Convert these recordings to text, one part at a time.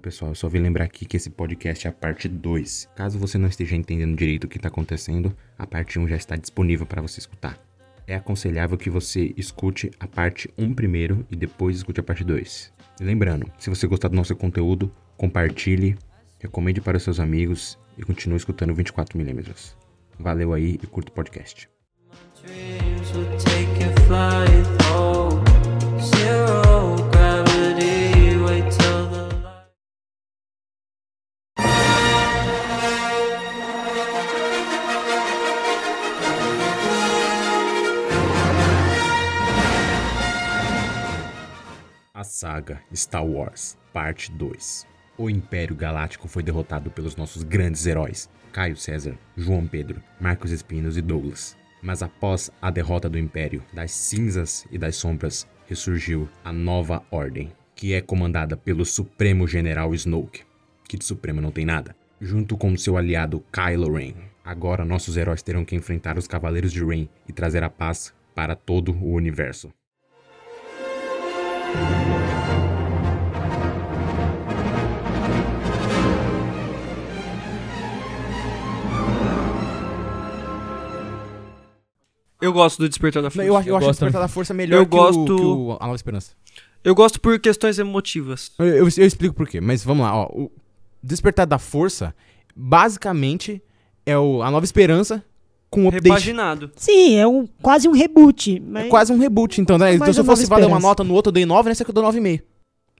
pessoal, eu só vim lembrar aqui que esse podcast é a parte 2. Caso você não esteja entendendo direito o que está acontecendo, a parte 1 já está disponível para você escutar. É aconselhável que você escute a parte 1 primeiro e depois escute a parte 2. E lembrando, se você gostar do nosso conteúdo, compartilhe, recomende para os seus amigos e continue escutando 24mm. Valeu aí e curta o podcast. Dreams will take you flying home. Zero gravity. Wait till the light. A saga Star Wars, parte 2. O Império Galáctico foi derrotado pelos nossos grandes heróis, Caio César, João Pedro, Marcos Espinos e Douglas. Mas após a derrota do Império, das cinzas e das sombras, ressurgiu a nova Ordem, que é comandada pelo Supremo General Snoke, que de Supremo não tem nada, junto com seu aliado Kylo Ren. Agora nossos heróis terão que enfrentar os Cavaleiros de Ren e trazer a paz para todo o universo. Eu gosto do Despertar da Força. Eu, acho- eu Eu acho o gosto Despertar também. da Força melhor Eu que, gosto- o, que o A Nova Esperança. Eu gosto por questões emotivas. Eu, eu- eu explico por quê, mas vamos lá. Ó, o Despertar da Força, basicamente, é o A Nova Esperança com update. Repaginado. Sim, é um, quase um reboot. Mas É quase um reboot, então, né? É Então mais se eu A Nova fosse dar uma Esperança. nota no outro, eu dei 9, nessa que eu dou 9,5.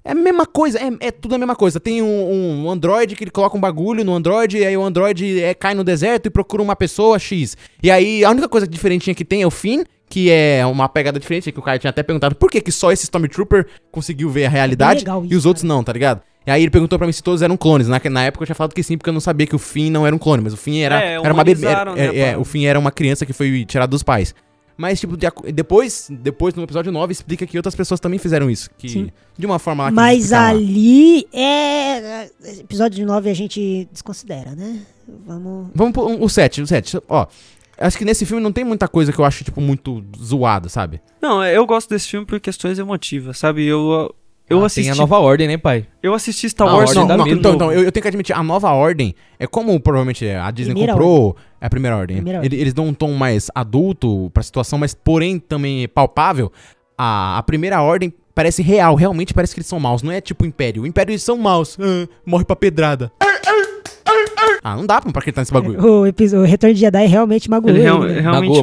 É a mesma coisa, é, é tudo a mesma coisa. Tem um, um Android que ele coloca um bagulho no Android, e aí o Android é, cai no deserto e procura uma pessoa X. E aí a única coisa diferentinha que tem é o Finn, que é uma pegada diferente, que o cara tinha até perguntado por que, que só esse Stormtrooper conseguiu ver a realidade legal e isso, né? os outros não, tá ligado? E aí ele perguntou pra mim se todos eram clones. Na, na época eu tinha falado que sim, porque eu não sabia que o Finn não era um clone, mas o Finn era, É, era uma bebê. humanizaram, né, é, é, a o Finn era uma criança que foi tirada dos pais. Mas, tipo, de aco- depois, depois no episódio 9, explica que outras pessoas também fizeram isso. Que, Sim. de uma forma lá que eles Mas explicaram lá. ali é. Episódio de 9 a gente desconsidera, né? Vamos. Vamos pro um- o 7, o 7. Ó, acho que nesse filme não tem muita coisa que eu acho, tipo, muito zoada, sabe? Não, é, eu gosto desse filme por questões emotivas, sabe? Eu, eu, Ah, assisti, Tem a nova ordem, né, pai? eu assisti Star A Wars Ordem não, dá não, medo. então, então eu, eu tenho que admitir, a nova ordem é como provavelmente é, a Disney Primeira comprou, é a primeira ordem. né? Primeira Ele- Eles dão um tom mais adulto pra situação, mas porém também é palpável. A, a primeira ordem parece real, realmente parece que eles são maus, não é tipo o Império. O Império eles são maus, ah, morre pra pedrada. Ah, não dá pra pra acreditar nesse bagulho. O, episo- o Retorno de Jedi realmente magoou. Ele real- né? realmente Magoou,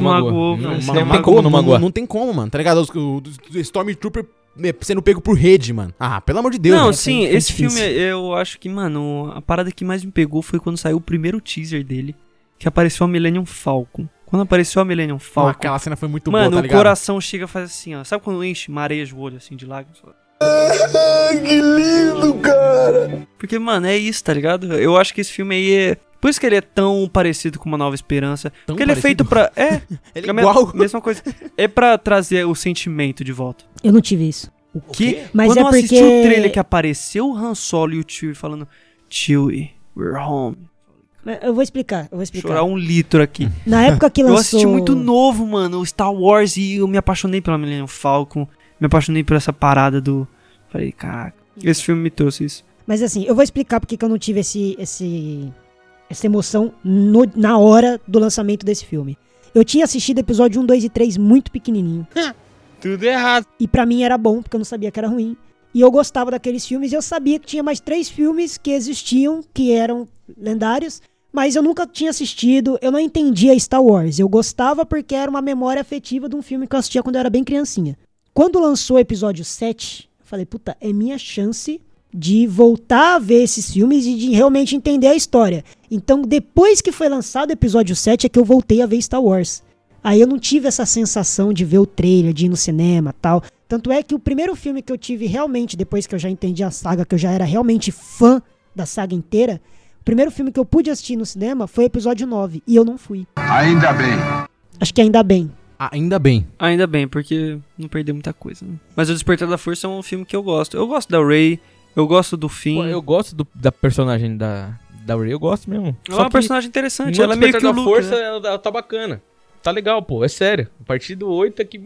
magoou. magoou. Não, é mas não ele tem magoou. como não magoar. Não tem como, mano, tá ligado? Os- O, o Stormtrooper eh, sendo pego por rede, mano. Ah, pelo amor de Deus. Não, né? sim, Foi esse difícil. filme eu acho que, mano, a parada que mais me pegou foi quando saiu o primeiro teaser dele, que apareceu a Millennium Falcon. Quando apareceu a Millennium Ah, Falcon, Aquela cena foi muito mano, boa, tá o ligado? coração chega e faz assim, ó. Sabe quando enche, mareja o olho assim de lágrimas? que lindo, cara! Porque, mano, é isso, tá ligado? Eu acho que esse filme aí é. Por isso que ele é tão parecido com Uma Nova Esperança. Tão porque ele é feito pra. É, Ele é a me- igual. mesma coisa. É pra trazer o sentimento de volta. Eu não tive isso. O quê? Mas Quando é eu assisti porque- o trailer que apareceu o Han Solo e o Chewie falando: Chewie, we're home. Mas Eu vou explicar, eu vou explicar. Chorar um litro aqui. Na época que Eu lançou. assisti muito novo, mano, o Star Wars e eu me apaixonei pela Millennium Falcon. Me apaixonei por essa parada do. Falei, caraca, esse filme me trouxe isso. Mas assim, eu vou explicar porque que eu não tive esse, esse, essa emoção no- na hora do lançamento desse filme. Eu tinha assistido episódio 1, 2 e 3 muito pequenininho. Tudo errado. E pra mim era bom, porque eu não sabia que era ruim. E eu gostava daqueles filmes, e eu sabia que tinha mais três filmes que existiam, que eram lendários, mas eu nunca tinha assistido, eu não entendia Star Wars. Eu gostava porque era uma memória afetiva de um filme que eu assistia quando eu era bem criancinha. Quando lançou o episódio 7, eu falei, puta, é minha chance de voltar a ver esses filmes e de realmente entender a história. Então, depois que foi lançado o episódio 7, é que eu voltei a ver Star Wars. Aí eu não tive essa sensação de ver o trailer, de ir no cinema tal. Tanto é que o primeiro filme que eu tive realmente, depois que eu já entendi a saga, que eu já era realmente fã da saga inteira, o primeiro filme que eu pude assistir no cinema foi o episódio 9. E eu não fui. Ainda bem. Acho que ainda bem. Ah, Ainda bem. Ainda bem, porque não perdeu muita coisa. Né? Mas O Despertar da Força é um filme que eu gosto. Eu gosto da Ray, eu gosto do Finn. Pô, eu gosto do- da personagem da, da Ray, eu gosto mesmo. Ela é uma que personagem interessante. no Ela é meio que o Despertar da Luke, força, né? ela, ela tá bacana. Tá legal, pô, é sério. A partir do 8 é que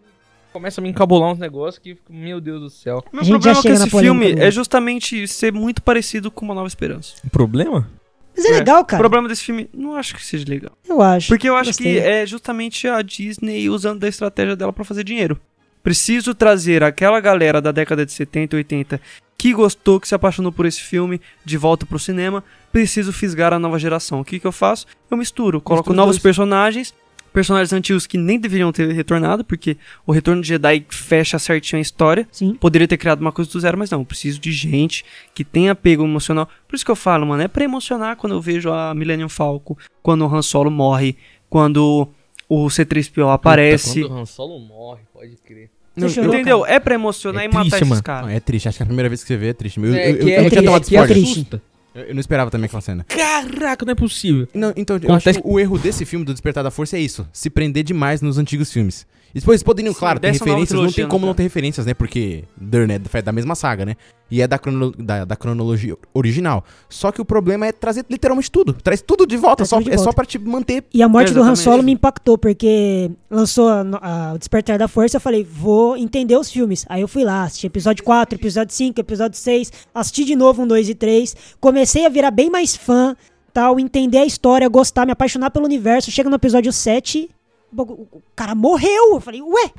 Começa a me encabular uns negócios que, fico, meu Deus do céu. Meu A gente já problema com chega na esse filme polêmica, né? é justamente ser muito parecido com Uma Nova Esperança. Um problema? Mas é, É. legal, O cara. problema desse filme, não acho que seja legal. Eu acho. Porque eu acho Gostei. que é justamente a Disney usando da estratégia dela pra fazer dinheiro. Preciso trazer aquela galera da década de 70 e 80 que gostou, que se apaixonou por esse filme, de volta pro cinema. Preciso fisgar a nova geração. O que, que eu faço? Eu misturo, coloco Mistura os novos dois. personagens, personagens antigos que nem deveriam ter retornado, porque o retorno de Jedi fecha certinho a história. Sim. Poderia ter criado uma coisa do zero, mas não. Eu preciso de gente que tenha apego emocional. Por isso que eu falo, mano, é pra emocionar quando eu vejo a Millennium Falco, quando o Han Solo morre, quando o C3PO aparece. Puta, Quando o Han Solo morre, pode crer. Você chorou, Entendeu? É pra emocionar É e matar triste, esses mano. Não, caras. é triste, acho que é a primeira vez que você vê é triste. Eu, É, eu- que eu não é- tinha que é- tomado que é spoiler. triste. eu, eu não esperava também aquela cena. Caraca, não é possível. Não, então, eu acho Acontece que o erro desse filme, do Despertar da Força, é isso. Se prender demais nos antigos filmes. E Depois poderiam, Sim, claro, ter dessa nova referências, não trilogia, tem como né, não cara? ter referências, né? Porque Dern é da mesma saga, né? E é da, crono- da, da cronologia original. Só que o problema é trazer literalmente tudo. Traz tudo de volta, Traz só, tudo de é só volta. pra te manter. E a morte do Han Exatamente. Solo me impactou, porque lançou a no- a- o Despertar da Força, eu falei, vou entender os filmes. Aí eu fui lá, assisti episódio 4, episódio 5, episódio 6, assisti de novo um, 2 e 3, comecei a virar bem mais fã, tal, entender a história, gostar, me apaixonar pelo universo. Chega no episódio 7, o bagu- o cara morreu. Eu falei, ué,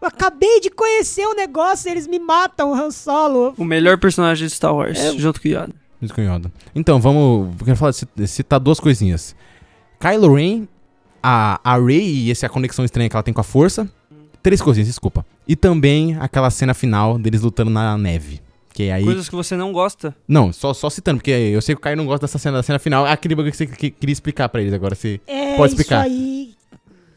eu acabei de conhecer o negócio, eles me matam, Han Solo. O melhor personagem de Star Wars, É. junto com o Yoda. Isso com Yoda. Então, vamos. Eu quero falar, ci- citar duas coisinhas. Kylo Ren, a, a Rey e essa conexão estranha que ela tem com a força. Três coisinhas, desculpa. E também aquela cena final deles lutando na neve. Que é É aí Coisas que você não gosta. Não, só, só citando, porque eu sei que o Caio não gosta dessa cena, da cena final. É aquele bagulho que você que- queria explicar pra eles agora. Se... É Pode isso explicar. aí.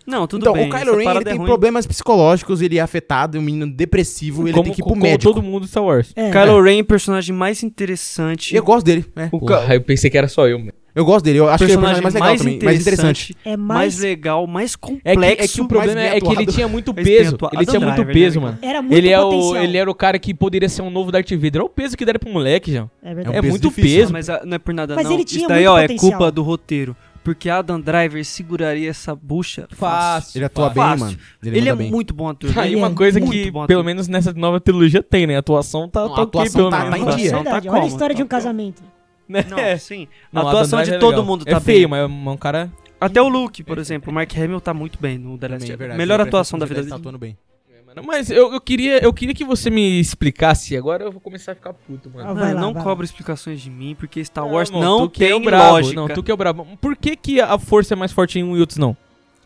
Não, tudo então, bem. o Kylo essa Ren ele parada é tem ruim. problemas psicológicos, ele é afetado, é um menino depressivo, ele como, tem que ir pro como médico. todo mundo em Star Wars. É. Kylo Ren é o personagem mais interessante. né? Eu gosto dele, né? O ca- eu pensei que era só eu, mano. Eu gosto dele, eu acho que ele é o personagem mais legal também, mais interessante. É mais, mais. legal, mais É complexo. que, é que o problema mais é bem que ele atuado. tinha muito Mas bem peso. atuado. Ele tinha Adam muito Driver, peso, né, mano. Era muito Ele, é o, potencial. ele era o cara que poderia ser um novo Darth Vader. Olha o peso que deram pro moleque, já. É verdade. É um É peso muito difícil. Ah, peso. Mas ah, não é por nada Mas não. ele Isso tinha daí, muito ó, é potencial. culpa do roteiro. Porque Adam Driver seguraria essa bucha fácil. Ele atua bem, Fácil. mano. Ele, manda é bem. muito bom ator. Aí Ele uma é coisa muito que, bom ator. pelo menos nessa nova trilogia, tem, né? A atuação tá, Não, tá a ok, atuação pelo tá- menos. tá em Nossa, dia. é verdade. Tá Olha a como? história de um Tá como? casamento. Né? Não, sim. Não, a atuação Adam de Driver todo legal. mundo é tá feio, bem. mas é um um cara... Até o Luke, por exemplo. O Mark Hamill tá muito bem no The Last Também, é Jedi. verdade, Melhor ele atuação da parece que vida ele tá dele. atuando bem. Mas eu, eu, queria, eu queria que você me explicasse. Agora eu vou começar a ficar puto, mano. Ah, Mano, vai lá, não vai lá. cobra explicações de mim, porque Star Não, Wars irmão, não, tu que é tem o brabo. lógica. Não, tu que é o brabo. Por que, que a força é mais forte em um e outros não?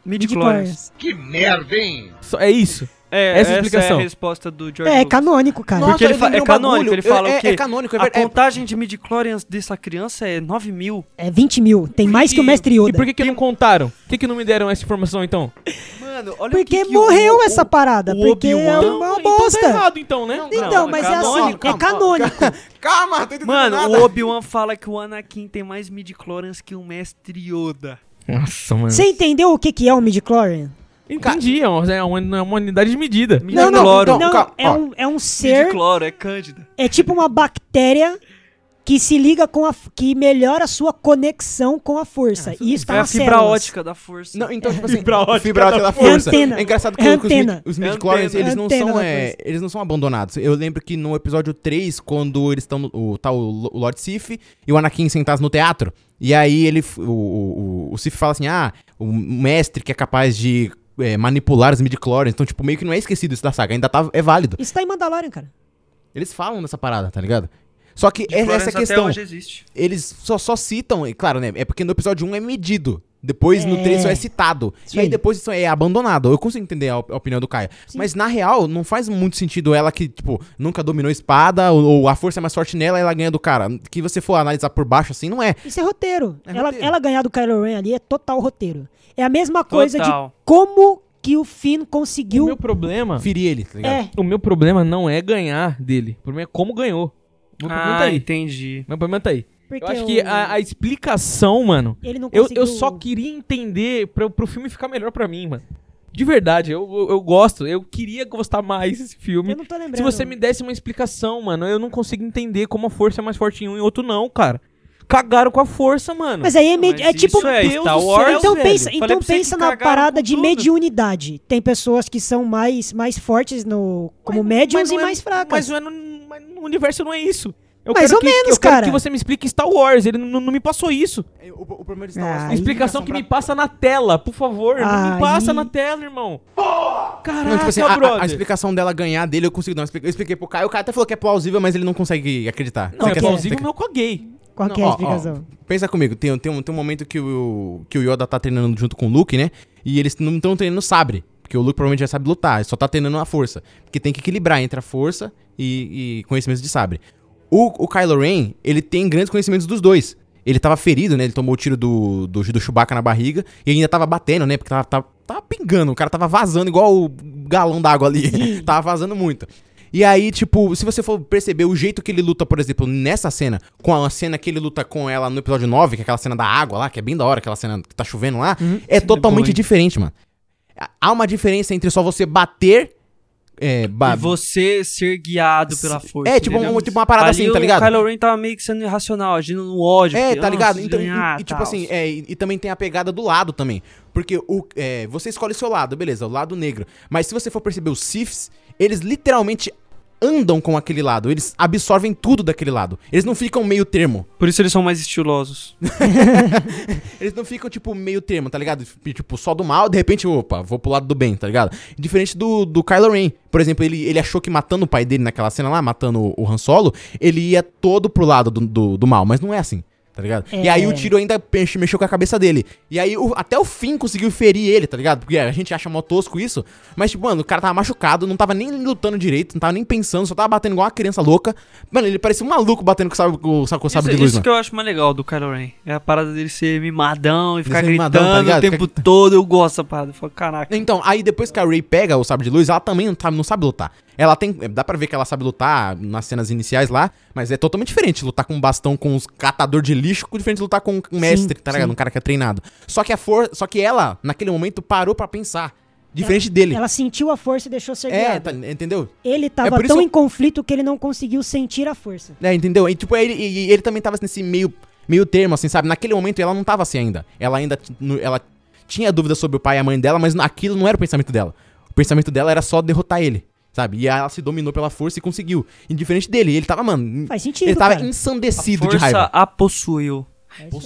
Midi-chlorians. Que merda, hein? Só- é isso. É, Essa essa, explicação. é a resposta do George É, é Lucas. canônico, cara. Nossa, Porque ele eu fa- lembrei é um canônico, bagulho, ele fala eu- o é- quê? É canônico, é A verdade. contagem de midi-chlorians dessa criança é 9 mil. É 20 mil. Tem mais que o mestre Yoda. E por que, que não contaram? Por que, que não me deram essa informação então? Mano, olha Porque o que que morreu o- essa o- parada. o Porque é Obi-Wan- uma Então tá bosta. errado então, né? Então, Não, mas é é assim. canônico, É canônico. Calma, tô entendendo Mano, nada. o Obi-Wan fala que o Anakin tem mais midi-chlorians que o Mestre Yoda. Nossa, mano. Você entendeu o que que é um midi-chlorian? Entendi, é uma, é uma- é uma unidade de medida. Não, não, Midi-chloro. Então, Não, calma, é ó. um, é um ser... Midi-chloro, é Cândida. É tipo uma bactéria que se liga com a... Que melhora a sua conexão com a força. E isso tá É a nas fibra células. ótica da força. Não, então, tipo assim, Fibra ótica fibra ótica da força. força. É antena. É engraçado que É os, mid- antena. os É mid-chlorians, antena. eles, não Antena são, da é, força. eles não são abandonados. Eu lembro que no episódio 3, quando eles estão, no- o, tá o, Lo- o Lord Sif e o Anakin sentados no teatro, e aí ele, f- o, o, o- o Sif fala assim, ah, o mestre que é capaz de é, manipular os mid-chlorians, então, tipo, meio que não é esquecido isso da saga, ainda tá, é válido. Isso tá em Mandalorian, cara. Eles falam dessa parada, tá ligado? Só que é Midi-chlorians essa a questão, Até hoje existe. eles só, só citam, e claro, né? É porque no episódio 1 é medido. Depois no É. 3 só é citado. Isso E aí aí. depois isso é abandonado. Eu consigo entender a, op- a opinião do Caio. Mas na real, não faz muito sentido ela que, tipo, nunca dominou espada, ou, ou a força é mais forte nela e ela ganha do cara. Que você for analisar por baixo assim, não é. Isso é roteiro. É ela, roteiro. ela ganhar do Kylo Ren ali é total roteiro. É a mesma coisa Total. de como que o Finn O conseguiu... meu problema. Ferir ele, tá ligado? É, O meu problema não é ganhar dele. O problema é como ganhou. O meu problema tá Ah, aí. entendi. Meu problema tá aí. porque eu acho que o- a, a explicação, mano. Ele não Eu, conseguiu... eu só queria entender pra, pro filme ficar melhor pra mim, mano. De verdade, eu, eu, eu gosto. Eu queria gostar mais desse filme. Eu não tô lembrando. Se você me desse uma explicação, mano, eu não consigo entender como a força é mais forte em um e outro não, cara. Cagaram com a força, mano. Mas aí é, medi- Mas é tipo. isso é Deus Star do Wars, céu, então velho. pensa, Falei então pra você que pensa na cagaram parada com de tudo. mediunidade. Tem pessoas que são mais, mais fortes no, como médiums não e é- mais fracas. Mas, não é no, mas no universo não é isso. Eu Mais quero ou que, menos, eu quero cara. que você me explique Star Wars. Ele não, não me passou isso. O, problema de Star Wars é A Aí- explicação que me passa na tela, por favor. Não Aí- me passa na tela, irmão. Caraca, Não, tipo assim, a- a- brother. a, explicação dela ganhar dele, eu consigo dar uma explica- Eu expliquei pro Caio, o cara até falou que é plausível, mas ele não consegue acreditar. Não, Você é quer- plausível, você mas eu caguei. Qual Não, que é a ó, ó, explicação? Pensa comigo, tem, tem, um, tem um momento que o, que o Yoda tá treinando junto com o Luke, né? E eles não estão treinando sabre. Porque o Luke provavelmente já sabe lutar, ele só tá treinando a força. Porque tem que equilibrar entre a força e, e conhecimento de sabre. O, o Kylo Ren, ele tem grandes conhecimentos dos dois. Ele tava ferido, né? Ele tomou o tiro do, do, do Chewbacca na barriga e ainda tava batendo, né? Porque tava, tava, tava pingando, o cara tava vazando igual o galão d'água ali. tava vazando muito. E aí, tipo, se você for perceber o jeito que ele luta, por exemplo, nessa cena, com a cena que ele luta com ela no episódio 9, que é aquela cena da água lá, que é bem da hora, aquela cena que tá chovendo lá, é totalmente boa, Uhum. hein? diferente, mano. Há uma diferença entre só você bater. É, ba- E você ser guiado pela força. é tipo, entendeu? um, tipo uma parada Ali assim, tá o ligado? Kylo Ren tava meio que sendo irracional, agindo no ódio. É, porque, tá "Ah, ligado? preciso Então, e- ganhar, e, tipo tal". assim, é, e, e também tem a pegada do lado também. Porque o, é, você escolhe o seu lado, beleza, o lado negro. Mas se você for perceber os Siths, eles literalmente andam com aquele lado. Eles absorvem tudo daquele lado. Eles não ficam meio termo. Por isso eles são mais estilosos. Eles não ficam, tipo, meio termo, tá ligado? Tipo, só do mal, de repente, opa, vou pro lado do bem, tá ligado? Diferente do, do Kylo Ren. Por exemplo, ele, ele achou que matando o pai dele naquela cena lá, matando o- o Han Solo, ele ia todo pro lado do, do, do mal, mas não é assim. Tá ligado? E aí o tiro ainda mexe- mexeu com a cabeça dele. E aí o- até o fim conseguiu ferir ele, tá ligado? Porque a gente acha mó tosco isso. Mas, tipo, mano, o cara tava machucado, não tava nem lutando direito, não tava nem pensando, só tava batendo igual uma criança louca. Mano, ele parecia um maluco batendo com o sabre, com o saco- com o Isso, sabre de luz, isso mano. que eu acho mais legal do Kylo Ren. É a parada dele ser mimadão e ficar ser gritando mimadão, tá o ligado? tempo Fica- todo. Eu gosto dessa parada. Eu falo, caraca. Então, aí depois que a Ray pega o sabre de luz, ela também não sabe, não sabe lutar. Ela tem. é, Dá pra ver que ela sabe lutar nas cenas iniciais lá, mas é totalmente diferente lutar com um bastão com uns catador de lixo, com diferente de lutar com um mestre, tá ligado? Um cara que é treinado. Só que a for, só que ela, naquele momento, parou pra pensar. Diferente dele. Ela sentiu a força e deixou ser É, guiado. tá- entendeu? Ele tava por isso tão eu- em conflito que ele não conseguiu sentir a força. É, entendeu? E tipo, ele, e- e ele também tava nesse meio, meio termo, assim, sabe? Naquele momento ela não tava assim ainda. Ela ainda. t- no- Ela tinha dúvida sobre o pai e a mãe dela, mas aquilo não era o pensamento dela. O pensamento dela era só derrotar ele, sabe? E ela se dominou pela força e conseguiu. Indiferente dele, ele tava, mano. Faz sentido, Ele tava cara. ensandecido de força raiva. a possuiu.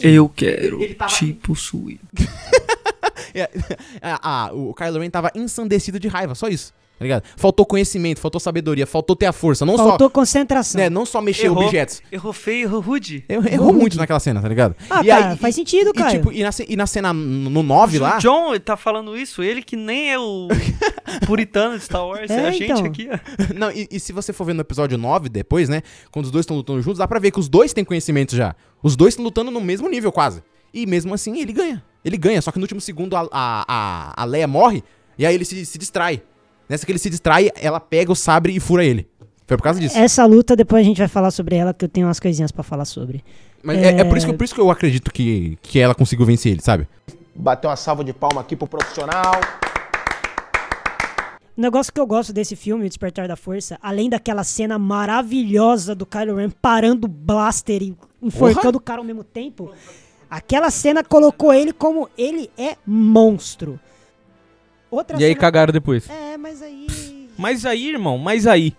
Eu quero te possuir. É, ah, ah, o Kylo Ren tava ensandecido de raiva, só isso. Tá ligado? Faltou conhecimento, faltou sabedoria, faltou ter a força. Não Faltou só. concentração. Né, não só mexer Errou. objetos. Errou feio, errou rude. Errou, errou muito naquela cena, tá ligado? Ah, E cara, aí- faz sentido, E, cara. tipo, e na, ce- e na cena n- no 9 lá. O John tá falando isso, ele que nem é o puritano de Star Wars, é, É, a gente então. aqui, ó. Não, e, e se você for ver no episódio 9 depois, né? Quando os dois estão lutando juntos, dá pra ver que os dois têm conhecimento já. Os dois estão lutando no mesmo nível, quase. E mesmo assim, ele ganha. Ele ganha, só que no último segundo a, a, a, a Leia morre e aí ele se, se distrai. Nessa que ele se distrai, ela pega o sabre e fura ele. Foi por causa disso. Essa luta, depois a gente vai falar sobre ela, que eu tenho umas coisinhas pra falar sobre. Mas é, é por, isso que, é- por isso que eu acredito que, que ela conseguiu vencer ele, sabe? Bateu uma salva de palma aqui pro profissional. O Um negócio que eu gosto desse filme, O Despertar da Força, além daquela cena maravilhosa do Kylo Ren parando o blaster e enforcando o cara ao mesmo tempo, aquela cena colocou ele como ele é monstro. Outra E aí cena- cagaram depois. É, mas aí. Mas aí, irmão, mas aí.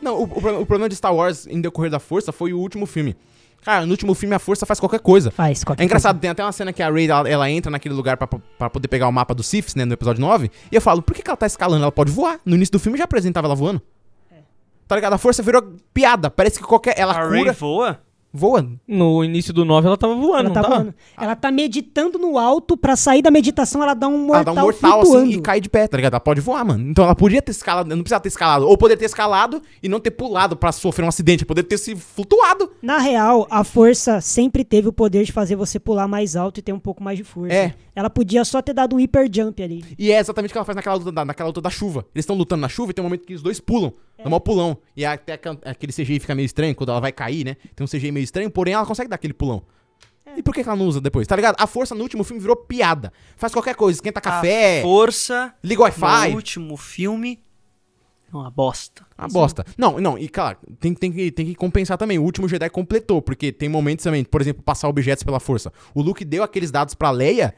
Não, o, o pro- o problema de Star Wars em decorrer da força foi o último filme. Cara, no último filme a força faz qualquer coisa. Faz qualquer É engraçado, tem até uma cena que a Rey ela, ela entra naquele lugar pra- pra poder pegar o mapa do Siths, né, no episódio 9, e eu falo, por que, que ela tá escalando? Ela pode voar. No início do filme já apresentava ela voando. Tá ligado? A força virou piada. Parece que qualquer. Ela A Rey cura. voa? Voa. No início do 9 ela tava voando, Ela não tá, tava? voando. Ela tá meditando no alto, pra sair da meditação, ela dá um mortal, ela dá um mortal flutuando. assim e cai de pé, tá ligado? Ela pode voar, mano. Então ela podia ter escalado, não precisava ter escalado. Ou poderia ter escalado e não ter pulado pra sofrer um acidente. Poderia ter se flutuado. Na real, a força sempre teve o poder de fazer você pular mais alto e ter um pouco mais de força. É. Ela podia só ter dado um hiper jump ali. E é exatamente o que ela faz naquela luta da, naquela luta da chuva. Eles estão lutando na chuva e tem um momento que os dois pulam. É. Dá maior pulão. E até aqua- aquele CGI fica meio estranho quando ela vai cair, né? Tem um CGI meio estranho, porém ela consegue dar aquele pulão. É. E por que, que ela não usa depois? Tá ligado? A força no último filme virou piada. É. Faz qualquer coisa, esquenta café, Força liga o no Wi-Fi. último filme É uma bosta. Uma bosta. Não, não, e claro, tem, tem, que, tem que compensar também. O último Jedi completou, porque tem momentos também, por exemplo, passar objetos pela força. O Luke deu aqueles dados pra Leia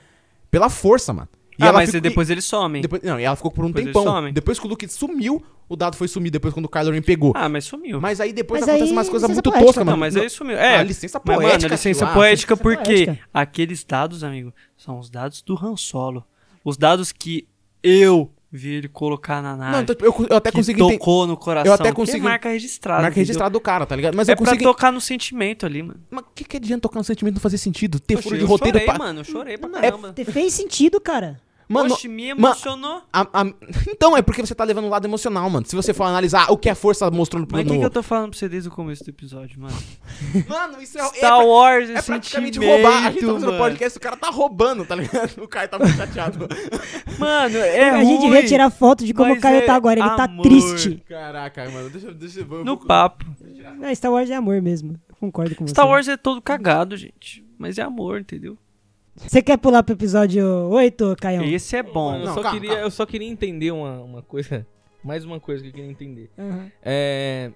pela força, mano. E ah, mas ficou- depois eles somem. e- depois- não, e ela ficou por um Depois eles tempão. somem. Depois que o Luke sumiu, o dado foi sumir. Depois quando o Kylo Ren pegou. Ah, mas sumiu. Mas aí depois Mas acontece aí, umas coisas licença muito poética, toscas, não, mano. não, mas é isso mesmo. É, Ah, licença mas, poética, mano, licença sei lá, poética licença porque poética. aqueles dados, amigo, são os dados do Han Solo. Os dados que eu vi ele colocar na nave. Não, então, eu, eu até que consigo entender. tocou no coração. eu até que consigo- É marca registrada. Marca entendeu? registrada do cara, tá ligado? Mas é eu consigo. pra tocar no sentimento ali, mano. Mas o que, que adianta tocar no sentimento não fazer sentido? Ter Poxa, furo de eu roteiro chorei, pra- mano. Eu chorei pra É, caramba. te- fez sentido, cara. Mano, Oxe, me ma- emocionou. a- a- então, é porque você tá levando o lado emocional, mano. Se você for analisar o que a força mostrou pro Mas o que, no... que eu tô falando pra você desde o começo do episódio, mano? Mano, isso é, Star é, Wars é, pra- é praticamente sentimento, roubar. A gente tá fazendo mano. podcast, o cara tá roubando, tá ligado? O Caio tá muito chateado. Mano, é a gente ruim. devia tirar foto de como o mas Caio é tá agora. Ele tá amor. triste. Caraca, mano, deixa, deixa eu... No papo. Ah, Star Wars é amor mesmo. Eu Concordo com você. Uhum. Star Wars é todo cagado, gente. Mas é amor, entendeu? Você quer pular pro episódio 8, um- Caião? Esse é bom. Mano, eu, Não, só calma, queria, calma. eu só queria entender uma, uma coisa. Mais uma coisa que eu queria entender. Aham. É.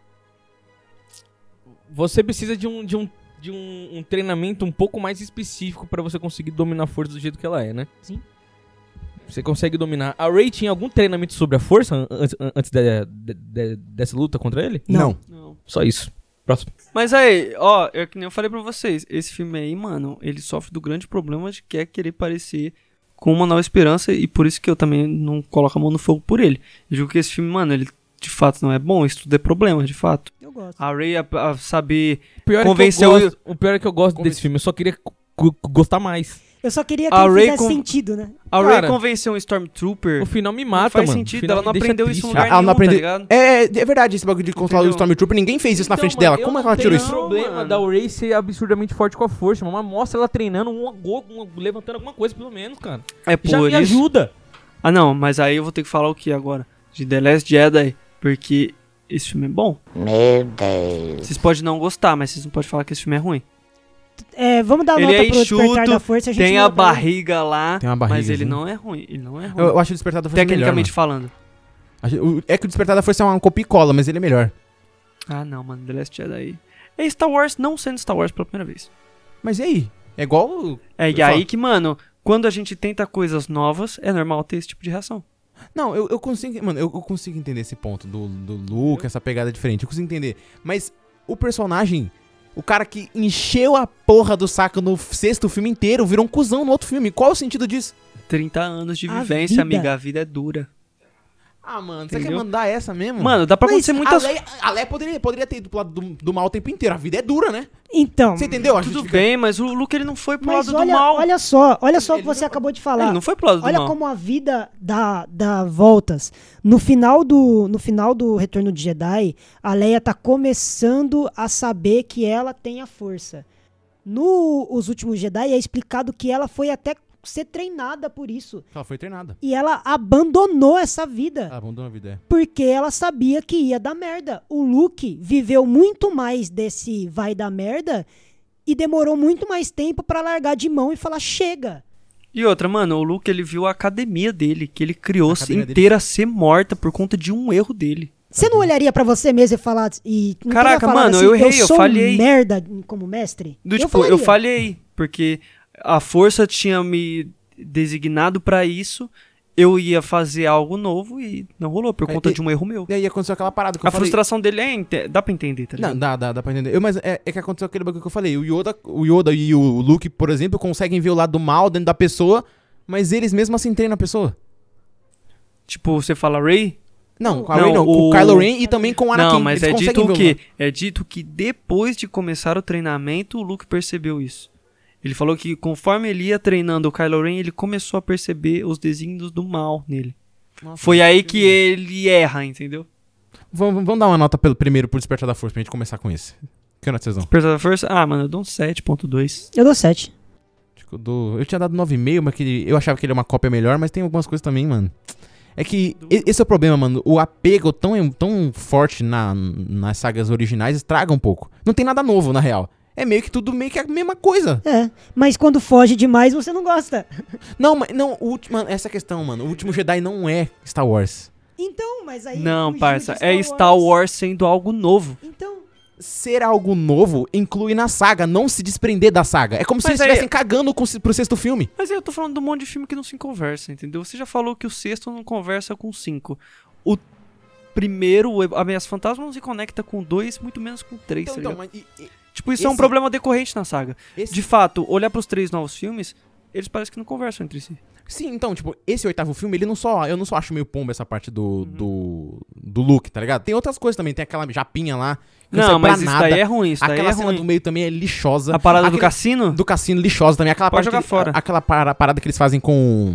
Você precisa de um, de um, de um, um treinamento um pouco mais específico pra você conseguir dominar a força do jeito que ela é, né? Sim. Você consegue dominar. A Ray tinha algum treinamento sobre a força an- antes, an- antes da- de- de- dessa luta contra ele? Não. Ah, Não. Só isso. Próximo. Mas aí, ó, é que nem eu falei pra vocês. Esse filme aí, mano, ele sofre do grande problema de quer querer parecer com uma nova esperança. E por isso que eu também não coloco a mão no fogo por ele. Eu digo que esse filme, mano, ele de fato não é bom. Isso tudo é problema, de fato. Eu gosto. A Ray a, a saber O pior, Convenceu é que eu gosto, o pior é que eu gosto desse filme. Eu só queria cu- cu- gostar mais. Eu só queria que A ele Rey fizesse com- sentido, né? A Ray Cara, convenceu um Stormtrooper. O final me Não mata, faz mano. O sentido, final ela não me deixa aprendeu isso triste. em lugar Ela não nenhum, aprendeu- tá ligado? É, é, é verdade esse bagulho de controlar o Entendeu? Stormtrooper. Ninguém fez isso na Então, frente mano, dela. eu Como é que não ela tirou tenho isso? problema Mano. da Ray ser absurdamente forte com a força, mano, mas mostra ela treinando um gol, um- levantando alguma coisa pelo menos, cara. É Já por me isso. ajuda. Ah, não, mas aí eu vou ter que falar o que agora? De The Last Jedi, porque esse filme é bom. Meu Deus. Vocês podem não gostar, mas vocês não podem falar que esse filme é ruim. É, vamos dar Ele nota é pro Despertar enxuto, da Força. A gente Tem não né? a vai dar- barriga lá, Tem uma barriga, mas ele sim. não é ruim. Ele não é ruim. Eu, eu acho o Despertar da Força melhor, Tecnicamente né? falando. mano. Acho- o- É que o Despertar da Força é uma copia e cola, mas ele é melhor. Ah, não, mano, The Last Jedi. É Star Wars não sendo Star Wars pela primeira vez. Mas e aí? É igual... o- É, e Pessoal. aí que, mano, quando a gente tenta coisas novas, é normal ter esse tipo de reação. Não, eu, eu consigo... Mano, eu, eu consigo entender esse ponto do, do Luke, essa pegada diferente. Eu consigo entender. Mas o personagem... O cara que encheu a porra do saco no sexto filme inteiro virou um cuzão no outro filme. Qual o sentido disso? 30 anos de A vivência, vida. amiga, a vida é dura. Ah, mano, você quer Entendeu? mandar essa mesmo? Mano, dá pra Mas acontecer muitas A Leia, a Leia poderia, poderia ter ido pro lado do, do mal o tempo inteiro. A vida é dura, né? Então, Você entendeu? A Tudo justificativa? bem, mas o Luke ele não foi pro mas lado do olha, mal. olha só, olha só o que Ele você não- acabou de Ele falar. não foi pro lado do Olha mal. como a vida dá, dá voltas. No final, do, no final do Retorno de Jedi, a Leia tá começando a saber que ela tem a força. No Os Últimos Jedi é explicado que ela foi até ser treinada por isso. Ela foi treinada. E ela abandonou essa vida. Ela Ah. abandonou a vida. é. Porque ela sabia que ia dar merda. O Luke viveu muito mais desse vai dar merda e demorou muito mais tempo pra largar de mão e falar chega. E outra, mano, o Luke ele viu a academia dele, que ele criou A academia dele. inteira ser morta por conta de um erro dele. Você não olharia pra você mesmo e falar e não Caraca, teria falado mano, assim, eu errei, eu sou um falhei." merda como mestre? Do tipo, eu, falaria. falhei, porque a força tinha me designado pra isso, eu ia fazer algo novo e não rolou por É, conta e- de um erro meu. E aí aconteceu aquela parada que eu A falei. frustração dele é, inte- dá pra entender, tá ligado? Não, dá, dá, dá pra entender. Eu, mas é, é que aconteceu aquele bagulho que eu falei. O Yoda, o Yoda e o Luke, por exemplo, conseguem ver o lado do mal dentro da pessoa, mas eles mesmos assim treinam a pessoa. Tipo, você fala Ray? Não, com a Não, Rey não, com o o- Kylo Ren e também com o Um Anakin. Não, mas eles é conseguem dito ver o o quê? lado. É dito que depois de começar o treinamento, o Luke percebeu isso. Ele falou que conforme ele ia treinando o Kylo Ren, ele começou a perceber os desígnios do mal nele. Nossa, Foi aí que ele erra, entendeu? Vamos, vamos dar uma nota pelo, primeiro pro Despertar da Força pra gente começar com esse. Que nota vocês dão? Despertar da Força? Ah, mano, eu dou um 7.2. Eu dou 7. Acho que eu dou- Tipo, Eu tinha dado 9,5, mas que ele- eu achava que ele é uma cópia melhor, mas tem algumas coisas também, mano. É que e- esse é o problema, mano. O apego tão, tão forte na, nas sagas originais estraga um pouco. Não tem nada novo, na real. É meio que tudo meio que a mesma coisa. É, mas quando foge demais você não gosta. Não, mas não, o último, mano, essa questão, mano. O último Jedi não é Star Wars. Então, mas aí. Não, fugiu parça, de é Star Wars sendo algo novo. Então, Ser algo novo inclui na saga, não se desprender da saga. É como se Mas eles aí- estivessem cagando com, se- pro sexto filme. Mas aí eu tô falando de um monte de filme que não se conversa, entendeu? Você já falou que o sexto não conversa com o cinco. O primeiro, o Ameaça Fantasma, não se conecta com o dois, muito menos com o três, tá ligado? Então, mas, e- e- Tipo, isso é um esse- problema decorrente na saga. esse- De fato, olhar pros três novos filmes, eles parecem que não conversam entre si. Sim, então, tipo, esse oitavo filme, ele não só. Eu não só acho meio pombo essa parte do. Uhum. do. do Luke, tá ligado? Tem outras coisas também, tem aquela japinha lá. que Não, serve pra mas isso daí é ruim, isso daí Aquela é cena ruim. do meio também é lixosa. A parada do Aquele- cassino? do cassino lixosa também. Aquela Pode parte jogar que- fora. Aquela para- parada que eles fazem com.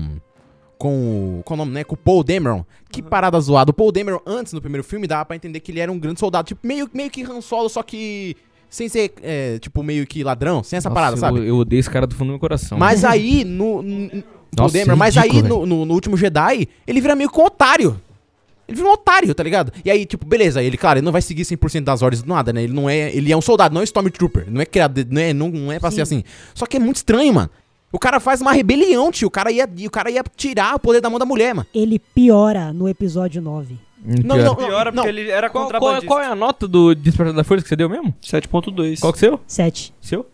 Com o. Qual o nome, né? Com o Paul Dameron. Uhum. Que parada zoada. O Paul Dameron, antes no primeiro filme, dava pra entender que ele era um grande soldado. Tipo, meio, meio que Han Solo, só que. Sem ser, é, tipo, meio que ladrão, sem essa parada, sabe? Eu, eu odeio esse cara do fundo do meu coração. Mas aí, no. no- Nossa, no Dameron, é mas aí, ridículo, no, no- no último Jedi, ele vira meio com otário. Ele vira um otário, tá ligado? E aí, tipo, beleza, ele, claro, ele não vai seguir 100% das ordens do nada, né? Ele não é. Ele é um soldado, não é um Stormtrooper. Não é criado. de- Não é, não, não é pra ser assim. Só que é muito estranho, mano. O cara faz uma rebelião, tio. O cara ia, o cara ia tirar o poder da mão da mulher, mano. ele piora no episódio 9. Não, não, não. Piora não. porque ele era Qual, qual é- contrabandista. qual é a nota do Despertar da Força que você deu mesmo? 7.2. Qual que é o seu? 7. Seu?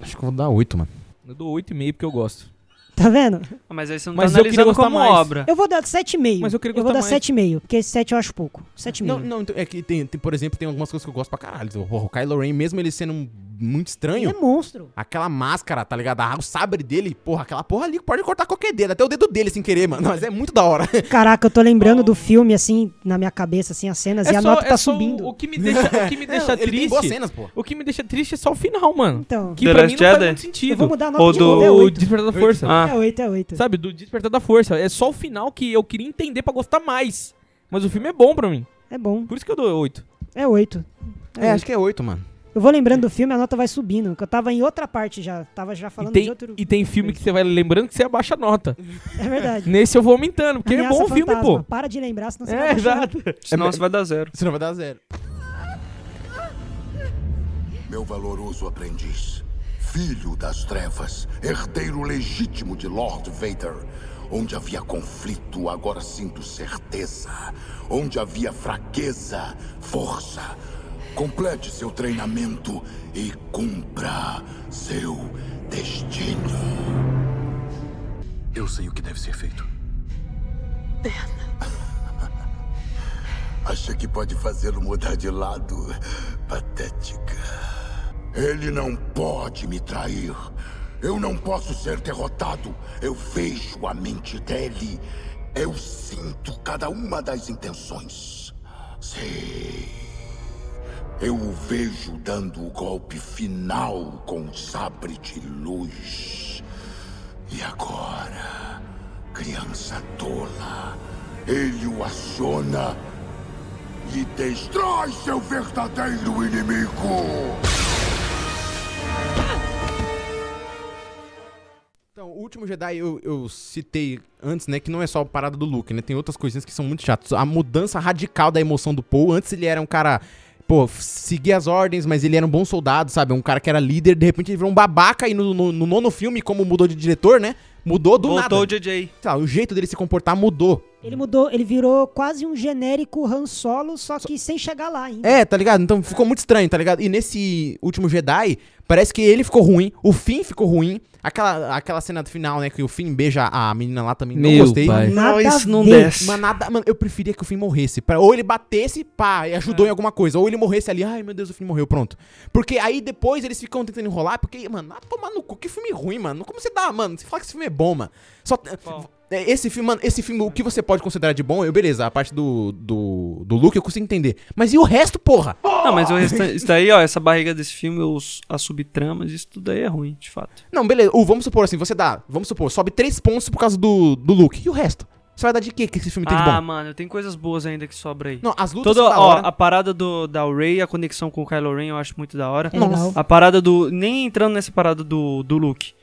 Acho que eu vou dar 8, mano. Eu dou 8,5 porque eu gosto. Tá vendo? Ah, Mas aí você não Mas tá eu queria analisando gostar como mais. obra. Eu vou dar 7,5. Mas eu queria Eu vou gostar dar mais. 7,5, porque 7 eu acho pouco. 7,5. Não, não, então, é que tem, tem, por exemplo, tem algumas coisas que eu gosto pra caralho. O Kylo Ren, mesmo ele sendo um- muito estranho. Ele é monstro. Aquela máscara, tá ligado? Ah, O sabre dele, porra, aquela porra ali pode cortar qualquer dedo, até o dedo dele sem querer, mano. Mas é muito da hora. Caraca, eu tô lembrando do filme, assim, na minha cabeça, assim, as cenas, e a nota tá É só o- subindo. O, que me deixa, o que me deixa Ele tem boas triste. cenas, pô. O que me deixa triste é só o final, mano. Então, Que The pra Last mim não faz Jedi? muito sentido. eu vou mudar a nota Ou de do- novo, é O 8. Despertar da Força. Ah, É 8, é 8. Sabe, do Despertar da Força. É só o final que eu queria entender pra gostar mais. Mas o filme é bom pra mim. É bom, Por isso que eu dou 8. é 8. É, acho que é oito, mano. Eu vou lembrando do filme, a nota vai subindo. Que eu tava em outra parte já. Tava já E falando de tem, outro. e tem filme que você vai lembrando que você abaixa a nota. É verdade. Nesse eu vou aumentando, porque é Ameaça bom o filme, Fantasma. pô. Para de lembrar, senão você vai É, baixar. exato. Senão você vai dar zero. Senão vai dar zero. Meu valoroso aprendiz, filho das trevas, herdeiro legítimo de Lord Vader. Onde havia conflito, agora sinto certeza. Onde havia fraqueza, força. Complete seu treinamento e cumpra seu destino. Eu sei o que deve ser feito. Acha que pode fazê-lo mudar de lado? Patética. Ele não pode me trair. Eu não posso ser derrotado. Eu vejo a mente dele. Eu sinto cada uma das intenções. Sei. Eu o vejo dando o golpe final com o sabre de luz. E agora, criança tola, ele o aciona e destrói seu verdadeiro inimigo. Então, o último Jedi eu, eu citei antes, né? Que não é só a parada do Luke, né? Tem outras coisinhas que são muito chatas. A mudança radical da emoção do Paul. Antes ele era um cara. Pô, f- seguia as ordens, mas ele era um bom soldado, sabe? Um cara que era líder, de repente ele virou um babaca e no, no- no nono filme, como mudou de diretor, né? Mudou do Voltou nada. o JJ. Sei lá, o jeito dele se comportar mudou. Ele mudou, ele virou quase um genérico Han Solo, só que sem chegar lá ainda. É, tá ligado? Então ficou muito estranho, tá ligado? E nesse último Jedi, parece que ele ficou ruim, o Finn ficou ruim. Aquela, aquela cena final, né, que o Finn beija a menina lá também, não Meu gostei. pai. Nada Não, isso a não ver. desce. Mas nada, mano, eu preferia que o Finn morresse. Pra, ou ele batesse, pá, e ajudou em alguma coisa. Ou ele morresse ali, ai meu Deus, o Finn morreu, pronto. Porque aí depois eles ficam tentando enrolar, porque, mano, ah, tomar no cu, que filme ruim, mano. Como você dá, mano? Você fala que esse filme é bom, mano. Só. É, Esse filme, mano, esse filme, o que você pode considerar de bom, eu, beleza, a parte do, do, do Luke eu consigo entender. Mas e o resto, porra? Não, mas o restante, isso daí, ó, essa barriga desse filme, os, as subtramas, isso tudo aí é ruim, de fato. Não, beleza. Ou vamos supor assim, você dá, vamos supor, sobe três pontos por causa do, do Luke. E o resto? Você vai dar de quê que esse filme tem de ah, bom? mano, tem coisas boas ainda que sobra aí. Não, as lutas Toda, são da ó, hora. a parada do, da Ray, a conexão com o Kylo Ren, eu acho muito da hora. É legal. A parada do. Nem entrando nessa parada do, do Luke.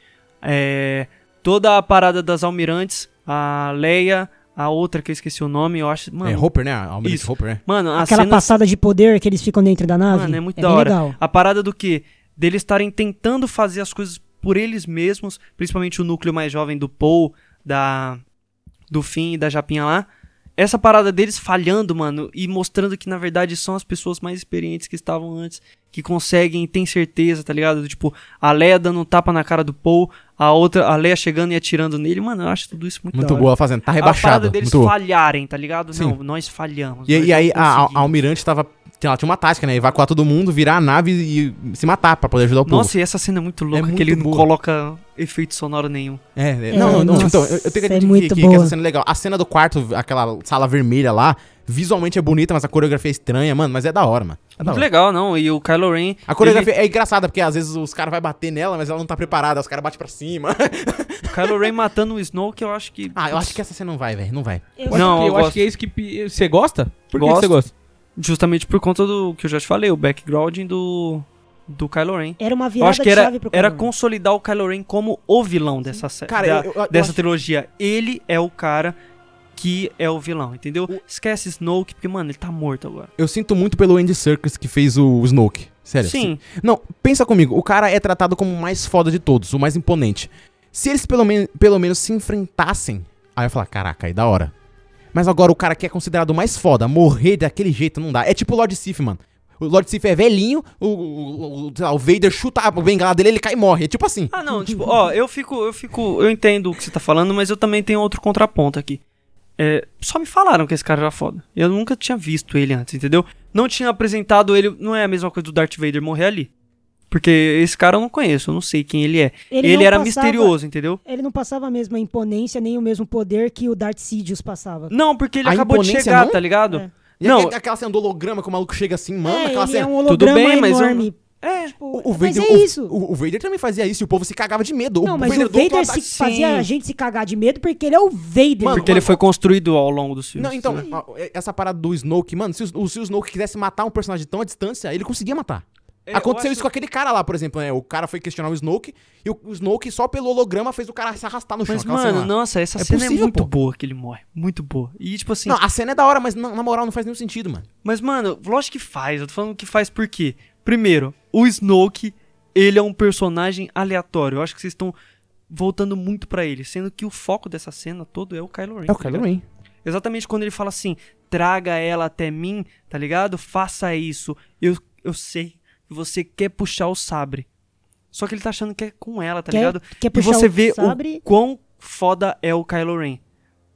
É, toda a parada das almirantes, a Leia, a outra que eu esqueci o nome, eu acho. Mano, É Hopper, né? Almirante Isso. Hopper, né? mano a Aquela cena. passada de poder que eles ficam dentro da nave. Mano, é muito da bem hora. legal. A parada do que? Deles estarem tentando fazer as coisas por eles mesmos, principalmente o núcleo mais jovem do Paul, da do Finn e da Japinha lá. Essa parada deles falhando, mano, e mostrando que na verdade são as pessoas mais experientes que estavam antes, que conseguem, tem certeza, tá ligado? Tipo, a Leia dando um tapa na cara do Paul, a outra, a Leia chegando e atirando nele. Mano, eu acho tudo isso muito da Muito hora. boa fazendo. Tá A parada rebaixado. deles Muito boa. falharem, tá ligado? Sim. Não, nós falhamos. E, nós e não aí a, a- a conseguimos. almirante tava. Ela tinha uma tática, né? Evacuar todo mundo, virar a nave e se matar pra poder ajudar o povo. Nossa, e essa cena é muito louca, muito que ele não boa. coloca efeito sonoro nenhum. É, é, É, não, não, nossa, então, eu, eu tenho que é admitir muito que, que boa. essa cena é legal. A cena do quarto, aquela sala vermelha lá, visualmente é bonita, mas a coreografia é estranha, mano, mas é da hora, mano. É da Muito hora. legal, não. E o Kylo Ren. A coreografia é engraçada, porque às vezes os caras vão bater nela, mas ela não tá preparada, os caras batem pra cima. ele- o Kylo Ren matando o Snow, que eu acho que. ah, eu acho que essa cena não vai, velho, não vai. Eu acho Não, que- eu eu acho gosto. que é isso que. pi- Você gosta? Por que que Gosto. você gosta? Justamente por conta do que eu já te falei, o background do. Do Kylo Ren. Era uma Eu virada acho que de era, chave pro era Kylo Ren. consolidar o Kylo Ren como o vilão dessa série. Cara, da- eu- eu- eu dessa acho- trilogia. Ele é o cara que é o vilão, entendeu? Esquece Snoke, porque, mano, ele tá morto agora. Eu sinto muito pelo Andy Serkis que fez o Snoke. Sério. Sim. Não, pensa comigo, o cara é tratado como o mais foda de todos, o mais imponente. Se eles pelo, men pelo menos se enfrentassem, aí eu ia falar, caraca, aí da hora. Mas agora o cara que é considerado o mais foda, morrer daquele jeito não dá. É tipo o Lord Sif, mano. O Lord Sif é velhinho, o, o, o, sei lá, o Vader chuta a bengala dele, ele cai e morre. É tipo assim. Ah, não, tipo, ó, eu fico, eu fico, eu entendo o que você tá falando, mas eu também tenho outro contraponto aqui. É, só me falaram que esse cara era foda. Eu nunca tinha visto ele antes, entendeu? Não tinha apresentado ele, não é a mesma coisa do Darth Vader morrer ali. Porque esse cara eu não conheço, eu não sei quem ele é. Ele, Ele não era passava- misterioso, entendeu? Ele não passava a mesma imponência nem o mesmo poder que o Darth Sidious passava. Não, porque ele A acabou de imponência chegar, não? tá ligado? É. E Não. aque- aquela cena do holograma que o maluco chega assim, mano, é, aquela ele é cena. um Tudo holograma bem, mas eu- enorme. É. Tipo, O, o Vader, mas é o- isso. O, o Vader também fazia isso e o povo se cagava de medo. não, mas o do outro Vader lado- tá se sim. fazia a gente se cagar de medo porque ele é o Vader. Mano, Porque ele foi construído ao longo dos filmes. Não, então, ó, essa parada do Snoke, mano, se o, se o Snoke quisesse matar um personagem tão à distância, ele conseguia matar. É, eu Aconteceu acho- isso com aquele cara lá, por exemplo, né? O cara foi questionar o Snoke e o, o Snoke só pelo holograma fez o cara se arrastar no chão. Mas, aquela cena mano, lá. nossa, essa É cena é possível, muito pô. boa que ele morre. Muito boa. E, tipo assim, Não, a cena é da hora, mas na, na moral não faz nenhum sentido, mano. Mas, mano, lógico que faz. Eu tô falando que faz por quê? Primeiro, o Snoke, ele é um personagem aleatório. Eu acho que vocês estão voltando muito pra ele. Sendo que o foco dessa cena todo é o Kylo Ren. tá ligado? Ren. Exatamente quando ele fala assim, traga ela até mim, tá ligado? Faça isso. Eu, eu sei que você quer puxar o sabre. Só que ele tá achando que é com ela, tá Quer- ligado? quer e puxar você o vê o sabre? quão foda é o Kylo Ren.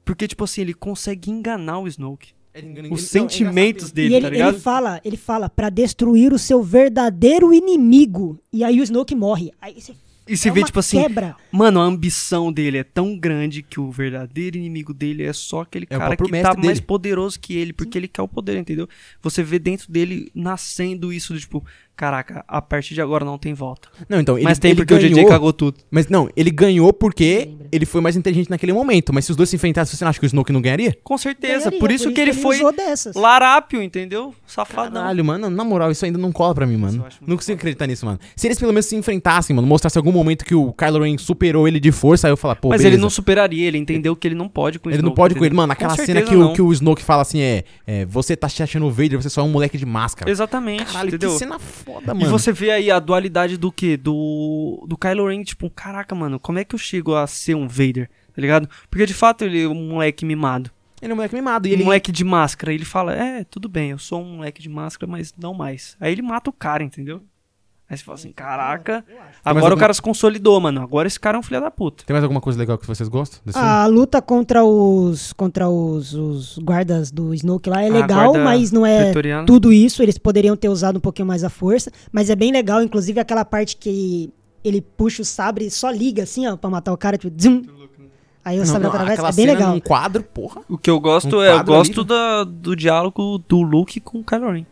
Porque, tipo assim, ele consegue enganar o Snoke. É, Os sentimentos dele, é e ele, tá ligado? ele fala, ele fala pra destruir o seu verdadeiro inimigo. E aí o Snoke morre. Aí você E se É vê, uma tipo assim, quebra. mano, a ambição dele é tão grande que o verdadeiro inimigo dele é só aquele É o cara que próprio tá mestre mais dele. poderoso que ele, porque ele quer o poder, entendeu? Você vê dentro dele nascendo isso, do tipo, caraca, a partir de agora não tem volta. Não, então, ele, Mas tem ele porque ganhou, o DJ cagou tudo. Mas não, ele ganhou porque ele foi mais inteligente naquele momento. Mas se os dois se enfrentassem, você não acha que o Snoke não ganharia? Com certeza, ganharia, por isso que ele, foi usou dessas. larápio, entendeu? Safadão. Caralho, mano, na moral, isso ainda não cola pra mim, Ah, eu mano. acho muito Não consigo acreditar nisso, mano. Se eles pelo menos se enfrentassem, mano, mostrasse algum momento que o Kylo Ren superou ele de força, aí eu falar, pô, Mas beleza. ele não superaria, ele entendeu que ele não pode com o Ele não Snoke, pode com entendeu? ele. Mano, aquela Com cena que certeza o, não. que o Snoke fala assim é, é, Você tá se achando o Vader, você só é um moleque de máscara. Exatamente, Caralho, entendeu? que cena foda, E Ah, mano. você vê aí a dualidade do que? Do, do Kylo Ren, tipo, caraca, mano, como é que eu chego a ser um Vader? Tá ligado? Porque de fato ele é um moleque mimado. Ele é um moleque mimado. E Um ele... moleque de máscara. Ele fala, é, tudo bem, eu sou um moleque de máscara, mas não mais. Aí ele mata o cara, entendeu? Aí você fala assim, caraca, mais agora o alguma- cara se consolidou, mano. Agora esse cara é um filho da puta. Tem mais alguma coisa legal que vocês gostam desse filme? A luta contra os contra os, os guardas do Snoke lá é A legal, Ah, guarda mas não é pretoriana. tudo isso. Eles poderiam ter usado um pouquinho mais a força, mas é bem legal. Inclusive aquela parte que ele puxa o sabre e só liga assim, ó, pra matar o cara, tipo, zum. Aí o Não, sabre não, atravessa, aquela é bem cena legal. num quadro, porra. O que eu gosto Um é, eu quadro ali, gosto né? da- do diálogo do Luke com o Kylo Ren.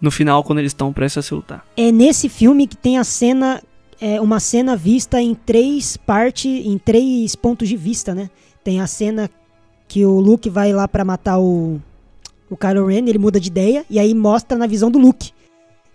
No final, quando eles estão prestes a se lutar. É nesse filme que tem a cena, é, uma cena vista em três partes, em três pontos de vista, né? Tem a cena que o Luke vai lá pra matar o, o Kylo Ren, ele muda de ideia, e aí mostra na visão do Luke.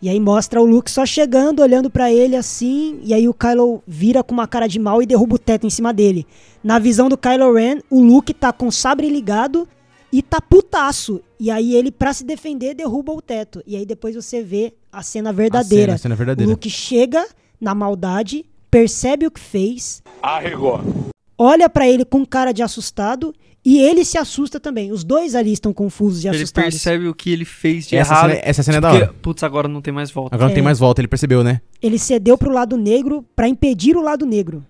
E aí mostra o Luke só chegando, olhando pra ele assim, e aí o Kylo vira com uma cara de mal e derruba o teto em cima dele. Na visão do Kylo Ren, o Luke tá com o sabre ligado e tá putaço. E aí ele, pra se defender, derruba o teto. E aí depois você vê a cena verdadeira. A cena, a cena O verdadeira. Luke chega na maldade, percebe o que fez, Arregou. olha pra ele com cara de assustado e ele se assusta também. Os dois ali estão confusos e Ele assustados. percebe o que ele fez de Essa errado. cena, essa cena é da porque, hora. putz, agora não tem mais volta. Agora É. não tem mais volta, ele percebeu, né? Ele cedeu pro lado negro pra impedir o lado negro.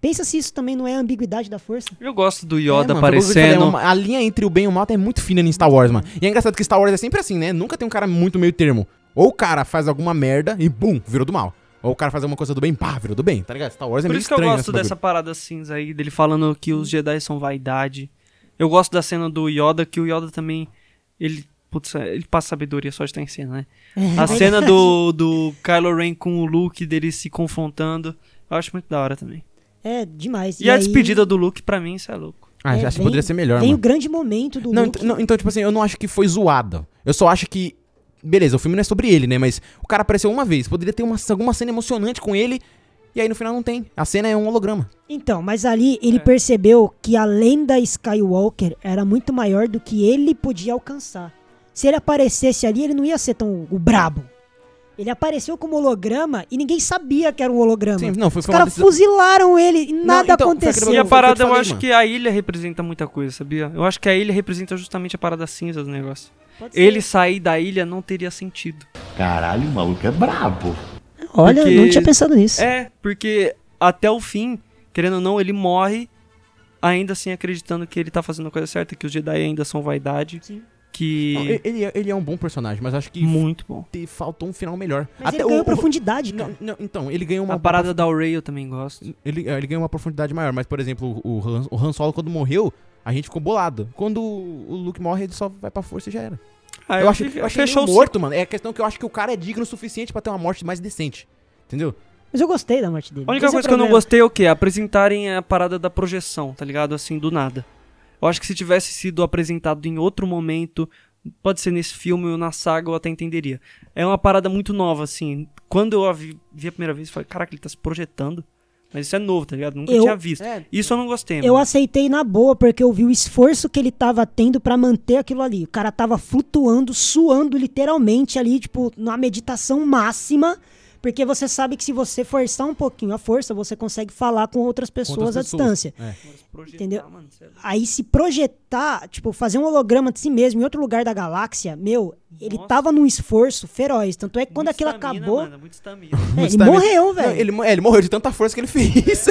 Pensa se isso também não é a ambiguidade da força. Eu gosto do É, mano, Yoda foi o que eu falei, aparecendo. uma- a linha entre o bem e o mal é muito fina em Star Wars, mano. E é engraçado que Star Wars é sempre assim, né? Nunca tem um cara muito meio termo. Ou o cara faz alguma merda e bum, virou do mal. Ou o cara faz alguma coisa do bem, pá, virou do bem, tá ligado? Star Wars é Por meio isso que eu estranho gosto nesse bagulho. dessa parada cinza aí, dele falando que os Jedi são vaidade. Eu gosto da cena do Yoda, que o Yoda também. Ele. Putz, é, ele passa sabedoria só de estar em cena, né? É, A cena do, do Kylo Ren com o Luke, dele se confrontando. Eu acho muito da hora também. É demais. E, a aí despedida do Luke, pra mim, isso é louco. Ah, É, acho que um, vem- poderia ser melhor, Vem o mano. grande momento do Não, Luke. ent- não, então, tipo assim, eu não acho que foi zoada. Eu só acho que. Beleza, o filme não é sobre ele, né? Mas o cara apareceu uma vez. Poderia ter uma, alguma cena emocionante com ele. E aí no final não tem. A cena é um holograma. Então, mas ali É. ele percebeu que a lenda Skywalker era muito maior do que ele podia alcançar. Se ele aparecesse ali, ele não ia ser tão o brabo. Ele apareceu como holograma e ninguém sabia que era um holograma. Sim, não, foi, Os foi uma caras decisão. fuzilaram ele e nada então, foi aquele aconteceu. bagulho foi o que E a eu te parada, eu falei, acho mano. que a ilha representa muita coisa, sabia? Eu acho que a ilha representa justamente a parada cinza do negócio. Pode ser. Ele sair da ilha não teria sentido. Caralho, o maluco é brabo. Olha, porque- não tinha pensado nisso. É, porque até o fim, querendo ou não, ele morre, ainda assim acreditando que ele tá fazendo a coisa certa, que os Jedi ainda são vaidade. Sim. Não, Que. e- ele, é- ele é um bom personagem, mas acho que Muito bom. te- faltou um final melhor. Mas ele ganhou profundidade, cara. Não, não, então, ele ganhou uma. A parada da Ray eu também gosto. Ele, ele ganhou uma profundidade maior, mas, por exemplo, o Han, o Han Solo, quando morreu, a gente ficou bolado. Quando o Luke morre, ele só vai pra força e já era. Ah, eu, acho achei- eu achei ele fechou o morto, mano. É a questão que eu acho que o cara é digno o suficiente pra ter uma morte mais decente. Entendeu? Mas eu gostei da morte dele. A única Esse é o coisa que eu não problema. gostei é o quê? Apresentarem a parada da projeção, tá ligado? Assim, do nada. Eu acho que se tivesse sido apresentado em outro momento, pode ser nesse filme ou na saga, eu até entenderia. É uma parada muito nova, assim. Quando eu a vi, vi a primeira vez, eu falei, caraca, ele tá se projetando. Mas isso é novo, tá ligado? Nunca Eu- tinha visto. É. Isso eu não gostei. Eu mano. aceitei na boa, porque eu vi o esforço que ele tava tendo pra manter aquilo ali. O cara tava flutuando, suando literalmente ali, tipo, na meditação máxima. Porque você sabe que se você forçar um pouquinho a força, você consegue falar com outras pessoas à pessoas, distância. é. Projetar, entendeu? mano, cê é louco. Aí se projetar, tipo, fazer um holograma de si mesmo em outro lugar da galáxia, meu, ele Nossa. tava num esforço feroz. Tanto é que quando Muita aquilo estamina, acabou. mano, muita estamina. é, ele Justamente. morreu, tá Não, velho. ele, mo- é, ele morreu de tanta força que ele fez.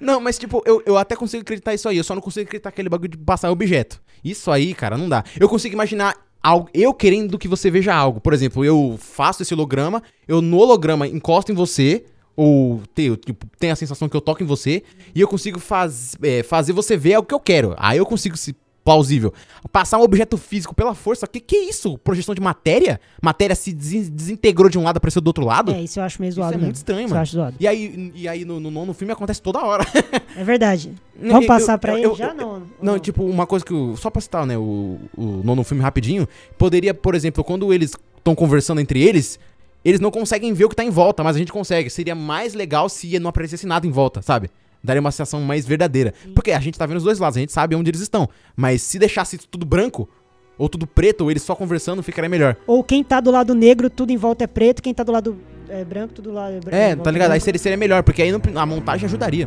não, mas tipo, eu, eu até consigo acreditar isso aí. Eu só não consigo acreditar aquele bagulho de passar objeto. Isso aí, cara, não dá. Eu consigo imaginar algo, eu querendo que você veja algo. Por exemplo, eu faço esse holograma, eu no holograma encosto em você. Ou tenho, tipo, tenho a sensação que eu toco em você e eu consigo faz, é, fazer você ver o que eu quero. Aí eu consigo se plausível. Passar um objeto físico pela força, que que é isso? Projeção de matéria? Matéria se desin- desintegrou de um lado, apareceu do outro lado? É, isso eu acho meio Isso zoado. é mesmo. muito estranho, Isso eu mano. acho zoado. E aí, e aí no, no nono filme acontece toda hora. É verdade. Não, Vamos eu- passar eu- pra eu- ele eu- já? eu- não, Não, tipo, uma coisa que. o- só pra citar, né? O, o nono filme rapidinho. Poderia, por exemplo, quando eles estão conversando entre eles, eles não conseguem ver o que tá em volta, mas a gente consegue. Seria mais legal se não aparecesse nada em volta, sabe? Daria uma sensação mais verdadeira. Porque a gente tá vendo os dois lados, a gente sabe onde eles estão. Mas se deixasse tudo branco, ou tudo preto, ou eles só conversando, ficaria melhor. Ou quem tá do lado negro, tudo em volta é preto, quem tá do lado é, branco, tudo lá é branco. É, tá ligado? Aí seria, seria melhor, porque aí não- a montagem ajudaria.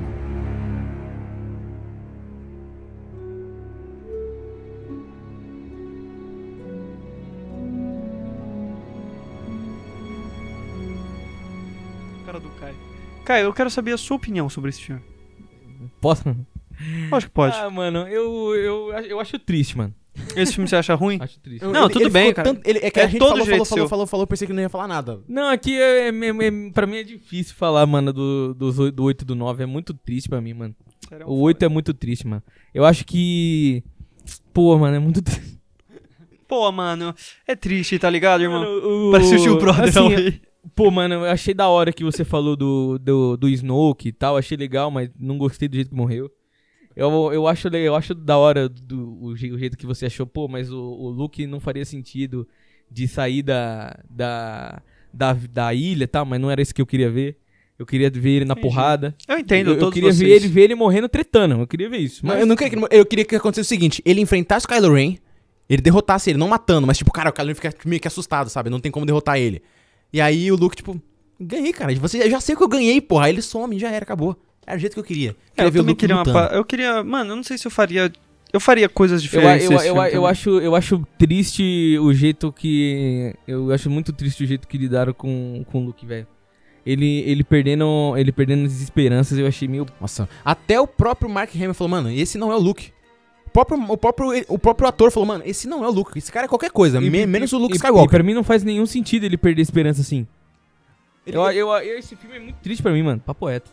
cara do Kai. Kai, eu quero saber a sua opinião sobre esse filme. Posso? Acho que pode. Ah, mano, eu, eu, eu acho triste, mano. Esse filme você acha ruim? Acho triste. Não, tudo ficou bem, cara. ele, é que É a gente todo falou, jeito falou, falou, seu. falou, falou, pensei que não ia falar nada. Não, aqui é, é, é- pra mim é difícil falar, mano, do, dos oi- do 8 e do 9. É muito triste pra mim, mano. um O 8 é muito triste, mano. Eu acho que. Pô, mano, é muito triste. Pô, mano, é triste, tá ligado, irmão? O- Parece o Gil Brother assim, aí. Pô, mano, eu achei da hora que você falou do, do, do Snoke e tal. Achei legal, mas não gostei do jeito que morreu. Eu, eu, acho, le- eu acho da hora do, o, je- o jeito que você achou. Pô, mas o, o Luke não faria sentido de sair da, da, da, da ilha e tal, mas não era isso que eu queria ver. Eu queria ver ele na Entendi. porrada. Eu entendo, eu, eu todos queria vocês. ver ele ver ele morrendo tretando. Eu queria ver isso. Não, Mas eu não queria que ele, mo- eu queria que acontecesse o seguinte, ele enfrentasse o Kylo Ren, ele derrotasse ele, não matando, mas tipo, cara, o Kylo Ren fica meio que assustado, sabe? Não tem como derrotar ele. E aí o Luke, tipo, ganhei, cara. Você, eu já sei o que eu ganhei, porra. Aí ele some, já era, acabou. Era o jeito que eu queria. É, Queria eu ver o também Luke queria uma lutando. pa- Eu queria. Mano, eu não sei se eu faria. Eu faria coisas tá? Eu, diferentes. eu, nesse eu, filme eu também. acho, eu acho triste o jeito que. Eu acho muito triste o jeito que lidaram com, com o Luke, velho. Ele, ele, perdendo, ele perdendo as esperanças, eu achei meio. Nossa, até o próprio Mark Hamill falou, mano, esse não é o Luke. O próprio, o, próprio, o próprio ator falou, mano, esse não é o Luke. Esse cara é qualquer coisa, me- menos o Luke e- E Skywalker. pra mim não faz nenhum sentido ele perder a esperança assim. Ele- Eu, eu, eu- esse filme é muito triste pra mim, mano. Papo reto.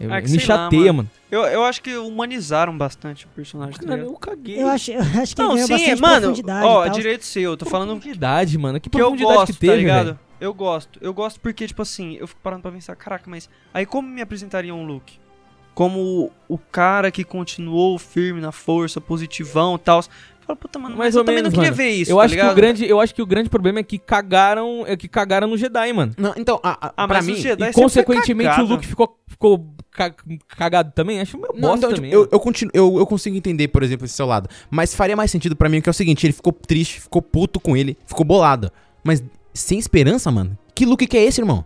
Eu- Ah, que me sei lá, chateia, mano. mano. Eu, eu acho que humanizaram bastante o personagem. tá ligado? eu caguei. Eu acho, eu acho que ele não, ganhou sim, bastante mano. profundidade Ó, e tal. direito seu, eu tô falando Profundidade, mano. Que que eu profundidade gosto, que teve, tá ligado? velho. Eu gosto. Eu gosto porque, tipo assim, eu fico parando pra pensar, caraca, mas aí como me apresentaria um Luke? Como o, o cara que continuou firme na força, positivão e tal. Fala, puta, mano, Mais mas ou eu também menos, não queria mano. ver isso, eu, tá acho que ligado? o grande, eu acho que o grande problema é que cagaram, é que cagaram no Jedi, mano. Não, então, a, a, Ah, pra mas mim... o Jedi E sempre foi consequentemente o cagado. Luke ficou, ficou ca- cagado também. Acho meu Não, bosta então, tipo, também. eu, mano. eu, continuo, eu, eu consigo entender, por exemplo, esse seu lado. Mas faria mais sentido pra mim que é o seguinte: ele ficou triste, ficou puto com ele, ficou bolado. Mas sem esperança, mano? Que look que é esse, irmão?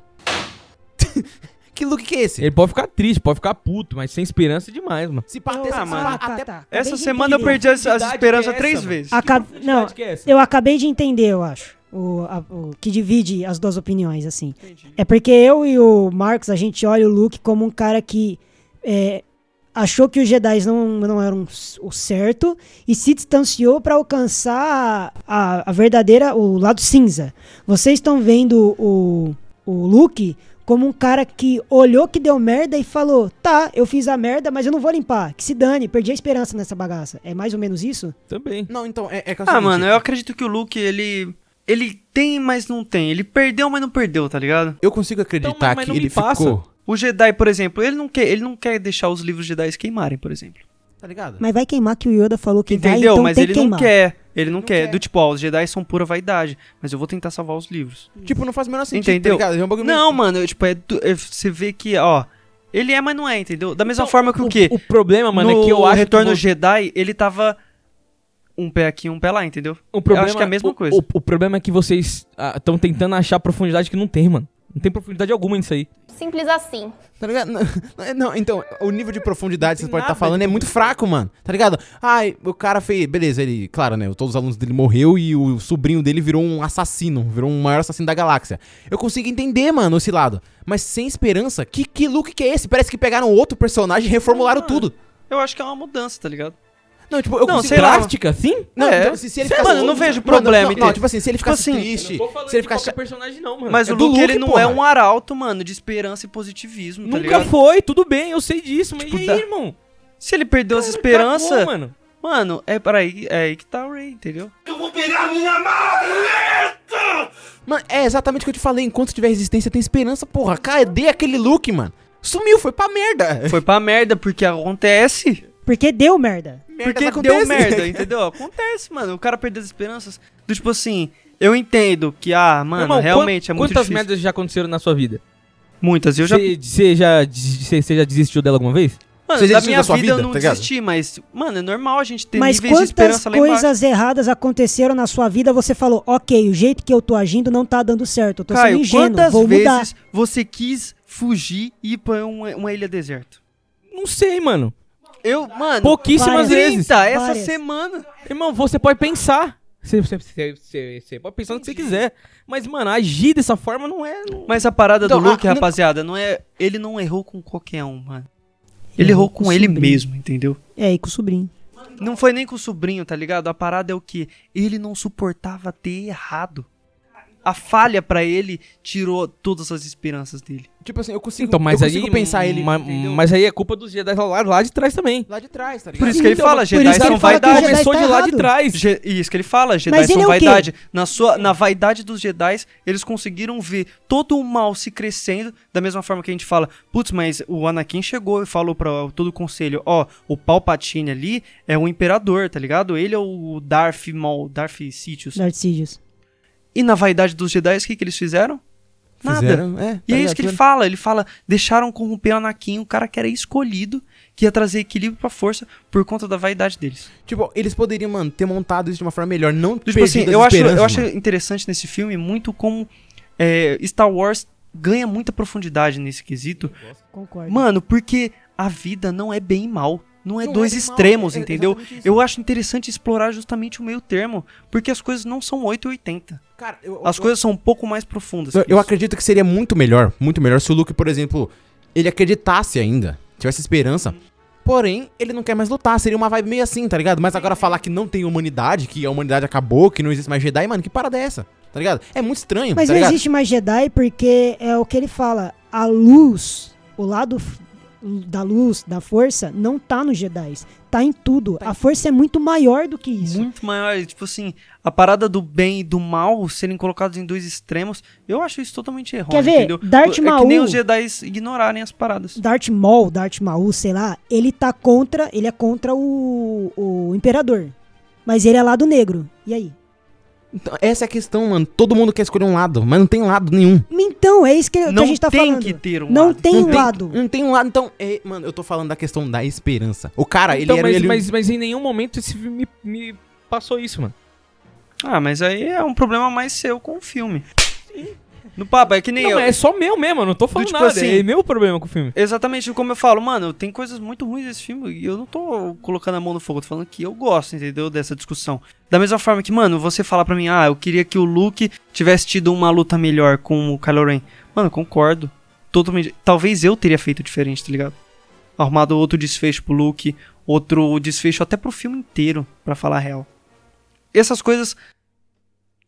que look que é esse? Ele pode ficar triste, pode ficar puto, mas sem esperança é demais, mano. Se pá, Não, até- tá, se mano. pá, Tá, até- tá. Acabei Essa de semana eu entender. perdi as, as Que esperanças é três essa, vezes. Acab- Que Não, profundidade que é essa? eu acabei de entender, eu acho. O, a- o que divide as duas opiniões, assim. Entendi. É porque eu e o Marcos, a gente olha o Luke como um cara que é, achou que os Jedi não, não eram s- o certo e se distanciou para alcançar a, a verdadeira, o lado cinza. Vocês estão vendo o, o Luke como um cara que olhou que deu merda e falou: tá, eu fiz a merda, mas eu não vou limpar. Que se dane, perdi a esperança nessa bagaça. É mais ou menos isso? Também. Não, então, é, é que é o Ah, seguinte, mano, eu acredito que o Luke, ele. Ele tem, mas não tem. Ele perdeu, mas não perdeu, tá ligado? eu consigo acreditar Então, mas- mas que não me ele passa. ficou. O Jedi, por exemplo, ele não quer, ele não quer deixar os livros Jedi queimarem, por exemplo. Tá ligado? Mas vai queimar que o Yoda falou que vai, Entendeu? então mas tem ele que queimar. não quer. Ele não, quer. Do tipo, ó, os Jedi são pura vaidade, mas eu vou tentar salvar os livros. Tipo, não faz o menor sentido, Entendeu? tá ligado? É um bagulho meio- Não, mano, eu, tipo, é, du- é- você vê que, ó, ele é, mas não é, entendeu? Da mesma forma que o, quê? Então, O problema, mano, no é que eu acho Retorno que vo- Jedi, ele tava um pé aqui, um pé lá, entendeu? o problema, eu acho que é a mesma o- coisa. O, o problema é que vocês estão tentando achar profundidade que não tem, mano. Não tem profundidade alguma nisso aí. Simples assim. Tá ligado? Não, não, então, o nível de profundidade que Não tem você pode estar nada falando então. é de muito fraco, mano. Tá ligado? Ai, o cara fez. Beleza, ele. Claro, né? Todos os alunos dele morreu e o sobrinho dele virou um assassino. Virou um maior assassino da galáxia. Eu consigo entender, mano, esse lado. Mas sem esperança, que, que look que é esse? Parece que pegaram outro personagem e reformularam tudo. Eu acho que é uma mudança, tá ligado? Não, tipo, eu Não, consigo. sei lá. Plástica, sim? Não, É. então, se, se ele Sei ficasse. lá, mano, não vejo problema, Não, não, entende? tipo assim, se ele Tipo ficasse assim, triste. Se Se ele ficasse. personagem não, mano. Mas é o do Luke, ele Luke, não porra. é um arauto, mano, de esperança e positivismo, tá Nunca ligado? foi, tudo bem, eu sei disso, mas Tipo, e dá- aí, irmão? Se ele perdeu as Cagou, esperanças, mano. mano, é para aí, é aí que tá o Rey, entendeu? Mano, é exatamente o que eu te falei. Enquanto tiver resistência, tem esperança, porra. Cadê aquele look, mano? Sumiu, foi pra merda. Foi pra merda, porque acontece. Porque deu merda. Porque deu merda, entendeu? Acontece, mano. O cara perdeu as esperanças. Do tipo assim, eu entendo que, ah, mano, Irmão, realmente quan- é muito Quantas difícil. merdas já aconteceram na sua vida? Muitas. Eu já. Você já, des- cê- cê já desistiu dela alguma vez? mano, Você da desistiu minha da sua vida eu vida, não tá ligado? desisti, mas, mano, é normal a gente ter Mas níveis de quantas esperança lá embaixo. coisas erradas aconteceram na sua vida, você falou, ok, o jeito que eu tô agindo não tá dando certo, eu tô Caio, sendo ingênuo, quantas vou vezes mudar. você quis fugir e ir pra um, uma, uma ilha deserta? Não sei, mano. Eu, mano. Pouquíssimas Várias. vezes. Trinta, essa várias. semana. Irmão, você pode pensar. Você pode pensar no que você quiser. Mas, mano, agir dessa forma não é. não- Mas a parada Então, do Luke, ah, não- rapaziada, não é. Ele não errou com qualquer um, mano. Ele errou com ele sobrinho. mesmo, entendeu? É, e com o sobrinho. Não foi nem com o sobrinho, tá ligado? A parada é o que? Ele não suportava ter errado. A falha pra ele tirou todas as esperanças dele. Tipo assim, eu consigo, Então, mas eu aí. consigo pensar ele ma- entendeu? mas aí é culpa dos Jedi lá, lá de trás também. lá de trás, tá ligado? Por isso que ele Então, fala, mas Jedi isso que são ele fala que o vaidade. Jedi Começou tá de lá de errado. trás. Je- Isso que ele fala, Jedi ele são é o quê? vaidade. Na, sua, na vaidade dos Jedi, eles conseguiram ver todo o mal se crescendo, da mesma forma que a gente fala, putz, mas o Anakin chegou e falou pra todo o conselho, ó, o Palpatine ali é o imperador, tá ligado? Ele é o Darth Maul, Darth Sidious. Darth Sidious. E na vaidade dos Jedi, o que, que eles fizeram? Nada. Fizeram, é, E tá é isso que ele ligado? fala. Ele fala, deixaram corromper o Anakin, o cara que era escolhido, que ia trazer equilíbrio pra força por conta da vaidade deles. Tipo, eles poderiam, mano, ter montado isso de uma forma melhor, não Tipo assim, perdido as eu acho, eu esperanças, acho mano. interessante nesse filme muito como é, Star Wars ganha muita profundidade nesse quesito. Concordo. Mano, porque a vida não é bem e mal. Não é Não é dois bem e mal, extremos, é- é entendeu? exatamente isso. Eu acho interessante explorar justamente o meio termo, porque as coisas não são 8 e 80. Cara, eu, As coisas são um pouco mais profundas. Eu, que eu isso. acredito que seria muito melhor, muito melhor se o Luke, por exemplo, ele acreditasse ainda, tivesse esperança. Porém, ele não quer mais lutar, seria uma vibe meio assim, tá ligado? Mas agora falar que não tem humanidade, que a humanidade acabou, que não existe mais Jedi, mano, que parada é essa? Tá ligado? É muito estranho, Mas tá não ligado? existe mais Jedi porque é o que ele fala. A luz, o lado f- da luz, da força, não tá nos Jedi. Tá em tudo. A força é muito maior do que isso. Muito maior. e, Tipo assim, a parada do bem e do mal serem colocados em dois extremos, eu acho isso totalmente errôneo, Quer ver? entendeu? Darth é que nem Maul- os Jedi ignorarem as paradas. Darth Maul, Darth Maul, sei lá, ele tá contra, ele é contra o, o imperador. Mas ele é lado negro. E aí? Então, essa é a questão, mano. Todo mundo quer escolher um lado, mas não tem lado nenhum. Então, é isso que, que Não a gente tá tem falando. que ter um não lado. tem não um tem, lado. Não tem um lado, então. é, mano, eu tô falando da questão da esperança. O cara, ele Então, era. mas, ele- mas, mas em nenhum momento esse filme me, me passou isso, mano. Ah, mas aí é um problema mais seu com o filme. No papo, é que nem Não, eu. mas é só meu mesmo, eu não tô falando tipo nada. assim- É meu problema com o filme. Exatamente como eu falo, mano, tem coisas muito ruins desse filme e eu não tô colocando a mão no fogo, eu tô falando que eu gosto, entendeu? Dessa discussão. Da mesma forma que, mano, você fala pra mim, ah, eu queria que o Luke tivesse tido uma luta melhor com o Kylo Ren. Mano, eu concordo. Totalmente. Talvez eu teria feito diferente, tá ligado? Arrumado outro desfecho pro Luke, outro desfecho até pro filme inteiro, pra falar a real. Essas coisas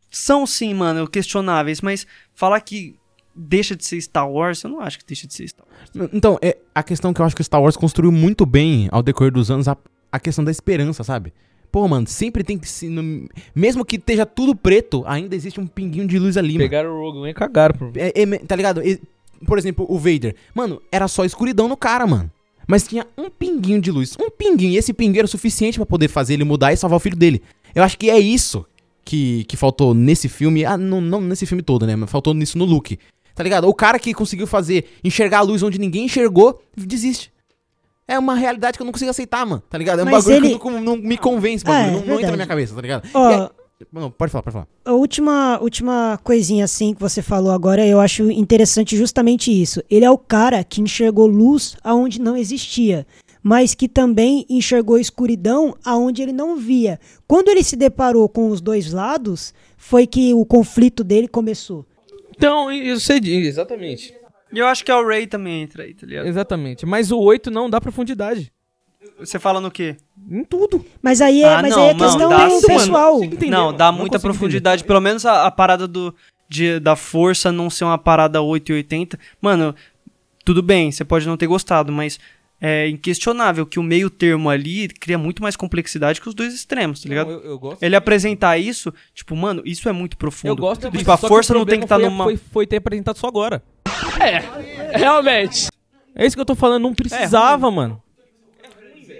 são sim, mano, questionáveis, mas falar que deixa de ser Star Wars, eu não acho que deixa de ser Star Wars. Então, é a questão que eu acho que o Star Wars construiu muito bem ao decorrer dos anos a, a questão da esperança, sabe? Pô, mano, sempre tem que se. no- mesmo que esteja tudo preto, ainda existe um pinguinho de luz ali, mano. Pegaram o Rogue One e cagaram pro... É- é me- tá ligado? E, por exemplo, o Vader. Mano, era só escuridão no cara, mano. Mas tinha um pinguinho de luz. Um pinguinho. E esse pingueiro era o suficiente pra poder fazer ele mudar e salvar o filho dele. Eu acho que é isso que, que faltou nesse filme. Ah, não, não nesse filme todo, né? Mas faltou nisso no Luke. Tá ligado? O cara que conseguiu fazer enxergar a luz onde ninguém enxergou, desiste. É uma realidade que eu não consigo aceitar, mano. Tá ligado? É um Mas bagulho ele- que não, não me convence, É, bagulho. não, não entra verdade. na minha cabeça, tá ligado? Ó, E aí- Não, pode falar, pode falar. A última, última coisinha assim que você falou agora, eu acho interessante justamente isso. Ele é o cara que enxergou luz aonde não existia, mas que também enxergou escuridão aonde ele não via. Quando ele se deparou com os dois lados, foi que o conflito dele começou. Então, eu sei disso. Exatamente. E eu acho que a Ray também entra aí, tá ligado? Exatamente. Mas o 8 não dá profundidade. Você fala no quê? Em tudo. Mas aí, é- Ah, mas não, aí é não, questão dá do sim. pessoal. Entendeu, não, mano? dá Não muita consigo profundidade. Pelo menos a, a parada do, de- da força não ser uma parada 8 e 80. Mano, tudo bem, você pode não ter gostado, mas é inquestionável que o meio termo ali cria muito mais complexidade que os dois extremos, tá ligado? Não, eu, eu gosto. Ele apresentar isso, tipo, mano, isso é muito profundo. Eu gosto disso. Tipo, a só que o força não tem que estar problema numa. foi, Foi, foi ter apresentado só agora. É, realmente. É isso que eu tô falando, não precisava, mano.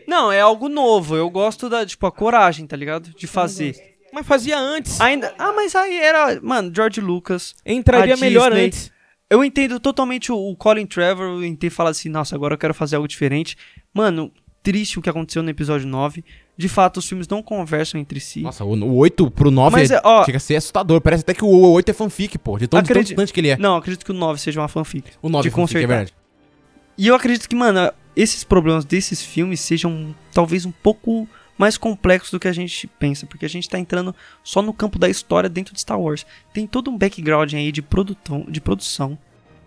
Não, é algo novo. Eu gosto da, tipo, a coragem, tá ligado? De fazer. Mas fazia antes. Ainda. Ah, mas aí era. Mano, George Lucas. Entraria a melhor Disney. antes. Eu entendo totalmente o, o Colin Trevor em ter falado assim, nossa, agora eu quero fazer algo diferente. Mano, triste o que aconteceu no episódio 9. De fato, os filmes não conversam entre si. Nossa, o, o 8 pro 9 Mas, é- ó- chega a ser assustador. Parece até que o 8 é fanfic, pô. De tão, de tão Acredi- distante que ele é. Não, acredito que o 9 seja uma fanfic. O 9 de é fanfic, é consertar. verdade. E eu acredito que, mano, esses problemas desses filmes sejam talvez um pouco mais complexos do que a gente pensa, porque a gente tá entrando só no campo da história dentro de Star Wars. Tem todo um background aí de produtão, de produção,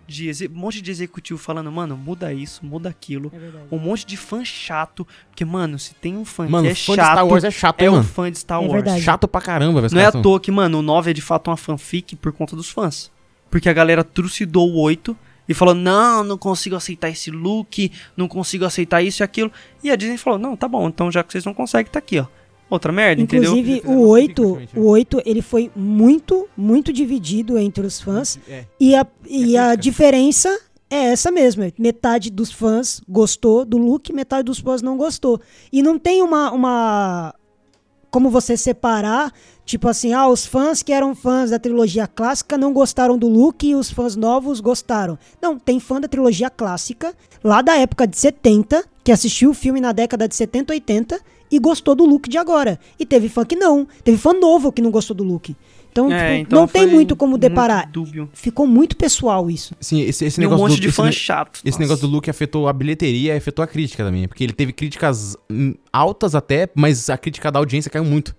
de exe- um monte de executivo falando, mano, muda isso, muda É aquilo. um monte de fã chato, porque mano, se tem um fã Mano, que é fã chato, de Star Wars é chato, hein, um mano? fã de Star É Wars. verdade. Chato pra caramba, velho. esse Não é à cara tão- toa que, mano, o 9 é de fato uma fanfic por conta dos fãs. Porque a galera trucidou o 8 e falou: não, não consigo aceitar esse look, não consigo aceitar isso e aquilo. E a Disney falou: não, tá bom, então já que vocês não conseguem, tá aqui, ó. Outra merda, entendeu? Inclusive, fizeram o uma 8, fanfic, o 8, ele foi muito, muito dividido entre os fãs. E a, e a diferença é essa mesmo. é Metade dos fãs gostou do look, metade dos fãs não gostou. E não tem uma. uma como você separar, tipo assim, ah, os fãs que eram fãs da trilogia clássica não gostaram do look e os fãs novos gostaram. Não, tem fã da trilogia clássica, lá da época de 70, que assistiu o filme na década de 70, 80 e gostou do look de agora. E teve fã que não, teve fã novo que não gostou do look. Então, É, tipo, então não tem foi muito como deparar. Muito dúbio. Ficou muito pessoal isso. Assim, esse, esse E um negócio monte do, de esse fã ne- chato. Esse Nossa. negócio do Luke afetou a bilheteria e afetou a crítica também. Porque ele teve críticas hum, altas até, mas a crítica da audiência caiu muito.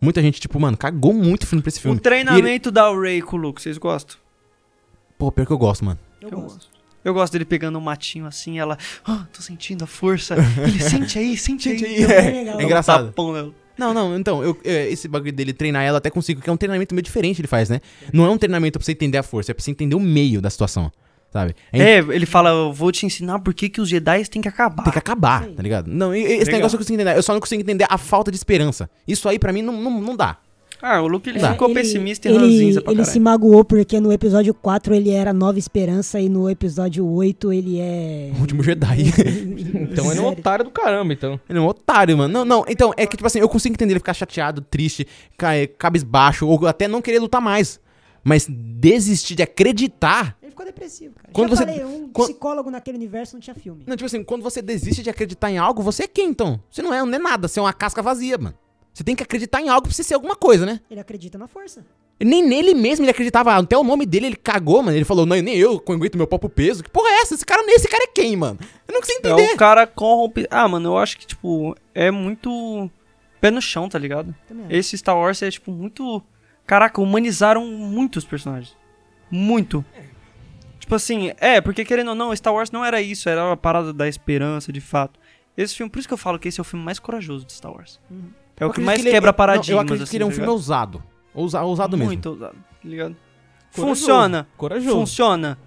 Muita gente, tipo, mano, cagou muito pra esse filme. O Um treinamento da Ray com o Luke, vocês gostam? Pô, pior que eu gosto, mano. Eu gosto. Eu gosto dele pegando um matinho assim, ela. Ah, tô sentindo a força. Ele sente aí, sente aí. bem é, legal. é engraçado. um Tapão nela. Não, não, então, eu- é, esse bagulho dele treinar ela até consigo, que é um treinamento meio diferente ele faz, né? Não é um treinamento pra você entender a força, é pra você entender o meio da situação, sabe? É É, ele fala, eu vou te ensinar por que, que os Jedi têm que acabar. Tem que acabar, tá ligado? Não, e- e esse Legal. negócio eu consigo entender. Eu só não consigo entender a falta de esperança. Isso aí, pra mim, não, não, não dá. Ah, o Luke ele Tá. ficou Ele- pessimista e ele, ranzinza pra Ele caralho. se magoou porque no episódio 4 ele era Nova Esperança e no episódio 8 ele é. O último Jedi. Então ele é um Sério. otário do caramba, então. ele é um otário, mano. Não, não, então, é que, tipo assim, eu consigo entender ele ficar chateado, triste, ca- é, cabisbaixo, ou até não querer lutar mais. Mas desistir de acreditar. Ele ficou depressivo, cara. Quando Já você- falei, um quan- psicólogo naquele universo não tinha filme. Não, tipo assim, quando você desiste de acreditar em algo, você é quem, então? Você não é, não é nada, você é uma casca vazia, mano. Você tem que acreditar em algo pra você ser alguma coisa, né? Ele acredita na força. Nem nele mesmo ele acreditava. Até o nome dele ele cagou, mano. Ele falou, não, nem eu aguento meu próprio peso. Que porra é essa? Esse cara, esse cara é quem, mano? Eu não consigo É entender. o cara corrompe. Ah, mano, eu acho que, tipo, é muito. Pé no chão, tá ligado? Também acho. Esse Star Wars é, tipo, muito. Caraca, humanizaram muito os personagens. Muito. Tipo assim, é, porque querendo ou não, Star Wars não era isso, era uma parada da esperança, de fato. Esse filme, por isso que eu falo que esse é o filme mais corajoso de Star Wars. É Uhum. Eu o que acredito mais ele- quebra não, paradigmas. Eu acredito assim, que ele é um tá filme ligado? ousado. Ousa, ousado mesmo. Muito ousado, tá ligado? Corajoso, Funciona. Corajoso. Funciona?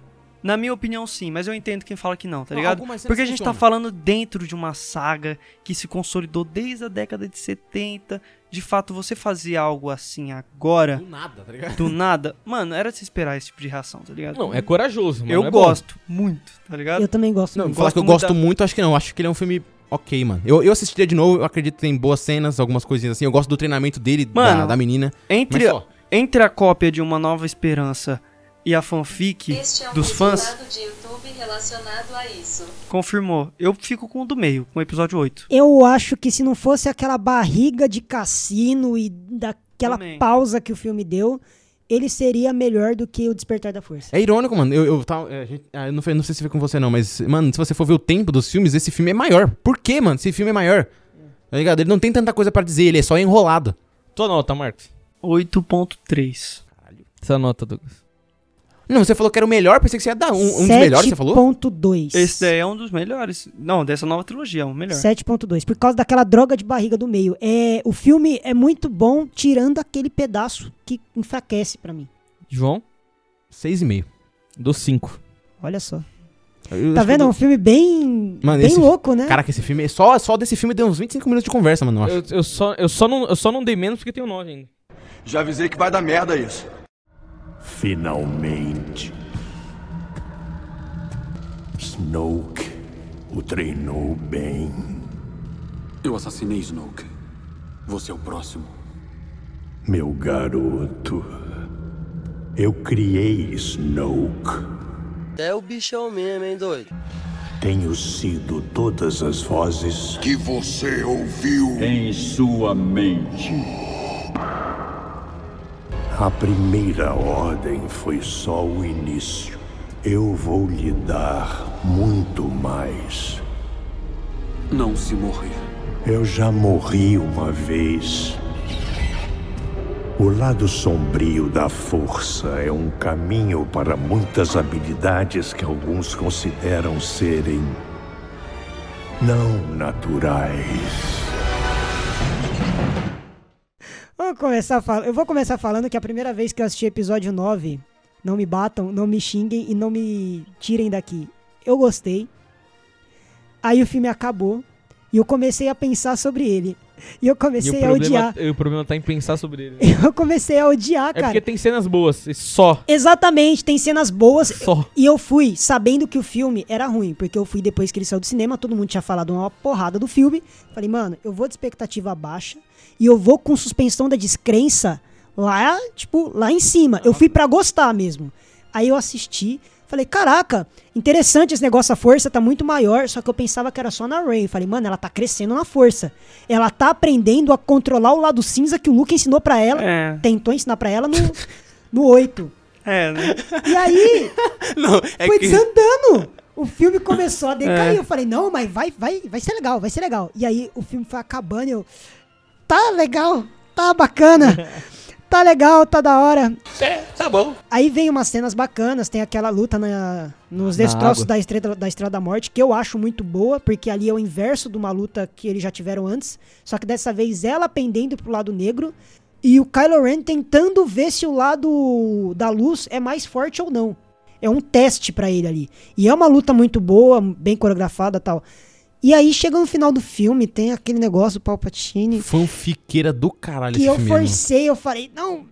Na minha opinião, sim, mas eu entendo quem fala que não, tá Não, ligado? algumas cenas Porque a gente tá funcionam. falando dentro de uma saga que se consolidou desde a década de 70. De fato, você fazer algo assim agora, Do nada, tá ligado? do nada, mano, era de se esperar esse tipo de reação, tá ligado? Não, é corajoso, mano. eu é bom. gosto muito, tá ligado? Eu também gosto Não, muito. falar que eu muito gosto da- muito, acho que não. Acho que ele é um filme ok, mano. Eu, eu assistiria de novo, eu acredito que tem boas cenas, algumas coisinhas assim. Eu gosto do treinamento dele, da- da, Mano, menina. Mas Entre, só. entre a cópia de Uma Nova Esperança e a fanfic Este é um dos fãs, resultado de YouTube relacionado a isso. confirmou. Eu fico com o do meio, com o episódio 8. Eu acho que se não fosse aquela barriga de cassino e daquela Também. pausa que o filme deu, ele seria melhor do que o Despertar da Força. É irônico, mano. Eu, eu, tava- é, a gente- ah, eu não, foi- não sei se foi com você, não, mas, mano, se você for ver o tempo dos filmes, esse filme é maior. Por quê, mano? Esse filme é maior. Tá ligado? Ele não tem tanta coisa pra dizer, ele é só enrolado. Tua nota, Marcos. 8.3. Essa nota, Douglas. Não, você falou que era o melhor, pensei que você ia dar um, um dos melhores, você falou? 7.2. Esse daí é um dos melhores. Não, dessa nova trilogia, é o melhor. 7.2, por causa daquela droga de barriga do meio. É, o filme é muito bom tirando aquele pedaço que enfraquece pra mim. João, Seis e meio. dou 5. Olha só. Eu acho Tá que vendo? É eu um filme bem, Mano, bem esse- louco, né? Caraca, esse filme. é Só, só desse filme deu uns 25 minutos de conversa, mano. Eu acho. Eu, eu só, eu, só não, eu só não dei menos porque tenho 9 ainda. Já avisei que vai dar merda isso. Finalmente. Snoke o treinou bem. Eu assassinei Snoke. Você é o próximo. Meu garoto. Eu criei Snoke. É o bichão mesmo, hein, doido? Tenho sido todas as vozes Que você ouviu. Em sua mente. A primeira ordem foi só o início. Eu vou lhe dar muito mais. Não se morrer. Eu já morri uma vez. O lado sombrio da força é um caminho para muitas habilidades que alguns consideram serem não naturais. Vamos começar fal- Eu vou começar falando que a primeira vez que eu assisti episódio 9, não me batam, não me xinguem e não me tirem daqui. Eu gostei. Aí o filme acabou e eu comecei a pensar sobre ele. E eu E o comecei a problema, odiar. e o problema tá em pensar sobre ele. né? Eu comecei a odiar, É cara. porque tem cenas boas, e só. Exatamente, tem cenas boas. Só. E eu fui sabendo que o filme era ruim, porque eu fui depois que ele saiu do cinema, todo mundo tinha falado uma porrada do filme. Falei, mano, eu vou de expectativa baixa e eu vou com suspensão da descrença lá, tipo, lá em cima. Eu fui pra gostar mesmo. Aí eu assisti, Falei, caraca, interessante esse negócio, a força tá muito maior, só que eu pensava que era só na Rey. Falei, mano, ela tá crescendo na força. Ela tá aprendendo a controlar o lado cinza que o Luke ensinou pra ela, É. tentou ensinar pra ela no, no 8. É, né? E aí, Não, é foi que. É. desandando. O filme começou a decair. Eu falei, não, mas vai, vai, vai ser legal, vai ser legal. E aí o filme foi acabando e eu. Tá legal, tá bacana. Tá legal, tá da hora. É, tá bom. Aí vem umas cenas bacanas, tem aquela luta na- nos Na destroços água. da Estrela, da Estrela da Morte, que eu acho muito boa, porque ali é o inverso de uma luta que eles já tiveram antes. Só que dessa vez ela pendendo pro lado negro e o Kylo Ren tentando ver se o lado da luz é mais forte ou não. É um teste pra ele ali. E é uma luta muito boa, bem coreografada e tal. E aí chega no final do filme, tem aquele negócio do Palpatine Fanfiqueira do caralho que esse eu filme. irmão. forcei, eu falei, não,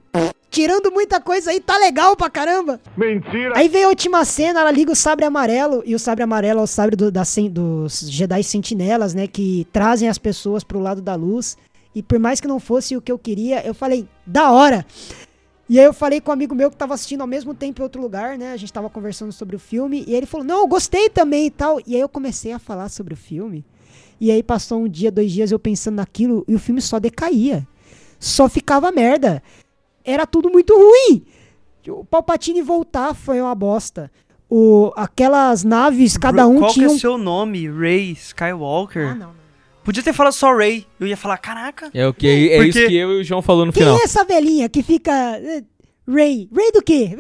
tirando muita coisa aí, tá legal pra caramba. Mentira! Aí veio a última cena, ela liga o sabre amarelo, e o sabre amarelo é o sabre do- da sen- dos Jedi Sentinelas, né, que trazem as pessoas pro lado da luz. E por mais que não fosse o que eu queria, eu falei, da hora! E aí eu falei com um amigo meu que tava assistindo ao mesmo tempo em outro lugar, né? A gente tava conversando sobre o filme, e ele falou, não, eu gostei também e tal. E aí eu comecei a falar sobre o filme. E aí passou um dia, dois dias eu pensando naquilo, e o filme só decaía só ficava merda. Era tudo muito ruim. O Palpatine voltar foi uma bosta. O, aquelas naves, cada um Qual tinha que é um... seu nome? Ray Skywalker? Ah, não. Podia ter falado só Ray. Eu ia falar, caraca. É, o que, é Porque- isso que eu e o João falou no Quem final. é essa velhinha que fica... eh, Ray. Ray do quê?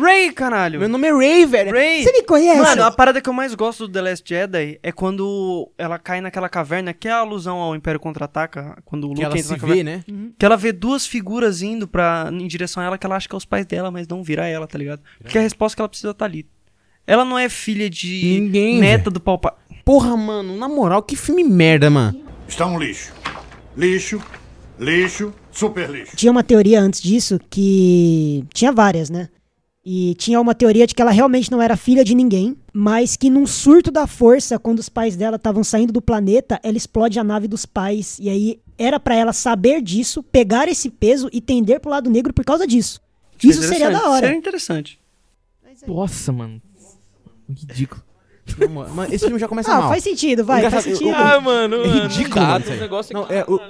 Ray, caralho. Meu nome é Ray, velho. Ray. Você me conhece? Mano, a parada que eu mais gosto do The Last Jedi é quando ela cai naquela caverna, que é a alusão ao Império Contra-Ataca, quando o Luke Que ela entra se na caverna. vê, né? Que ela vê duas figuras indo pra, em direção a ela que ela acha que é os pais dela, mas não vira ela, tá ligado? Porque a resposta que ela precisa tá ali. Ela não é filha de Ninguém, neta do Palpa. Porra, mano, na moral, que filme merda, mano. Está um lixo. Lixo, lixo, super lixo. Tinha uma teoria antes disso que... Tinha várias, né? E tinha uma teoria de que ela realmente não era filha de ninguém, mas que num surto da força, quando os pais dela estavam saindo do planeta, ela explode a nave dos pais. E aí era pra ela saber disso, pegar esse peso e tender pro lado negro por causa disso. é Isso seria da hora. Seria interessante. Nossa, mano. Ridículo. Na moral, Mano, esse filme já começa Ah, mal. faz sentido, vai, faz é Engraçado, eu- sentido. eu- É mano. Ridículo, mano, isso aí. negócio Não, é, o-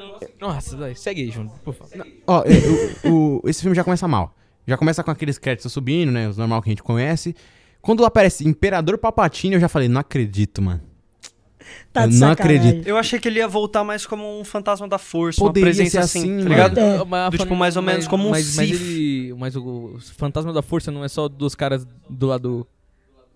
Nossa, vai, segue aí, João. Por favor. Ó, é, o- o- esse filme já começa mal. Já começa com aqueles créditos subindo, né? Os normal que a gente conhece. Quando aparece Imperador Palpatine, eu já falei, não acredito, mano. Tá de eu não sacanagem. acredito. Eu achei que ele ia voltar mais como um fantasma da força, Poderia uma presença ser assim, assim, tá ligado? É. Mas- é, Do tipo, mais ou menos como um mas, mas Sith. ele- mas o o Fantasma da Força não é só dos caras do lado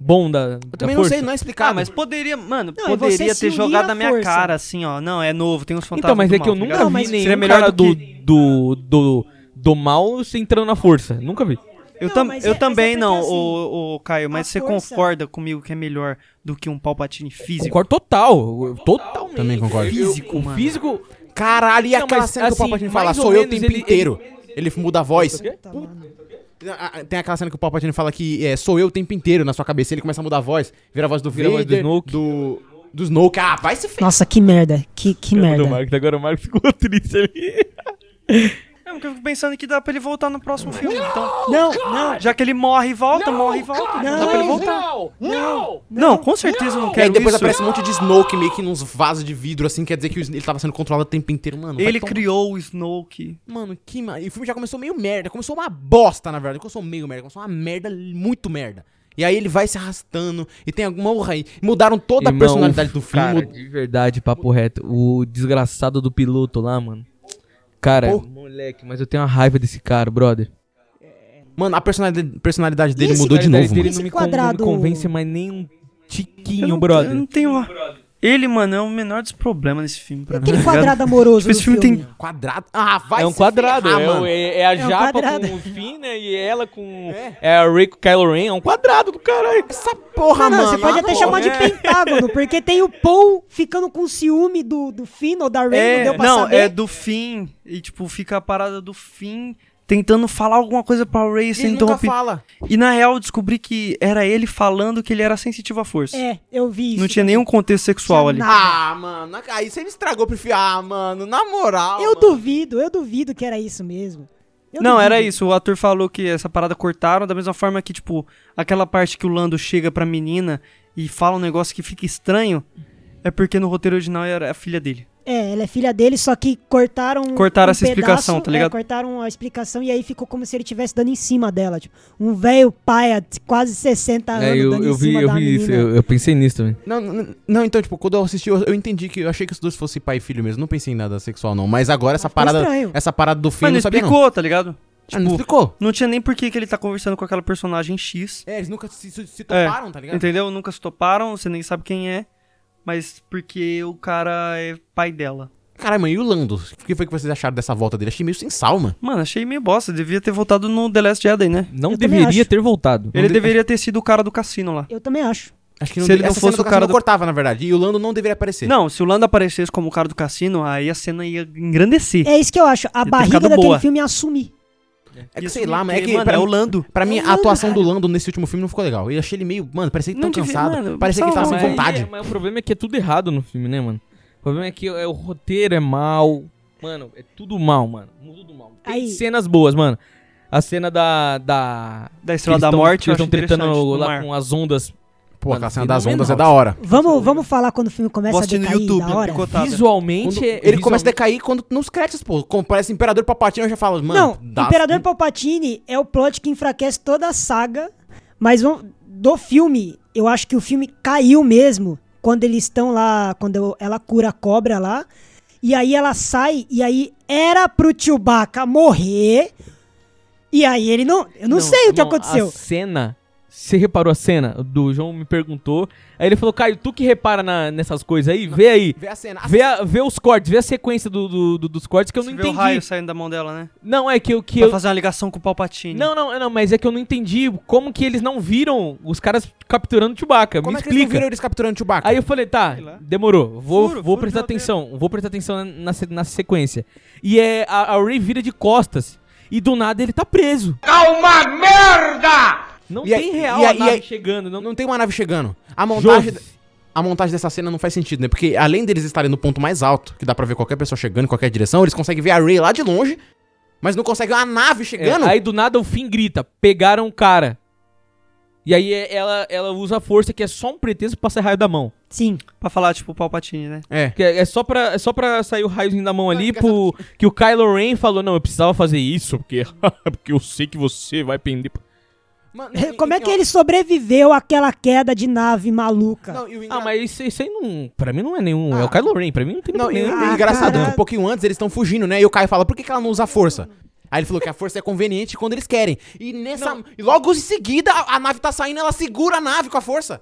bom da, Eu da também não força. sei, não é explicado. Ah, mas poderia, mano, Não, e poderia você se ter unir jogado à na minha força. cara, assim, ó. Não, é novo, tem uns fantasmas. Então, mas do é que mal, eu tá nunca ligado? vi mas nenhum seria melhor cara do do, do, do, do mal se entrando na força. Nunca vi. Eu, Não, tam- mas eu é- mas é também porque, não, assim, o, Caio, mas a você força- concorda comigo que é melhor do que um Palpatine físico? Concordo total. eu- Totalmente. Também concordo. Físico, mano. Físico... Caralho, e Não, aquela mas, cena que o assim, Palpatine mais fala, ou sou eu o menos tempo ele- inteiro. Ele, muda a voz. Tá, né? mano. Ah, ah, Tem aquela cena que o Palpatine fala que é, sou eu o tempo inteiro na sua cabeça. Ele começa a mudar a voz. Vira a voz do Vira a voz do Vader, Snoke. do... Do Snoke. Ah, vai se ferrar. Nossa, que merda. Que, que Do merda. Marcos, agora o Marcos ficou triste ali. É, porque eu fico pensando que dá pra ele voltar no próximo filme, então. Não, não, Já que ele morre e volta, morre e volta. Não, dá pra ele voltar. não, Não, com certeza eu não E aí quero depois isso. aparece um monte de Snoke meio que nos vasos de vidro, assim. Quer dizer que o Sn- ele tava sendo controlado o tempo inteiro, mano. vai Ele tomar- criou o Snoke. Mano, que ma... E o filme já começou meio merda. Começou uma bosta, na verdade. Começou meio merda. Começou uma merda, muito merda. E aí ele vai se arrastando. E tem alguma honra aí. Mudaram toda a Irmão, personalidade do filme. Cara, de verdade, papo reto. O desgraçado do piloto lá, mano. Cara, Pô. moleque, mas eu tenho uma raiva desse cara, brother. Mano, a personalidade, personalidade dele Esse mudou de personalidade novo, dele mano. não me, Esse con- não me quadrado- convence mais nem um Eu tiquinho, não, eu um brother. não um tenho uma... Ele, mano, é o menor dos problemas desse filme pra mim. Aquele tá ligado? quadrado amoroso Tipo, esse do filme tem- Quadrado. Ah, vai é um se quadrado, ferrar, é, o- mano. é- é a um japa quadrado. com o Finn, né? E ela com. É. É, a Ray com o Kylo Ren, é um quadrado do caralho. Essa porra, Não, não, mano. você pode até Ah, chamar de é. pentágono, porque tem o Paul ficando com ciúme do, do Finn ou da Rey, não É, deu pra não, saber. é do fim. E, tipo, fica a parada do fim tentando falar alguma coisa pra Ray Ele sem nunca interromper. fala. E, na real, eu descobri que era ele falando que ele era sensitivo à força. É, eu vi isso. é não tinha nenhum contexto sexual Tinha ali. nada. Ah, mano. Aí você me estragou pro filme. Ah, mano. Na moral. Eu mano. duvido, eu duvido que era isso mesmo. Eu não, duvido. era isso. O ator falou que essa parada cortaram, da mesma forma que, tipo, aquela parte que o Lando chega pra menina e fala um negócio que fica estranho, é porque no roteiro original era a filha dele. É, ela é filha dele, só que cortaram. um Cortaram essa explicação, tá ligado? É, cortaram a explicação e aí ficou como se ele estivesse dando em cima dela. Tipo, um velho pai de quase 60 anos É, eu, dando eu em vi, cima eu da vi isso, menina. eu, eu pensei nisso também. Não, não, não, então, tipo, quando eu assisti, eu, eu entendi que eu achei que os dois fossem pai e filho mesmo. Não pensei em nada sexual, não. Mas agora essa Ah, ficou parada. estranho. Essa parada do filho eu Mas não não sabia. explicou, tá ligado? Ah, não explicou. Não tinha nem por que que ele tá conversando com aquela personagem X. É, eles nunca se, se- se É, toparam, tá ligado? Entendeu? Nunca se toparam, você nem sabe quem é, mas porque o cara é pai dela. Caralho, mano, e o Lando? O que foi que vocês acharam dessa volta dele? Achei meio sem sal, mano. Mano, achei meio bosta. Devia ter voltado no The Last Jedi, né? Não Eu também deveria acho. ter voltado. Ele deveria ter sido o cara do cassino lá. Eu também acho. Acho que não Se ele deve- não essa fosse cena o cara não do- cortava, na verdade. E o Lando não deveria aparecer. Não, se o Lando aparecesse como o cara do cassino, aí a cena ia engrandecer. É isso que eu acho. A ter barriga ficado daquele boa. filme ia assumir. É que Isso sei lá, não mano. É tem, que mano, pra é o mim- Lando. Pra mim, É o a Lando, atuação do cara. Lando nesse último filme não ficou legal. Eu achei ele meio. Mano, parecia ele tão Não devia- cansado. mano, parecia que ele tava sem salva, mas- vontade. Mas o problema é que é tudo errado no filme, né, mano? O problema é que é, o roteiro é mal. Mano, é tudo mal, mano. Tudo mal. Tem Aí- cenas boas, mano. A cena da. Da, Da Estrela que da eles tão- Morte, que eu Eles estão acho tretando interessante, no lá mar. com as ondas. Pô, aquela Mano, cena das ondas é fenomenal. da hora. Vamos, vamos falar quando o filme começa Vou a assistir no decair YouTube, da hora? picotada. Visualmente. Quando é- ele começa a visualmente- decair quando, nos créditos, pô. Como parece Imperador Palpatine, eu já falo, mano. Não, dá- Imperador Palpatine é o plot que enfraquece toda a saga, mas vão- do filme, eu acho que o filme caiu mesmo quando eles estão lá, quando ela cura a cobra lá, e aí ela sai, e aí era pro Chewbacca morrer, e aí ele não, eu não, sei o que não, aconteceu. A cena. Você reparou a cena? Do João me perguntou. Aí ele falou, Caio, tu que repara na- nessas coisas aí, vê aí. Vê a cena. Vê, a- vê os cortes, vê a sequência do, do- do- dos cortes que eu Você não vê o entendi. raio saindo da mão dela, né? Não, é que, eu- que Pra eu. fazer uma ligação com o Palpatine. Não, não, não, mas é que eu não entendi como que eles não viram os caras capturando o Chewbacca. Como Me é que eles não explica. viram eles capturando o Chewbacca? Aí eu falei, tá, lá. demorou. Vou, Furo, vou furo prestar de roteiro. atenção. Vou prestar atenção na, na se- na sequência. E é a, a Ray vira de costas. E do nada ele tá preso. É uma merda! Não E tem aí- real e a aí- nave e aí- chegando. Não, Não tá tem uma nave chegando. A Joseph, montagem. A montagem dessa cena não faz sentido, né? Porque além deles estarem no ponto mais alto, que dá pra ver qualquer pessoa chegando em qualquer direção, eles conseguem ver a Ray lá de longe, mas não conseguem uma nave é, chegando. aí do nada o Finn grita, pegaram o cara. E aí é- ela, ela usa a força que é só um pretexto pra sair raio da mão. Sim, Pra falar, tipo, o Palpatine, né? É. Que é, é só pra, é só pra sair o raiozinho da mão ali fica pro, que o Kylo Ren falou, não, eu precisava fazer isso, porque, porque eu sei que você vai pender. pra-" como é que ele sobreviveu àquela queda de nave maluca? Não, e o engra- Ah, mas isso, isso aí não. Pra mim não é nenhum. é Ah. o Kylo Ren, pra mim não tem Não, e nenhum. o Ah, engraçado é que cara. um pouquinho antes eles estão fugindo, né? E o Caio fala, por que, que ela não usa a força? Aí ele falou que a força é conveniente quando eles querem. E nessa. E logo em seguida, a, a nave tá saindo, ela segura a nave com a força.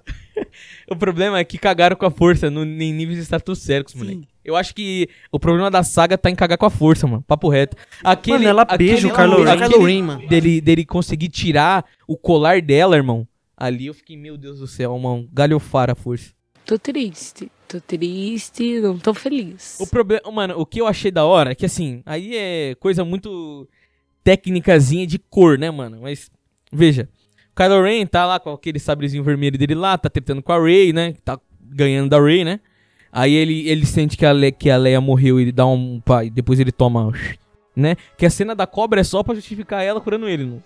O problema é que cagaram com a força no, em níveis estratosféricos, moleque. Eu acho que o problema da saga tá em cagar com a força, mano. Papo reto. Aquele, Mano, ela aquele- beija o aquele- Kylo Ren. aquele- Kylo Ren, mano. Dele, dele conseguir tirar o colar dela, irmão. Ali eu fiquei, meu Deus do céu, mano. Galhofar a força. Tô triste. Tô triste, não tô feliz. O problema, mano, o que eu achei da hora é que assim, aí é coisa muito técnicazinha de cor, né, mano? Mas veja, o Kylo Ren tá lá com aquele sabrezinho vermelho dele lá, tá tentando com a Rey, né? que Tá ganhando da Rey, né? Aí ele, ele sente que a, Le, que a Leia morreu e ele dá um pá, e depois ele toma, né? Que a cena da cobra é só pra justificar ela curando ele, não-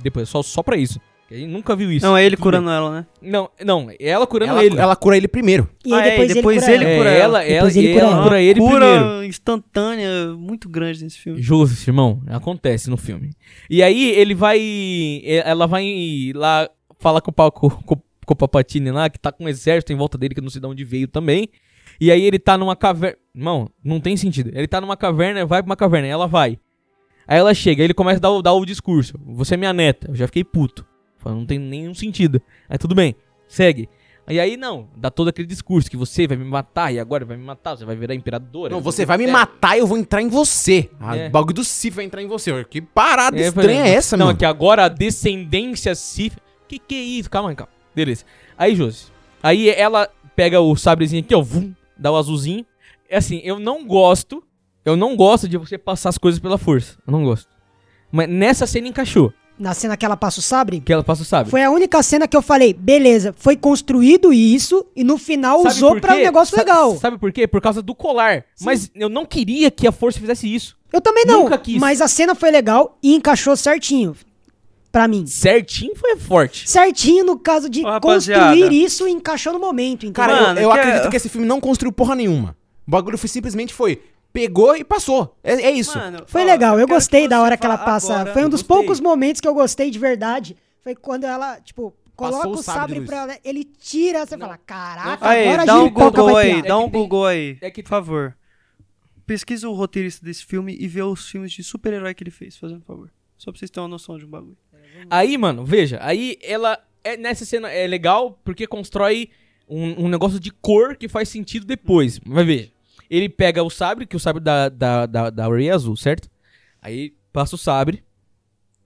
depois só só para isso. A gente nunca viu isso. Não, é ele Tudo curando ela, né? bem. Não, não, é ela curando Ela, ele. ela cura ele primeiro. E Ah, é, aí e depois, depois ele, cura ele- ela. é, ela, ela, Depois ele e cura ela ela. cura ele Cura primeiro. instantânea, muito grande nesse filme. Joseph, irmão, acontece no filme. E aí ele vai. e- Ela vai lá falar com o, pa- com, com, com o Papatini lá, que tá com um exército em volta dele, que eu não sei de onde veio também. E aí ele tá numa caverna. Irmão, não tem sentido. Ele tá numa caverna, vai pra uma caverna, ela vai. Aí ela chega, aí ele começa a dar, o- dar o discurso. Você é minha neta. Eu já fiquei puto. Falei, não tem nenhum sentido. Aí tudo bem, segue. E aí não, dá todo aquele discurso que você vai me matar e agora vai me matar, você vai virar imperadora. Não, você vai me É. matar e eu vou entrar em você. A É. bagulho do Sif vai entrar em você. Que parada É, estranha falei, é essa, não, mano? Não, que agora a descendência Sif. Que que é isso? Calma, calma. Beleza. Aí, Josi. Aí ela pega o sabrezinho aqui, ó. Vum, dá o azulzinho. É assim, eu não gosto. Eu não gosto de você passar as coisas pela força. Eu não gosto. Mas nessa cena encaixou. Na cena que ela passa o sabre? Que ela passa o sabre. Foi a única cena que eu falei, beleza, foi construído isso e no final Sabe usou por pra um quê? negócio Sa- legal. Sabe por quê? Por causa do colar. Mas eu não queria que a força fizesse isso. Eu também não, Nunca quis. mas a cena foi legal e encaixou certinho Pra mim. Certinho foi forte. Certinho no caso de rapaziada. construir isso e encaixou no momento, entendeu? é- Cara, eu- eu, acredito que esse filme não construiu porra nenhuma. O bagulho foi, simplesmente foi. Pegou e passou. É, é isso. Foi legal, eu gostei da hora que ela passa. foi um dos poucos momentos que eu gostei de verdade. Foi quando ela, tipo, Passou coloca o o sabre sabre, de luz. pra ela, ele tira, você fala, caraca, Aí, agora a dá um giripoca Google vai aí, piar. dá um Google aí, é que- por favor. Pesquisa o roteirista desse filme e vê os filmes de super-herói que ele fez, fazendo favor. Só pra vocês terem uma noção de um bagulho. Aí, mano, veja. Aí ela. É, nessa cena é legal porque constrói um, um negócio de cor que faz sentido depois. Vai ver. Ele pega o sabre, que o sabre da, da, da, da Rey é azul, certo? Aí passa o sabre.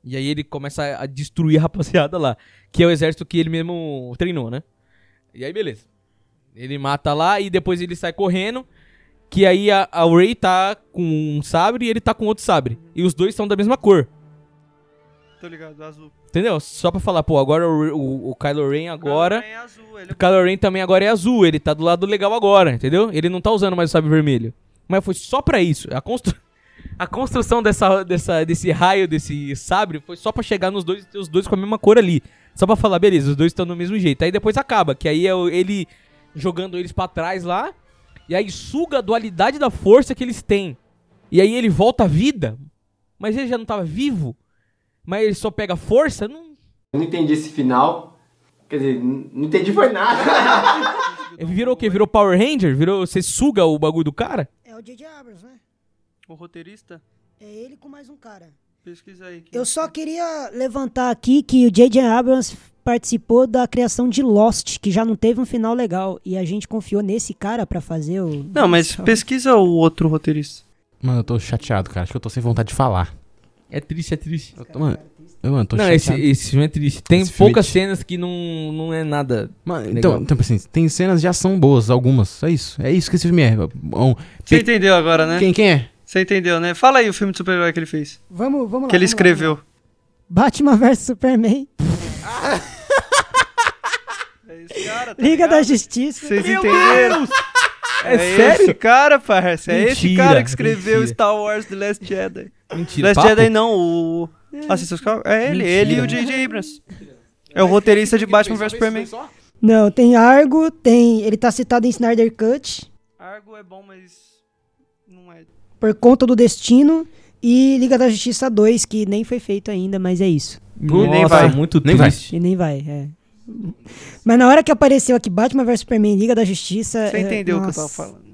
E aí ele começa a- a destruir a rapaziada lá. Que é o exército que ele mesmo treinou, né? E aí, beleza. Ele mata lá e depois ele sai correndo. Que aí a, a Ray tá com um sabre e ele tá com outro sabre. E os dois são da mesma cor. Tô ligado, azul. Entendeu? Só pra falar, pô, agora o, o, o Kylo Ren agora. Kylo Ren é azul, ele O Kylo Ren também agora é azul, ele tá do lado legal agora, entendeu? Ele não tá usando mais o sabre vermelho. Mas foi só pra isso. A, constru... a construção dessa, dessa, desse raio, desse sabre, foi só pra chegar nos dois, ter os dois com a mesma cor ali. Só pra falar, beleza, os dois estão do mesmo jeito. Aí depois acaba, que aí é o- ele jogando eles pra trás lá, e aí suga a dualidade da força que eles têm. E aí ele volta à vida, mas ele já não tava vivo, mas ele só pega força, não Eu não entendi esse final. Quer dizer, n- não entendi foi nada. É, Virou o quê? Virou Power Ranger? Virou. Você suga o bagulho do cara? É o J.J. Abrams, né? O roteirista? É ele com mais um cara. Pesquisa aí. é. Eu só queria levantar aqui que o J.J. Abrams participou da criação de Lost, que já não teve um final legal. E a gente confiou nesse cara pra fazer o. Não, mas pesquisa o outro roteirista. Mano, eu tô chateado, cara. Acho que eu tô sem vontade de falar. É triste, é triste. Mano, eu, mano, tô não, chateado. esse, esse filme é triste. Tem Esse filme é poucas cenas que não, não é nada. Mano, legal. Então, então, assim, tem cenas de ação boas, algumas. É isso. É isso que esse filme é. Um, Você pe- entendeu agora, né? Quem, quem é? Você entendeu, né? Fala aí o filme de super-herói que ele fez. Vamos, vamos lá. que ele vamos lá, escreveu. Batman vs Superman. Liga da Justiça. Vocês entenderam? É sério? esse cara, parça. É esse Mentira, cara que escreveu mentira. Star Wars The Last Jedi. Mentira, Last papo? Jedi não, o... Ah, vocês estão- É ele, Mentira. ele e o J.J. Abrams. É o roteirista de Batman vs Superman. Não, tem Argo, tem. Ele tá citado em Snyder Cut. Argo é bom, mas... Não é... Por conta do destino. E Liga da Justiça 2, que nem foi feito ainda, mas é isso. Nossa, nem vai. muito Nem vai. triste. E nem vai, é. Mas na hora que apareceu aqui Batman vs Superman Liga da Justiça. Você é- entendeu o que eu tava nossa. falando.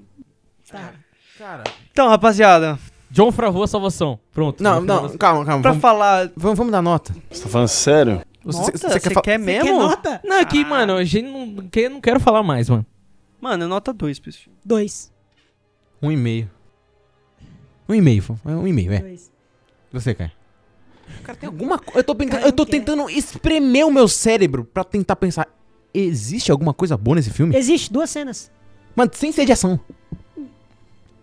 Cara. Então, rapaziada, John Favreau a salvação. Pronto. Não, John não, Favreau. calma, calma. pra Vamos, falar... vamos, vamos dar nota. Você tá falando sério? Nota? cê- cê Você fa- quer, É mesmo? nota? Não, é que, Ah. mano, a gente não, que- não quero falar mais, mano. Mano, nota 2 pra esse filme. Dois. Um e meio. Um e meio, fo- é um e meio, é. Dois. Você, cara. Cara, tem alguma coisa. Eu tô, tenta- eu tô tentando espremer o meu cérebro pra tentar pensar. Existe alguma coisa boa nesse filme? Existe duas cenas. Mano, sem ser de ação.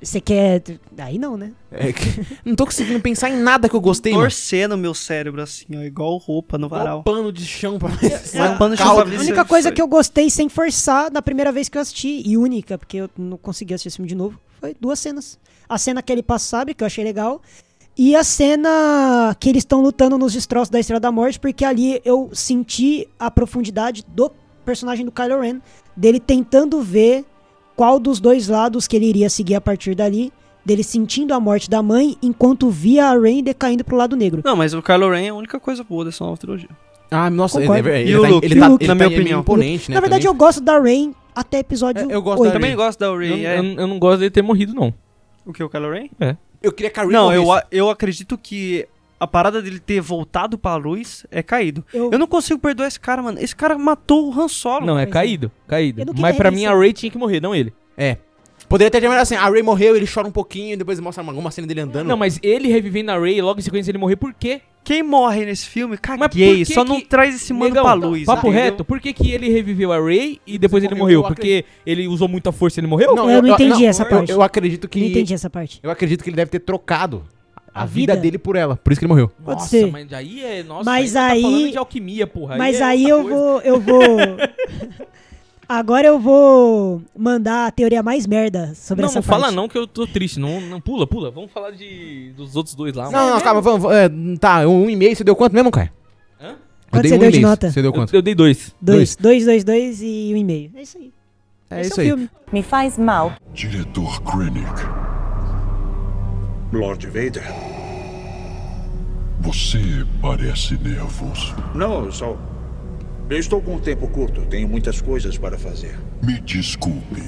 Você quer. Aí não, né? É que- não tô conseguindo pensar em nada que eu gostei, mano. Torcendo meu cérebro assim, ó, igual roupa no Igual varal. pano de chão pra Mas pano de A chão pra única coisa que eu gostei sem forçar na primeira vez que eu assisti, e única, porque eu não consegui assistir esse filme de novo, foi duas cenas. A cena que ele passa, sabe, que eu achei legal, e a cena que eles estão lutando nos destroços da Estrela da Morte, porque ali eu senti a profundidade do personagem do Kylo Ren, dele tentando ver qual dos dois lados que ele iria seguir a partir dali, dele sentindo a morte da mãe, enquanto via a Rey decaindo pro lado negro. Não, mas o Kylo Ren é a única coisa boa dessa nova trilogia. Ah, nossa, ele, Concordo. ele, E o tá, Luke? ele E o tá- Luke, ele na tá minha meio opinião? imponente, né? Na verdade, eu gosto da Rain até episódio É, eu gosto Eu da oito. também gosto da Eu, Ray. é. eu- eu não gosto dele ter morrido, não. O que, o Kylo Ren? é Eu queria que a Rey Não, eu, morresse. a- eu acredito que a parada dele ter voltado pra luz é caído. Eu- Eu não consigo perdoar esse cara, mano. Esse cara matou o Han Solo. Não, é Pois é. caído. Caído. Eu não queria Mas pra mim a redenção. Ray tinha que morrer, não ele. É. Poderia ter terminado assim, a Ray morreu, ele chora um pouquinho, depois mostra uma, uma cena dele andando. Não, mas ele revivendo a Ray e logo em sequência ele morrer, por quê? Quem morre nesse filme, Mas por que caguei. Só não que- traz esse mano Negão, pra luz. Papo entendeu? reto, por que, que ele reviveu a Ray e depois ele morreu, morreu? eu Porque ele usou muita força e ele morreu? eu não entendi essa parte. Eu, acredito que. Não entendi essa parte. Eu acredito que ele deve ter trocado a, vida, dele por ela. Por isso que ele morreu. Pode ser. mas aí é. Nossa, Mas Tá aí- falando de alquimia, porra. Mas é aí outra eu coisa. vou. Eu vou. Agora eu vou mandar a teoria mais merda sobre não, essa não parte. fala não que eu tô triste. Não, não pula, pula. Vamos falar de dos outros dois lá. Não, mano. não, calma, vamos. vamos, é, tá, um e meio, você deu quanto mesmo, Caio? Hã? Quanto você deu de nota? Você deu quanto? Eu, eu dei dois. Dois, dois, dois, dois e um e meio. É isso aí. É Esse isso o aí. filme. Me faz mal. Diretor Krennic, Lord Vader? você parece nervoso. Não, eu só. Eu estou com um tempo curto, tenho muitas coisas para fazer. Me desculpe,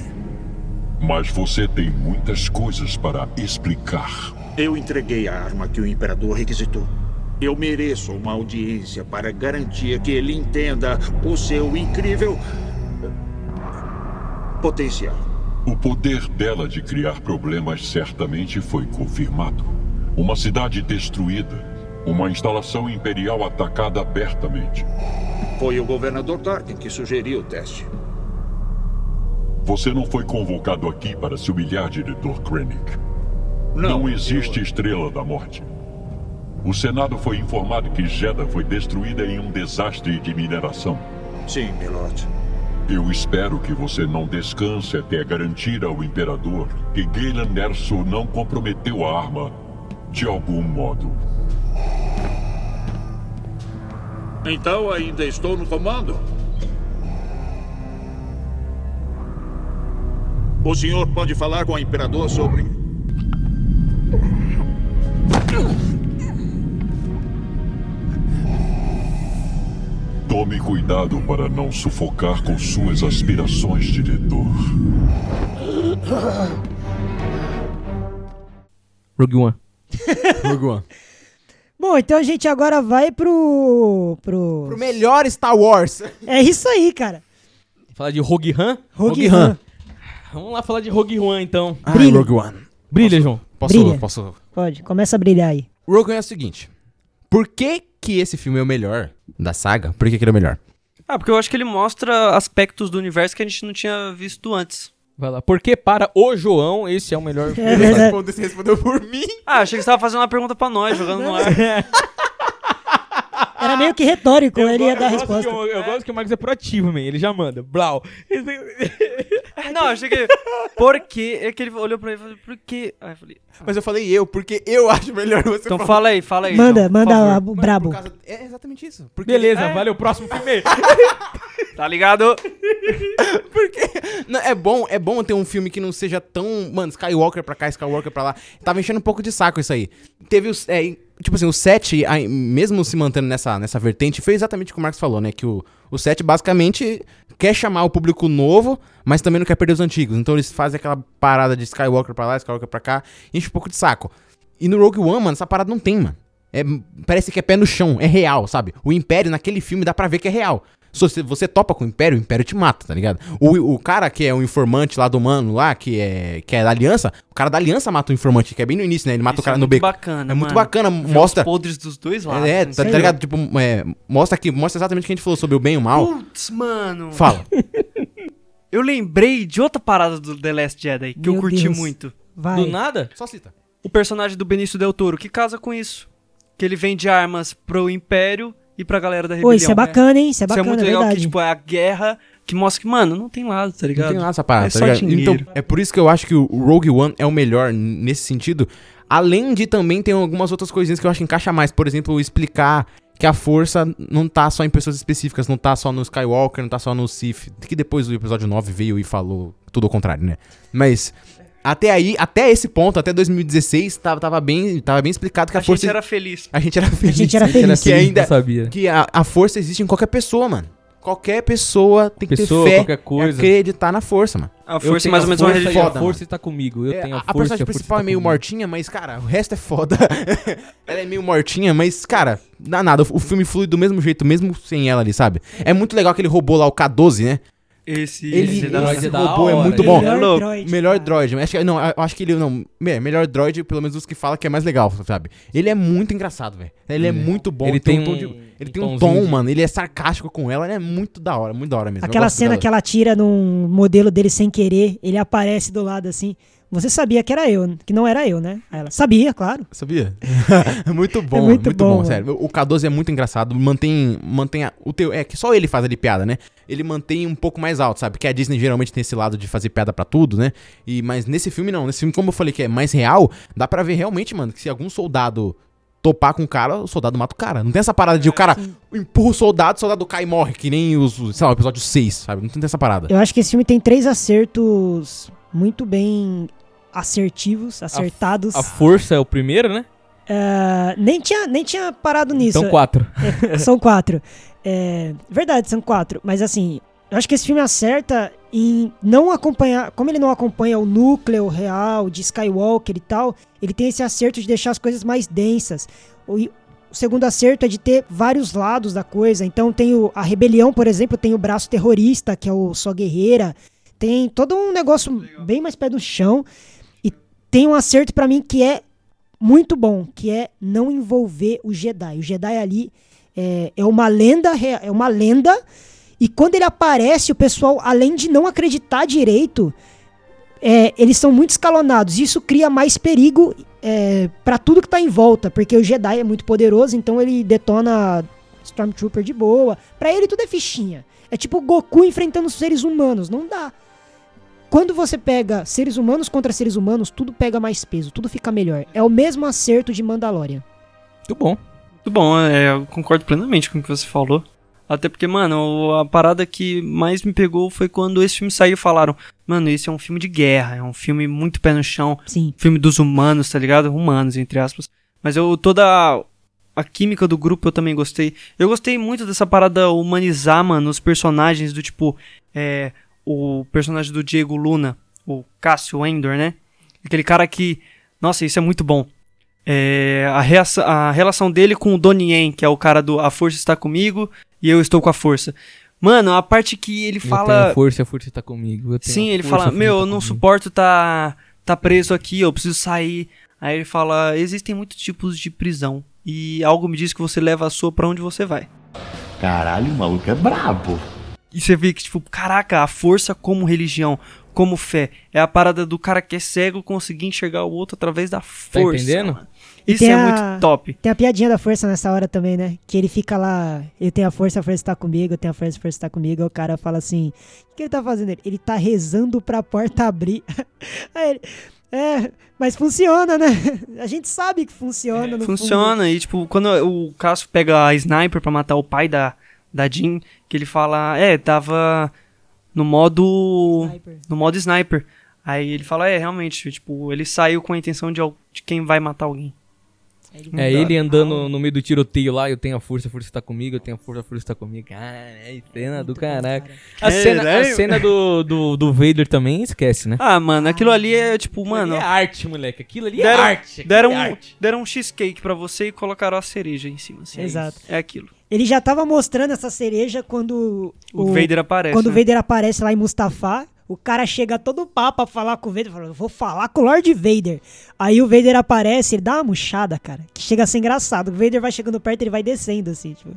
mas você tem muitas coisas para explicar. Eu entreguei a arma que o imperador requisitou. Eu mereço uma audiência para garantir que ele entenda o seu incrível. eh, potencial. O poder dela de criar problemas certamente foi confirmado. Uma cidade destruída, uma instalação imperial atacada abertamente. Foi o governador Tarkin que sugeriu o teste. Você não foi convocado aqui para se humilhar, diretor Krennic. Não, existe estrela da morte. O Senado foi informado que Jeddah foi destruída em um desastre de mineração. Sim, Milord. Eu espero que você não descanse até garantir ao Imperador que Galen Erso não comprometeu a arma de algum modo. Então ainda estou no comando? O senhor pode falar com o imperador sobre. Tome cuidado para não sufocar com suas aspirações, diretor. Rogue One. Rogue One. Bom, então a gente agora vai pro. pro. Pro melhor Star Wars. É isso aí, cara. Falar de Rogue Han? Rogue Han. Han. Vamos lá falar de Rogue One então. Ai, Brilha. Rogue One. Brilha, João. Posso, Brilha. posso. Pode, começa a brilhar aí. Rogue One é o seguinte. Por que que esse filme é o melhor da saga? Por que que ele é o melhor? Ah, porque eu acho que ele mostra aspectos do universo que a gente não tinha visto antes. Vai lá. Porque para o João, esse é o melhor. É verdade. Você respondeu por mim? Ah, achei que você tava fazendo uma pergunta pra nós, jogando no ar. Era meio que retórico, ele ia eu dar a gosto resposta. que o- eu gosto que o Marcos é proativo, man. Ele já manda. Blau. Não, achei que. Por quê? É que ele olhou pra mim e falou, por quê? Aí eu falei. Mas eu falei eu, porque eu acho melhor você Então fala aí, fala aí. Manda, João, por manda favor. a- o brabo. É exatamente isso. Beleza, É. valeu. Próximo filme. Tá ligado? Não, é bom, é bom ter um filme que não seja tão, mano, Skywalker pra cá, Skywalker pra lá. Tava enchendo um pouco de saco isso aí. Teve os, é, em- tipo assim, o 7, aí, mesmo se mantendo nessa, nessa vertente, foi exatamente o que o Marcos falou, né, que o, o 7 basicamente quer chamar o público novo, mas também não quer perder os antigos. Então eles fazem aquela parada de Skywalker pra lá, Skywalker pra cá, enche um pouco de saco. E no Rogue One, mano, essa parada não tem, mano. É, parece que é pé no chão, é real, sabe? O Império naquele filme dá pra ver que é real. Se você, você topa com o Império, o Império te mata, tá ligado? O, o cara que é o informante lá do mano lá, que é, que é da Aliança, o cara da Aliança mata o informante, que é bem no início, né? Ele mata o Isso cara é no muito beco. bacana, É muito mano. bacana, Ver os mostra. podres dos dois lados. É, né? tá, tá ligado? Tipo, é, mostra aqui, mostra exatamente o que a gente falou sobre o bem e o mal. Putz, mano. Fala. Eu lembrei de outra parada do The Last Jedi que eu Meu curti Deus. muito. Vai. Do nada? Só cita. O personagem do Benício Del Toro, que casa com isso. Que ele vende armas pro Império e pra galera da Pô, rebelião. isso é né? bacana, hein? Isso é Isso é bacana, muito é legal verdade. que, tipo, é a guerra que mostra que, mano, não tem lado, tá ligado? Não tem nada essa parada, é tá só ligado? dinheiro. Então, é por isso que eu acho que o Rogue One é o melhor n- nesse sentido. Além de também tem algumas outras coisinhas que eu acho que encaixa mais. Por exemplo, explicar que a força não tá só em pessoas específicas, não tá só no Skywalker, não tá só no Sith. Que depois do episódio 9 veio e falou tudo ao contrário, né? Mas até aí, até esse ponto, até 2016, tava, tava, bem, tava bem explicado que a, a força. gente era feliz. A gente era feliz. gente era feliz. Que ainda Não sabia. que a, a força existe em qualquer pessoa, mano. Qualquer pessoa tem que Pessoa, ter fé, qualquer coisa. acreditar na força, mano. A Eu força é tenho mais a ou menos uma força e religião. A força está comigo. Eu É, tenho a, a a força. personagem força principal tá é meio comigo. mortinha, mas, cara, o resto é foda. ela é meio mortinha, mas, cara, dá nada. O, o filme flui do mesmo jeito, mesmo sem ela ali, sabe? É muito legal aquele robô lá, o K12, né? Esse, Ele- esse da- ele- Esse da robô é hora, muito ele bom. é Melhor louco. droid, Melhor cara. droid. Acho que, não, eu acho que ele não. é, melhor droid, pelo menos os que falam que é mais legal, sabe? Ele é muito engraçado, velho. Ele é muito bom. Ele tem tom um- de- ele um tem um tomzinho tom, de- mano. Ele é sarcástico com ela. Ele é muito da hora, muito da hora mesmo. Eu Aquela gosto cena dela. que ela tira num modelo dele sem querer, ele aparece do lado assim. Você sabia que era eu, que não era eu, né? Aí ela, sabia, claro. Sabia? muito bom, É muito, muito bom, bom, sério. O K12 é muito engraçado, mantém, mantém a- o teu, é que só ele faz ali piada, né? Ele mantém um pouco mais alto, sabe? Porque a Disney geralmente tem esse lado de fazer piada pra tudo, né? E mas nesse filme não, nesse filme como eu falei que é mais real, dá pra ver realmente, mano, que se algum soldado topar com o cara, o soldado mata o cara. Não tem essa parada de o cara empurra o soldado, o soldado cai e morre, que nem os, os- sei lá, o episódio 6, sabe? Não tem essa parada. Eu acho que esse filme tem três acertos muito bem assertivos, acertados. A força é o primeiro, né? É, nem, tinha, nem tinha parado nisso. Então, quatro. É, são quatro. É, verdade, são quatro. Mas assim, eu acho que esse filme acerta em não acompanhar. Como ele não acompanha o núcleo real de Skywalker e tal, ele tem esse acerto de deixar as coisas mais densas. O, e o segundo acerto é de ter vários lados da coisa. Então tem o, a rebelião, por exemplo, tem o braço terrorista, que é o Só Guerreira. Tem todo um negócio bem mais pé no chão. E tem um acerto pra mim que é muito bom, que é não envolver o Jedi. O Jedi ali é, é uma lenda, rea- é uma lenda. E quando ele aparece, o pessoal, além de não acreditar direito, é, eles são muito escalonados. Isso cria mais perigo é, para tudo que tá em volta, porque o Jedi é muito poderoso, então ele detona Stormtrooper de boa. Pra ele tudo é fichinha. É tipo o Goku enfrentando os seres humanos, não dá. Quando você pega seres humanos contra seres humanos, tudo pega mais peso, tudo fica melhor. É o mesmo acerto de Mandalorian. Muito bom. Muito bom, é, eu concordo plenamente com o que você falou. Até porque, mano, o- a parada que mais me pegou foi quando esse filme saiu e falaram: Mano, esse é um filme de guerra, é um filme muito pé no chão. Sim. Filme dos humanos, tá ligado? Humanos, entre aspas. Mas eu, toda a, a química do grupo eu também gostei. Eu gostei muito dessa parada humanizar, mano, os personagens do tipo. É, o personagem do Diego Luna, o Cássio Endor, né? Aquele cara que. Nossa, isso é muito bom. É, a, reaça- a relação dele com o Donnie Yen, que é o cara do A Força Está Comigo e Eu Estou com a Força. Mano, a parte que ele Eu fala. tenho a força, a força tá comigo. eu tenho Sim, a ele força, a fala, força meu, tá eu não comigo." suporto tá, tá preso aqui, eu preciso sair. Aí ele fala, existem muitos tipos de prisão. E algo me diz que você leva a sua pra onde você vai. Caralho, o maluco é brabo. E você vê que, tipo, caraca, a força como religião, como fé, é a parada do cara que é cego conseguir enxergar o outro através da força. Tá entendendo? mano. E Isso tem é a- muito top. Tem a piadinha da força nessa hora também, né? Que ele fica lá, eu tenho a força, a força tá comigo, eu tenho a força, a força tá comigo. Aí o cara fala assim: o que ele tá fazendo? Ele, ele tá rezando pra porta abrir. Aí ele, é, mas funciona, né? A gente sabe que funciona. no fundo. É, Funciona, e tipo, quando o Cássio pega a sniper pra matar o pai da, da Jean, que ele fala, é, tava no modo. No modo sniper. Aí ele fala, é, realmente, tipo, ele saiu com a intenção de, al- de quem vai matar alguém. É ele andando no meio do tiroteio lá, eu tenho a força, a força tá comigo, eu tenho a força, a força tá comigo. Cara, é cena do caraca. A cena, a Caralho. cena do, do, do Vader também esquece, né? Ah, mano, aquilo ali é tipo, mano. é arte, moleque. Aquilo ali é deram, arte, aquilo Deram, é um- arte. deram um cheesecake pra você e colocaram a cereja em cima. Assim, é Exato. isso. É aquilo. Ele já tava mostrando essa cereja quando O Vader aparece, Quando o né? Vader aparece lá em Mustafar, o cara chega todo papo a falar com o Vader, fala, "Eu vou falar com o Lord Vader. Aí o Vader aparece, ele dá uma murchada, cara, que chega a ser engraçado. O Vader vai chegando perto, ele vai descendo assim, tipo.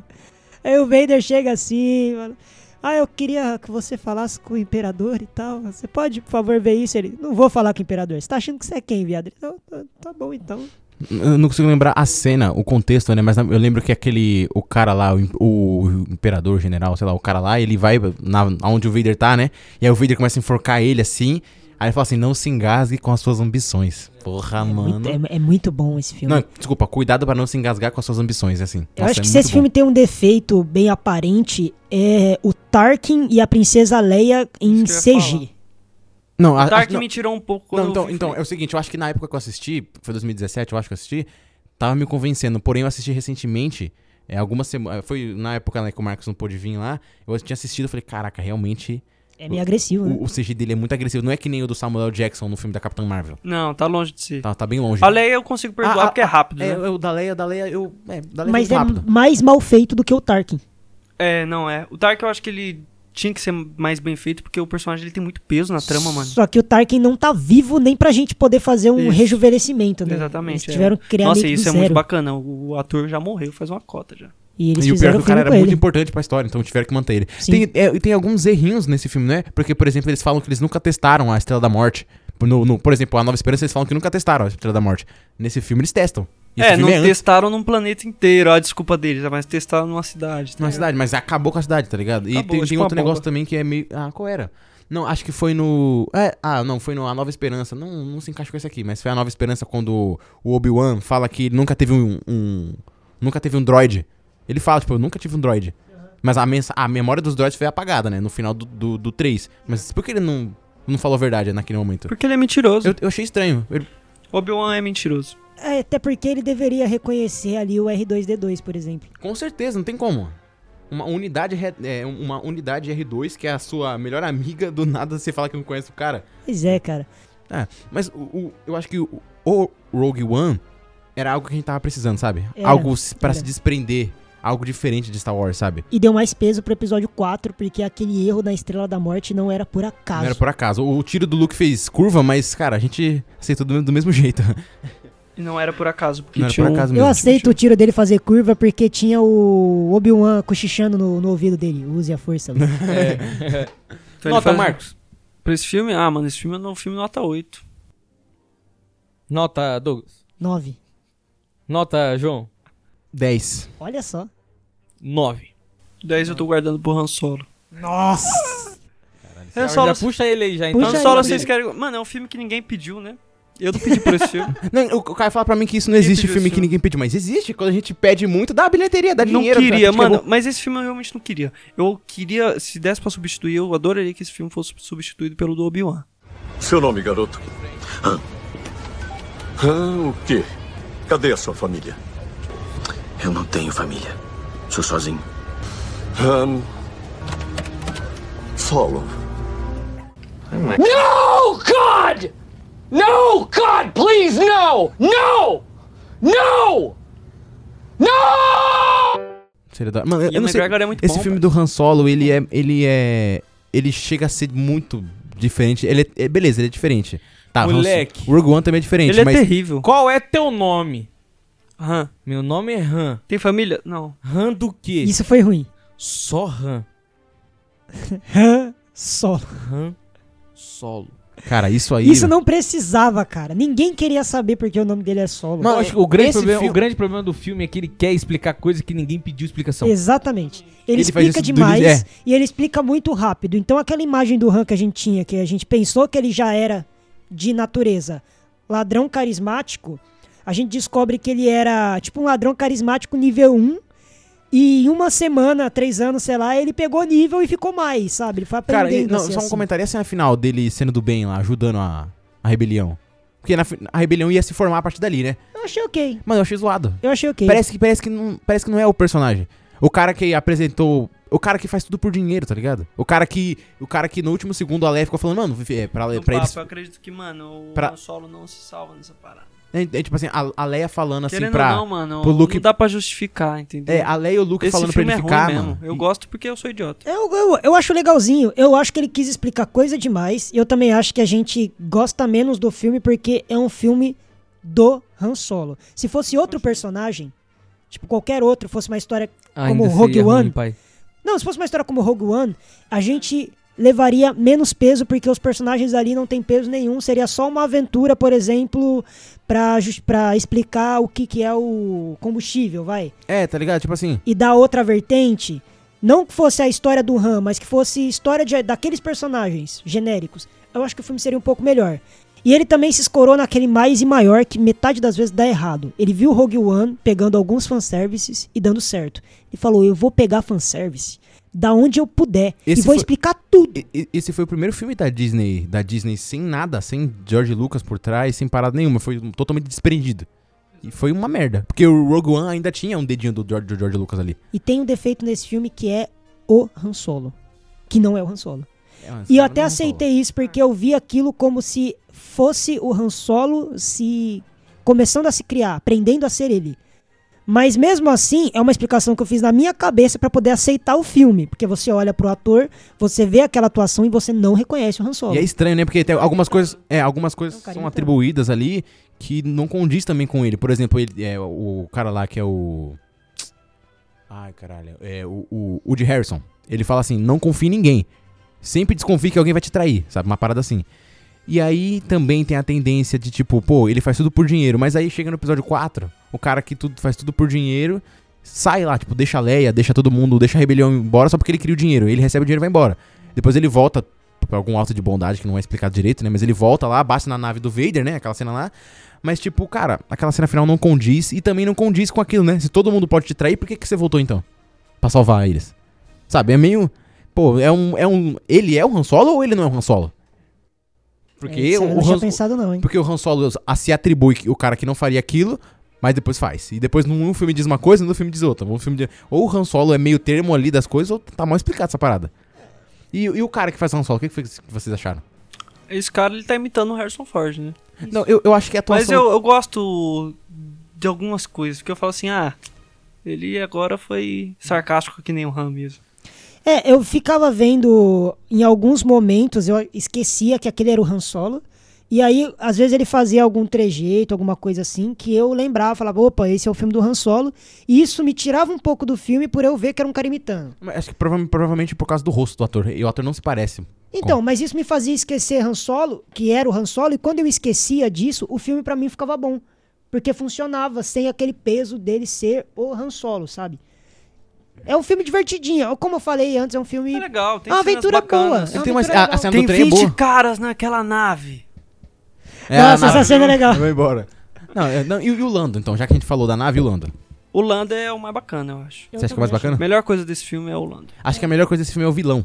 Aí o Vader chega assim, fala, ah, eu queria que você falasse com o Imperador e tal. Você pode, por favor, ver isso? Ele, não vou falar com o Imperador. Você tá achando que você é quem, viado? Ele, "Não, tá- tá bom então. Eu não consigo lembrar a cena, o contexto, né? Mas na- eu lembro que aquele. O cara lá, o, im- o imperador, general, sei lá, o cara lá, ele vai na, onde o Vader tá, né? E aí o Vader começa a enforcar ele assim. Aí ele fala assim: não se engasgue com as suas ambições. Porra, mano. Muito- é, é muito bom esse filme. Não, desculpa, cuidado pra não se engasgar com as suas ambições, assim. Eu Nossa, acho é que se muito esse filme tem um defeito bem aparente, é o Tarkin e a Princesa Leia em CG. Não, O a, Dark a, Ah, não, me tirou um pouco Não, quando então, então, é o seguinte, eu acho que na época que eu assisti, foi 2017, eu acho que eu assisti, tava me convencendo. Porém, eu assisti recentemente, é, algumas semanas. Foi na época né, que o Marcos não pôde vir lá, eu tinha assistido e falei, caraca, realmente. É meio agressivo, né? O, o CG dele é muito agressivo. Não é que nem o do Samuel Jackson no filme da Capitã Marvel. Não, tá longe de ser. Tá, tá bem longe. A Leia eu consigo perdoar Ah, ah, porque é rápido, é, né? o da Leia, da Leia, eu. É, da Leia Mas foi é rápido. mais mal feito do que o Tarkin. É, não é. O Dark eu acho que ele tinha que ser mais bem feito porque o personagem ele tem muito peso na trama, mano. Só que o Tarkin não tá vivo nem pra gente poder fazer um Isso. rejuvenescimento, né? Exatamente. Eles tiveram é. que criar Nossa, meio que do isso é zero. muito bacana. O, o ator já morreu faz uma cota já. E eles e o pior é fizeram que o cara filme era com muito ele. importante pra história, então tiveram que manter ele. Sim. Tem, é, e tem alguns errinhos nesse filme, né? Porque, por exemplo, eles falam que eles nunca testaram a Estrela da Morte. No, no- por exemplo, a Nova Esperança eles falam que nunca testaram a Estrela da Morte. Nesse filme eles testam. E esse É, não filme antes testaram num planeta inteiro, a desculpa deles, né? mas testaram numa cidade. né? de uma cidade, mas acabou com a cidade, tá ligado? E É. Acabou, tem, tem tipo uma outro negócio bomba. também que é meio. Ah, qual era? Não, acho que foi no. é, ah, não, foi no A Nova Esperança. Não, não se encaixa com esse aqui, mas foi a Nova Esperança quando o Obi-Wan fala que ele nunca teve um, um- Nunca teve um droid. Ele fala, tipo, eu nunca tive um droid. Mas a, mensa, a memória dos droids foi apagada, né? No final do, do, do 3. Mas por que ele não, não falou a verdade naquele momento? Porque ele é mentiroso. Eu, eu achei estranho. Ele- Obi-Wan é mentiroso. É, até porque ele deveria reconhecer ali o R2D2, por exemplo. Com certeza, não tem como. Uma unidade, re- é, uma unidade R2, que é a sua melhor amiga, do nada você fala que não conhece o cara. Pois é, cara. É, mas o, o- eu acho que o, o Rogue One era algo que a gente tava precisando, sabe? Era, algo s- pra era. se desprender. Algo diferente de Star Wars, sabe? E deu mais peso pro episódio 4, porque aquele erro na Estrela da Morte não era por acaso. Não era por acaso. O, o tiro do Luke fez curva, mas, cara, a gente aceitou do, do mesmo jeito. E não era por acaso, porque Não era tinha por um- acaso Eu mesmo. aceito o tiro dele fazer curva porque tinha o Obi-Wan cochichando no, no ouvido dele. Use a força. Luke. Então ele Nota, faz- Marcos. Pra esse filme? Ah, mano, esse filme é um filme nota 8. Nota, Douglas. 9. Nota, João. 10. Olha só. 9. 10 eu tô guardando pro Han Solo. Nossa! Han Han Solo, Solo- Então já puxa ele aí já, então. Han Solo, vocês querem. Mano, é um filme que ninguém pediu, né? Eu não pedi por esse filme. Não, o, o cara fala pra mim que isso não existe pediu filme isso? que ninguém pediu, mas existe. Quando a gente pede muito, dá bilheteria, dá Não dinheiro. queria, a gente mano. acabou- Mas esse filme eu realmente não queria. Eu queria, se desse pra substituir, eu adoraria que esse filme fosse substituído pelo do Obi-Wan. Seu nome, garoto? Hã? Hã, o quê? Cadê a sua família? Eu não tenho família. Sou sozinho. Han. Solo. No, God! No, God, please, no! No! No! No! Seria da- Mano, eu, E eu o não sei. McGregor é muito esse bom, filme do Han Solo, ele é, ele é. Ele chega a ser muito diferente. Ele é, é- beleza, ele é diferente. Tá, Han Solo- Moleque. o Rogue One também é diferente, Ele é mas. terrível. Qual é teu nome? Han. Meu nome é Han. Tem família? Não. Han do quê? Isso foi ruim. Só Han. Han Solo. Han Solo. Cara, isso aí. Isso não precisava, cara. Ninguém queria saber porque o nome dele é Solo. Mas eu acho que o grande, Esse problema, filme- o grande problema do filme é que ele quer explicar coisas que ninguém pediu Então, explicação. Exatamente. Ele, Ele faz explica isso do demais início, é. e ele explica muito rápido. Então aquela imagem do Han que a gente tinha, que a gente pensou que ele já era de natureza ladrão carismático, a gente descobre que ele era tipo um ladrão carismático nível 1 e em uma semana, três anos, sei lá, ele pegou nível e ficou mais, sabe? Ele foi aprendendo. Cara, e- não, a ser só um assim. comentário. E a cena final dele sendo do bem lá, ajudando a, a rebelião? Porque na fi- a rebelião ia se formar a partir dali, né? Eu achei ok. Mano, eu achei zoado. Eu achei ok. Parece que, parece, que não, parece que não é o personagem. O cara que apresentou. O cara que faz tudo por dinheiro, tá ligado? O cara que. O cara que no último segundo a Leia ficou falando, mano, é, pra, No pra eles. papo, eu acredito que, mano, o pra- Han Solo não se salva nessa parada. É, é tipo assim, a, a Leia falando assim Querendo pra. ou não, mano, pro Luke. não dá pra justificar, entendeu? É, a Leia e o Luke Esse falando pra filme ele é ruim ficar, mesmo. mano. Eu gosto porque eu sou idiota. Eu, eu, eu acho legalzinho. Eu acho que ele quis explicar coisa demais. Eu também acho que a gente gosta menos do filme porque é um filme do Han Solo. Se fosse outro personagem, tipo qualquer outro, fosse uma história como Ah, Ainda Rogue seria ruim, One. pai. Não, se fosse uma história como Rogue One, a gente levaria menos peso porque os personagens ali não tem peso nenhum. Seria só uma aventura, por exemplo, pra, jus- pra explicar o que, que é o combustível, vai É, tá ligado? Tipo assim. e da outra vertente, não que fosse a história do Han, mas que fosse história de- daqueles personagens genéricos, eu acho que o filme seria um pouco melhor. E ele também se escorou naquele mais e maior que metade das vezes dá errado. Ele viu Rogue One pegando alguns fanservices e dando certo. E falou: Eu vou pegar fanservice da onde eu puder Esse e vou foi- explicar tudo. e- e- Esse foi o primeiro filme da Disney, da Disney sem nada, sem George Lucas por trás, sem parada nenhuma. Foi totalmente desprendido. E foi uma merda. Porque o Rogue One ainda tinha um dedinho do George, do George Lucas ali. E tem um defeito nesse filme que é o Han Solo. Que não é o Han Solo. É, mas e eu cara, até não aceitei isso porque eu vi aquilo como se fosse o Han Solo se começando a se criar, aprendendo a ser ele. Mas mesmo assim, é uma explicação que eu fiz na minha cabeça pra poder aceitar o filme, porque você olha pro ator, você vê aquela atuação e você não reconhece o Han Solo. E é estranho, né? Porque tem algumas coisas, é, algumas coisas cara, são então. atribuídas ali que não condiz também com ele. Por exemplo, ele é o cara lá que é o Ai, caralho. É o, o Woody Harrison. Ele fala assim: "Não confie em ninguém. Sempre desconfie que alguém vai te trair", sabe? Uma parada assim. E aí também tem a tendência de tipo, pô, ele faz tudo por dinheiro, mas aí chega no episódio 4, o cara que tudo, faz tudo por dinheiro sai lá, tipo, deixa a Leia, deixa todo mundo, deixa a rebelião embora só porque ele cria o dinheiro. Ele recebe o dinheiro e vai embora. Depois ele volta por algum alto de bondade que não é explicado direito, né? Mas ele volta lá, bate na nave do Vader, né? Aquela cena lá. Mas, tipo, cara, aquela cena final não condiz e também não condiz com aquilo, né? Se todo mundo pode te trair, por que, que você voltou então? Pra salvar eles. Sabe? É meio. Pô, é um. É um ele é o Han Solo ou ele não é o Han Solo? Porque É, isso aí eu o, não tinha Han, pensado não, hein? porque o Han Solo a- se atribui que- o cara que não faria aquilo, mas depois faz. E depois num um filme diz uma coisa, no outro filme diz outra. Um filme de- Ou o Han Solo é meio termo ali das coisas, ou tá mal explicado essa parada. E, e o cara que faz Han Solo, o que, que foi que vocês acharam? Esse cara, ele tá imitando o Harrison Ford, né? Não, eu, eu acho que a atuação... Mas eu, eu gosto de algumas coisas, porque eu falo assim, ah, ele agora foi sarcástico que nem o Han mesmo. É, eu ficava vendo em alguns momentos, eu esquecia que aquele era o Han Solo. E aí, às vezes, ele fazia algum trejeito, alguma coisa assim, que eu lembrava, falava, opa, esse é o filme do Han Solo. E isso me tirava um pouco do filme por eu ver que era um cara imitando. Mas é, Acho que prova- provavelmente por causa do rosto do ator. E o ator não se parece. Então, mas isso me fazia esquecer Han Solo, que era o Han Solo, e quando eu esquecia disso, o filme pra mim ficava bom. Porque funcionava sem aquele peso dele ser o Han Solo, sabe? É um filme divertidinho. Como eu falei antes, é um filme. É legal, tem uma cenas aventura boa. bacanas. é uma Tem uma- aventura a- a legal. cena do Tem trem é 20 boa. caras naquela nave. Nossa, essa cena é legal. Vai embora. Não, é- não, e, o- e o Lando, então? Já que a gente falou da nave, e o Lando? O Lando é o mais bacana, eu acho. Você acha que é o mais bacana? A melhor coisa desse filme é o Lando. Acho que a melhor coisa desse filme é o vilão.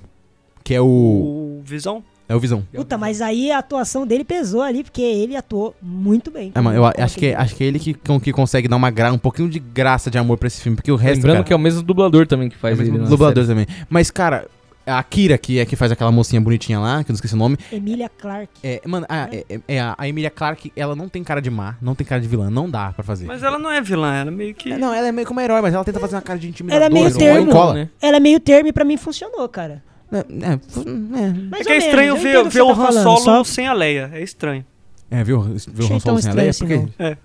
Que é o... O Visão? É o Visão. Puta, mas aí a atuação dele pesou ali, porque ele atuou muito bem. É, mano, eu a- acho que, é- acho que é ele que, con- que consegue dar uma gra, um pouquinho de graça de amor pra esse filme, porque o resto. Lembrando cara, que é o né? mesmo dublador também que faz é o mesmo ele na dublador série. também. Mas, cara, a Akira, que é que faz aquela mocinha bonitinha lá, que eu não esqueci o nome. Emília Clark. É, mano, a, é- é- é a- a Emilia Clarke, ela não tem cara de má, não tem cara de vilã, não dá pra fazer. Mas ela não é vilã, ela é meio que... Não, ela é meio como herói, mas ela tenta fazer uma cara de Ela é intimidadora. meio herói, termo. cola. né? Ela é meio termo e pra mim funcionou, cara. É, fu- Mais É ou que é menos, estranho eu ver, entendo que ver você o tá Han falando, Solo só- sem a Leia. É estranho. É, viu, viu o Achei Han tão Solo sem a Leia? estranho Porque- assim, É.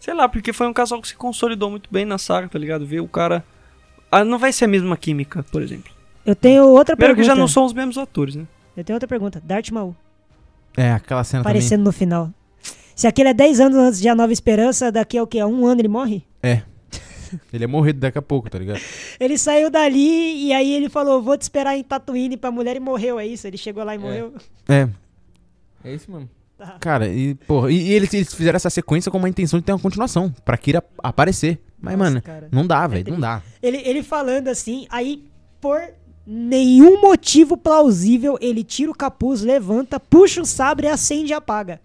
Sei lá, porque foi um casal que se consolidou muito bem na saga, tá ligado? Ver o cara. Ah, não vai ser a mesma química, por exemplo. Eu tenho outra Primeiro que pergunta. já não são os mesmos atores, né? Eu tenho outra pergunta. Darth Maul. É, aquela cena aparecendo no final. Se aquele é 10 anos antes de A Nova Esperança, daqui a o quê? A um ano ele morre? também. É. Ele é morrido daqui a pouco, tá ligado? Ele saiu dali e aí ele falou: Vou te esperar em Tatooine pra mulher e morreu. É isso? Ele chegou lá e morreu. É, É isso mesmo. Cara, e, porra, e, e eles, eles fizeram essa sequência com uma intenção de ter uma continuação, pra Kira aparecer. Mas, mano, cara. não dá, velho, não dá. Ele, ele falando assim, aí por nenhum motivo plausível ele tira o capuz, levanta, puxa o sabre, acende e apaga.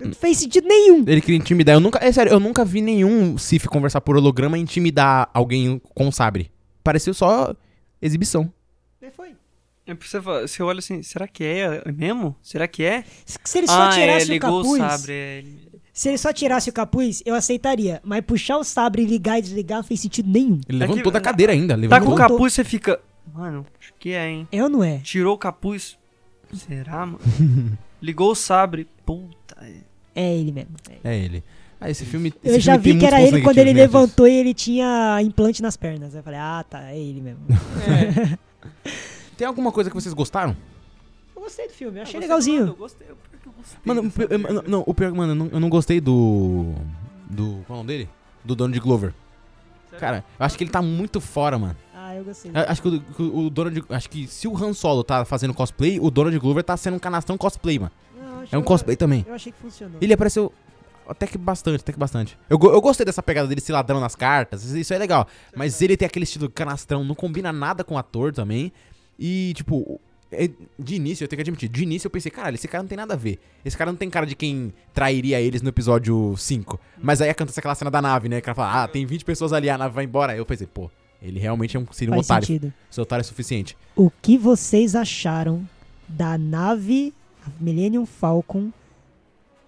Não fez sentido nenhum. Ele queria intimidar. Eu nunca, é sério, eu nunca vi nenhum Sif conversar por holograma e intimidar alguém com um sabre. Pareceu só exibição. É porque você, fala- você olha assim, será que é mesmo? Será que é? Se ele só ah, é, tirasse o ligou capuz. sabre, é, ele- Se ele só tirasse o capuz, eu aceitaria. Mas puxar o sabre, ligar e desligar, não fez sentido nenhum. Ele É levantou que- da cadeira ainda. Tá levantou. com o capuz, você fica. Mano, acho que é, hein? É ou não é? Tirou o capuz. Será, mano? Ligou o sabre. Puta. é. É ele mesmo. É ele. Ah, esse filme. Eu esse já filme tem vi que muitos era pontos ele quando ele negativos, né, levantou e ele tinha implante nas pernas. Eu falei, ah, tá, é ele mesmo. É, Matheus? Tem alguma coisa que vocês gostaram? Eu gostei do filme, eu achei Eu gostei do legalzinho. Lando, Eu gostei, eu pior que eu gostei. Mano, o dessa pi- eu- merda. eu- não, o pior, mano, eu não, eu não gostei do. Do. Qual é o nome dele? Do Donald Glover. Cara, eu acho que ele tá muito fora, mano. Ah, eu gostei. Eu Acho que o, que o Donald. Acho que se o Han Solo tá fazendo cosplay, o Donald Glover tá sendo um canastrão cosplay, mano. Não, É um cosplay também. Eu achei que funcionou. Ele apareceu até que bastante, até que bastante. Eu, go- eu gostei dessa pegada dele ser ladrão nas cartas, isso- isso é legal. Mas ele tem aquele estilo canastrão, não combina nada com o ator também. E, tipo, é- de início, eu tenho que admitir, de início eu pensei, caralho, esse cara não tem nada a ver. Esse cara não tem cara de quem trairia eles no episódio 5. Mas aí acontece aquela cena da nave, né? Que ela fala, ah, tem 20 pessoas ali, a nave vai embora. Aí eu pensei, pô, ele realmente é um, seria um Faz otário. sentido. Seu otário é suficiente. O que vocês acharam da nave Millennium Falcon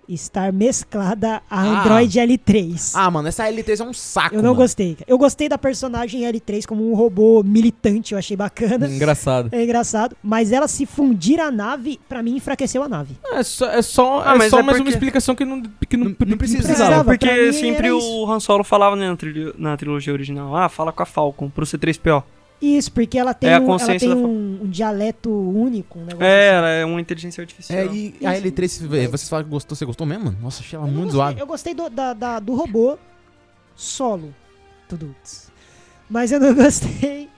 estar mesclada a Ah. Android L3? Ah, mano, essa L3 é um saco. eu não mano. gostei. Eu gostei da personagem L3 como um robô militante, eu achei bacana. Engraçado. É engraçado, mas ela se fundir a nave, pra mim enfraqueceu a nave. É só, é só, Ah, é mas só é mais uma porque- explicação que não, que não, não Não, precisava. pra porque mim sempre era o Han Solo falava né, na, trilo- na trilogia original, ah, fala com a Falcon, pro C3PO. Isso, porque ela tem, É a um, ela consciência tem da fa- um, um dialeto único, um negócio É, ela é uma inteligência artificial. É, e a L3, você- vocês falam que gostou, você gostou mesmo? mano? Nossa, achei ela muito zoada. Eu gostei do, da- da- do robô solo, tudo. Mas eu não gostei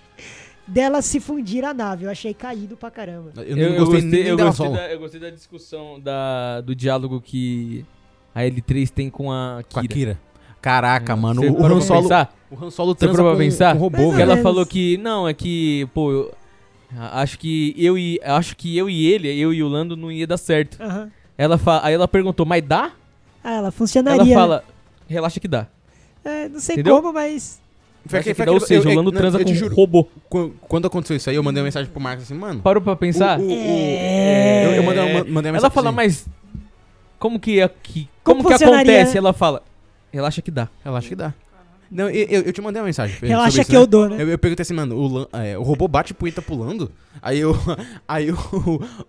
dela se fundir a nave. Eu achei caído pra caramba. Eu não gostei nem eu dela gostei solo. da, eu gostei da discussão da, do diálogo que a L3 tem com a Kira. Hum. Com a Kira. Caraca, mano, Você o parou Han pra Solo- pensar? o Han Solo Você transa parou pra com- pensar? com robô, Mais ou Porque ela menos. falou que não, é que, pô, eu- a- acho que eu e acho que eu e ele, eu e o Lando não ia dar certo. Aham. Ela fa- aí ela perguntou, "Mas dá?" Ah, ela Ela funcionaria. fala, relaxa que dá. né? É, não sei Entendeu? como, mas. Foi aquele- foi aquele- Ou seja, o Lando transa com um robô. Quando aconteceu isso aí, eu mandei uma mensagem pro Marcos assim, mano. Parou pra pensar? o- o- É. Eu- eu mandei uma- mandei uma Ela mensagem fala, assim. mas como que a- que Como como, que funcionaria, acontece? né? Ela fala, relaxa que dá. Relaxa que dá. Uhum. Não, eu, eu- eu te mandei uma mensagem. sobre Relaxa isso, que eu dou, né? Eu, eu perguntei assim, mano, o, Lan- é, o robô bate punheta pulando? Aí eu. Aí o,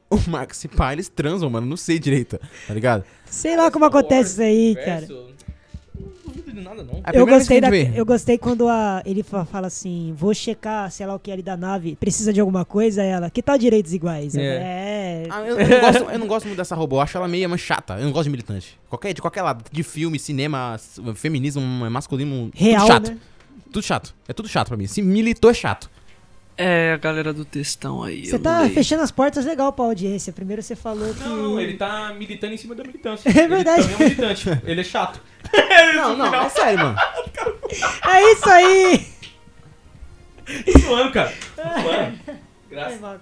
o Max e Pá, eles transam, mano. Não sei direito, tá ligado? Sei lá como acontece isso aí, cara. É a Eu primeira vez gostei, que a da, gente vê. eu gostei quando a, ele fa- fala assim: vou checar, sei lá o que ali da nave, precisa de alguma coisa? Ela, que tal direitos iguais? Eu É. falei, É. Ah, eu, eu não gosto, eu não gosto muito dessa robô, eu acho ela meio uma chata. Eu não gosto de militante. Qualquer, de qualquer lado, de filme, cinema, s- feminismo, masculino, Real, tudo chato. né? Tudo chato. É tudo chato pra mim. Se militou é chato. É, a galera do textão aí. Você eu tá não dei. fechando as portas legal pra audiência. Primeiro você falou que. Não, ele tá militando em cima da militância. É verdade. Ele também é militante. Ele é chato. Não, não, é sério, mano. É isso aí! Tô zoando, cara. Tô zoando. Graças. A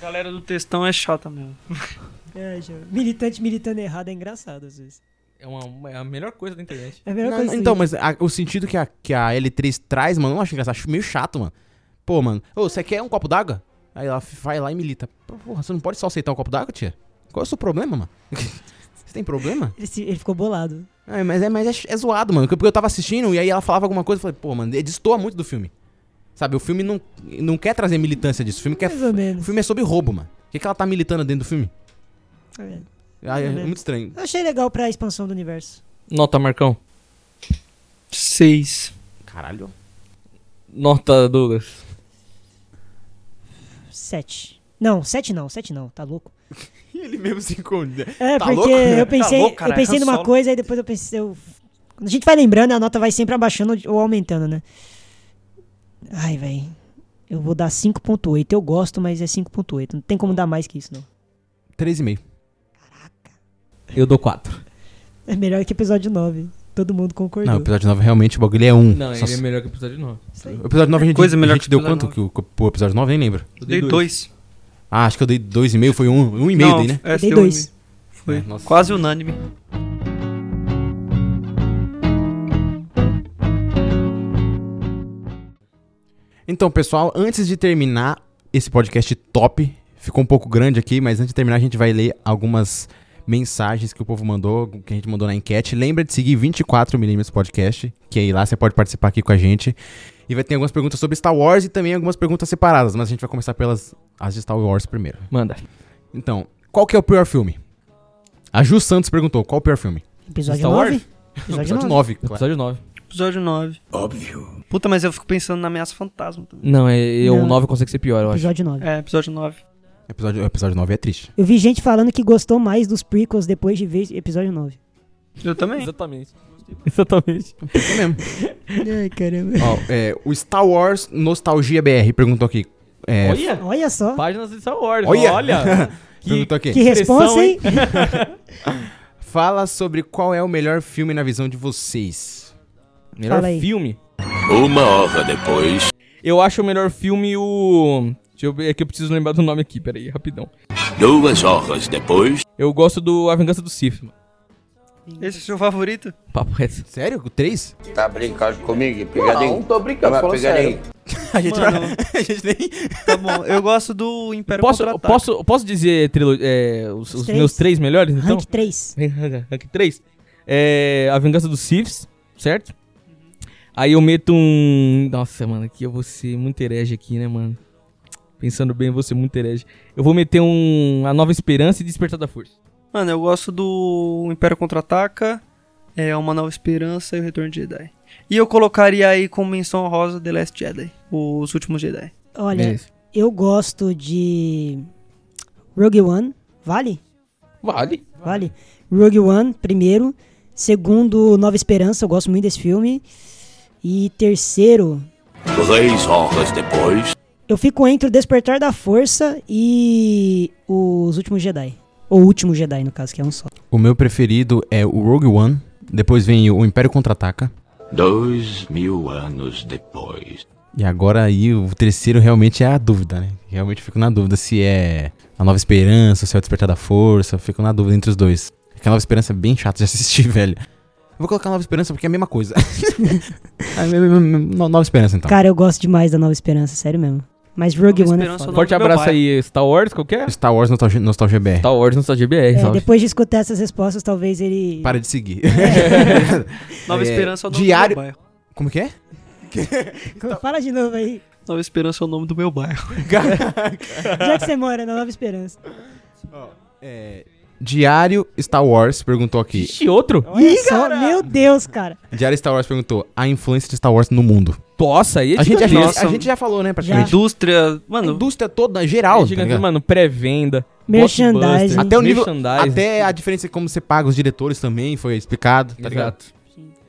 galera do textão é chata mesmo. É, João, militante militando errado é engraçado às vezes. É, uma, é a melhor coisa da internet. É a melhor Não, coisa. então, mas a- o sentido que a, que a L3 traz, mano, eu não acho engraçado, acho meio chato, mano. Pô, mano, ô, você quer um copo d'água? Aí ela f- vai lá e milita. Pô, Porra, você não pode só aceitar um copo d'água, tia? Qual é o seu problema, mano? você tem problema? Ele, se- ele ficou bolado. É, mas é, mas é, ch- é zoado, mano. Porque eu tava assistindo e aí ela falava alguma coisa e falei, pô, mano, é- destoa muito do filme. Sabe, o filme não, não quer trazer militância disso. O filme, quer, o filme é sobre roubo, mano. O que, que ela tá militando dentro do filme? É. Ah, é, ou é menos. muito estranho. Eu achei legal pra expansão do universo. Nota, Marcão. Seis. Caralho. Nota, Douglas. Sete. Não, sete não, sete não, tá louco. Ele mesmo se encolhe. É, Tá porque louco? eu Tá pensei, louco, cara, eu pensei Han numa Solo. coisa e depois eu pensei. eu- Quando a gente vai lembrando, a nota vai sempre abaixando ou aumentando, né? Ai, velho. Eu vou dar 5.8. Eu gosto, mas é 5.8. Não tem como dar mais que isso, não. Três e meio. Eu dou quatro. É melhor que episódio 9. Todo mundo concordou. Não, o episódio 9 realmente o bagulho é um. Não, Só ele é se- melhor que o episódio 9. O episódio 9 a gente, É Coisa melhor a gente que o deu episódio quanto que o, que o episódio 9? Nem lembro. Eu dei dois. Ah, acho que eu dei 2,5, foi 1,5 um, um e meio Não, daí, né? é, Dei deu dois. um e meio. Foi quase unânime. Então, pessoal, antes de terminar esse podcast top, ficou um pouco grande aqui, mas antes de terminar a gente vai ler algumas mensagens que o povo mandou, que a gente mandou na enquete. Lembra de seguir 24mm Podcast, que aí lá você pode participar aqui com a gente. E vai ter algumas perguntas sobre Star Wars e também algumas perguntas separadas, mas a gente vai começar pelas as de Star Wars primeiro. Manda. Então, qual que é o pior filme? A Ju Santos perguntou, qual o pior filme? Episódio Star 9? Wars? Episódio 9, claro. Episódio 9. Episódio 9. Óbvio. Puta, mas eu fico pensando na ameaça fantasma também. Não, é, eu, Não. o 9 consegue ser pior, eu acho. Episódio 9. É, episódio 9. Episódio, episódio 9 é triste. Eu vi gente falando que gostou mais dos prequels depois de ver episódio 9. Eu também. Exatamente. Exatamente. mesmo. Ai, caramba. Ó, é, o Star Wars Nostalgia BR perguntou aqui. é, Olha. Olha só. Páginas de Star Wars. Olha. Olha. Perguntou aqui. que responsa, hein? Fala sobre qual é o melhor filme na visão de vocês. Melhor Fala aí. filme? Uma hora depois. Eu acho o melhor filme o... Deixa eu ver, é que eu preciso lembrar do nome aqui, peraí, rapidão. Duas horas depois. Eu gosto do A Vingança do Sith, mano. Esse é o seu favorito? Papo reto. Sério? O 3? Tá brincando comigo, pegadinha? Não, não tô brincando, Tava falando pegadinha. A gente Mano, a gente nem... Tá bom, eu gosto do Império Posso, Contra-Ataca. posso, posso dizer trilo- é, os, os três. meus três melhores, então? Rank 3. Rank 3. É, a Vingança dos Siths, certo? Uhum. Aí eu meto um... Nossa, mano, aqui eu vou ser muito herege aqui, né, mano? Pensando bem, eu vou ser muito herege. Eu vou meter um... A Nova Esperança e Despertar da Força. Mano, eu gosto do Império Contra-Ataca, é Uma Nova Esperança e o Retorno de Jedi. E eu colocaria aí como menção rosa The Last Jedi, Os Últimos Jedi. Olha, É isso. eu gosto de Rogue One, vale? Vale. Vale. Rogue One, primeiro. Segundo, Nova Esperança, eu gosto muito desse filme. E terceiro, Três horas depois. eu fico entre o Despertar da Força e Os Últimos Jedi. Ou Último Jedi, no caso, que é um só. O meu preferido é o Rogue One. Depois vem o Império Contra-Ataca. Dois mil anos depois. E agora aí o terceiro realmente é a dúvida, né? Realmente eu fico na dúvida se é a Nova Esperança, se é o Despertar da Força. eu Fico na dúvida entre os dois. É que a Nova Esperança é bem chata de assistir, velho. Eu vou colocar a Nova Esperança porque é a mesma coisa. É a mesma- mesma- no- Nova Esperança, então. Cara, eu gosto demais da Nova Esperança, sério mesmo. Mas Rogue One é foda. Forte abraço aí, Star Wars, qual que é? Star Wars Nostalgia, nostalgia BR. Star Wars Nostalgia BR, É, salve. depois de escutar essas respostas, talvez ele. Para de seguir. Nova Esperança é o nome Diário... do meu bairro. Como que é? Fala de novo aí. Nova Esperança é o nome do meu bairro. Já que você mora na Nova Esperança. É, Diário Star Wars perguntou aqui. E outro? Olha só, meu Deus, cara. Diário Star Wars perguntou a influência de Star Wars no mundo. Nossa, aí é A gente, já, gigantesco. a gente já falou, né, Já. praticamente. Indústria. Mano. indústria toda, É geral. tá gigantesco, ligado? mano, pré-venda. Merchandising. blockbuster, Até o nível. merchandising. Até a diferença de como você paga os diretores também foi explicado, tá ligado? Exato.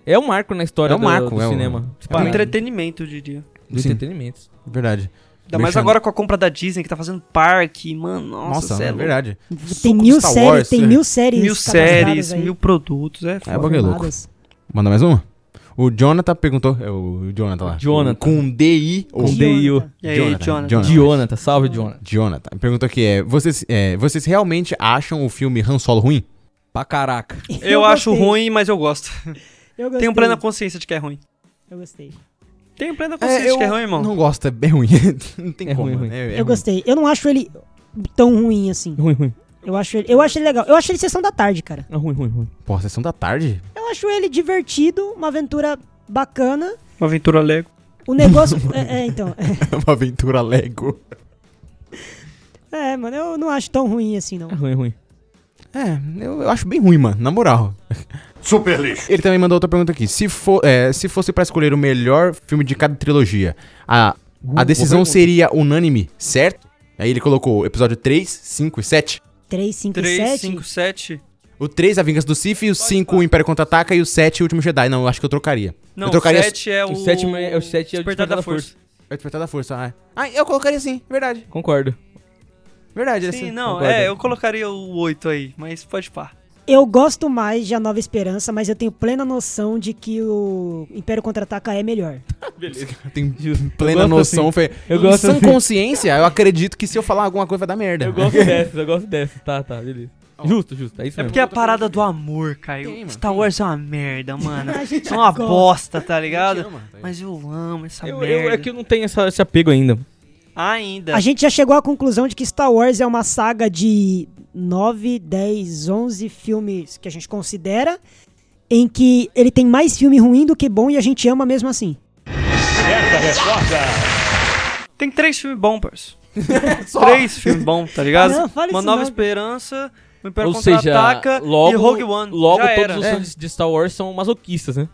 É um marco na história É um do- marco, do, é um- cinema. é um- Do Disparado. entretenimento, eu diria. Do Sim. entretenimento. Verdade. Ainda mais Merchan- agora com a compra da Disney, que tá fazendo parque, mano. Nossa, Nossa, cê é é louco. verdade. Tem Suco mil de Star séries, Wars, tem é. mil séries. Mil capacitadas séries, aí. mil produtos, é. É bagulho louco. Confirmadas. Manda mais uma? O Jonathan perguntou. É o Jonathan lá. Jonathan. Com DI ou Com DIU. E aí, Jonathan? Jonathan, salve, Jonathan. Jonathan. Perguntou aqui: é, vocês, é, vocês realmente acham o filme Han Solo ruim? Pra caraca. Eu, acho gostei. ruim, mas eu gosto. Eu gostei. Tenho plena consciência de que é ruim. Eu gostei. É Tenho plena consciência de que é ruim, irmão. Não gosto, é bem ruim. não tem É como. ruim, ruim. né? É, eu ruim. gostei. Eu não acho ele tão ruim assim. Ruim, é ruim. Eu acho ele, eu acho ele legal. Eu acho ele sessão da tarde, cara. É ruim, ruim, ruim. Pô, sessão da tarde? Eu acho ele divertido, uma aventura bacana. Uma aventura Lego. O negócio. é, é, então. É uma aventura Lego. É, mano, eu não acho tão ruim assim, não. É ruim, ruim. É, eu, eu acho bem ruim, mano, na moral. Super lixo. Ele também mandou outra pergunta aqui. Se, for, é, se fosse pra escolher o melhor filme de cada trilogia, a, Uh, a decisão seria unânime, certo? Aí ele colocou episódio 3, 5 e 7. 3, 5 e 3, 7. 5, 7. O 3, A Vingança do Sif, e o 5, O Império Contra-Ataca, e o 7, O Último Jedi. Não, eu acho que eu trocaria. Não, eu trocaria 7 é o. O sétimo é- o sete é o Despertar Despertar da da Força. É o Despertar da Força, ah, é. Ah, eu colocaria sim, verdade. Concordo. Verdade, Sim, essa- não, concordo. é, eu colocaria o 8 aí, mas pode pá. Eu gosto mais de A Nova Esperança, mas eu tenho plena noção de que o Império Contra-Ataca é melhor. Tem plena gosto noção. assim. Fe... Eu Em gosto sã assim. consciência, eu acredito que se eu falar alguma coisa vai dar merda. Eu gosto dessas, eu gosto dessas. Tá, tá, beleza. Justo, justo. É isso É mesmo. porque é a parada do amor, Caio. Tem, mano, Star Wars é uma merda, mano. A gente é uma gosta. bosta, tá ligado? ama, tá aí. Mas eu amo essa Eu- merda. eu- é que eu não tenho essa- esse apego ainda. Ainda. A gente já chegou à conclusão de que Star Wars é uma saga de 9, 10, 11 filmes que a gente considera, em que ele tem mais filme ruim do que bom e a gente ama mesmo assim. Tem três filmes bons, parceiro. três filmes bons, tá ligado? Não, fala Uma isso Nova não. Esperança, O Império Ou seja, Contra-Ataca logo, e Rogue One. logo Já todos era. os É. fãs de Star Wars são masoquistas, né?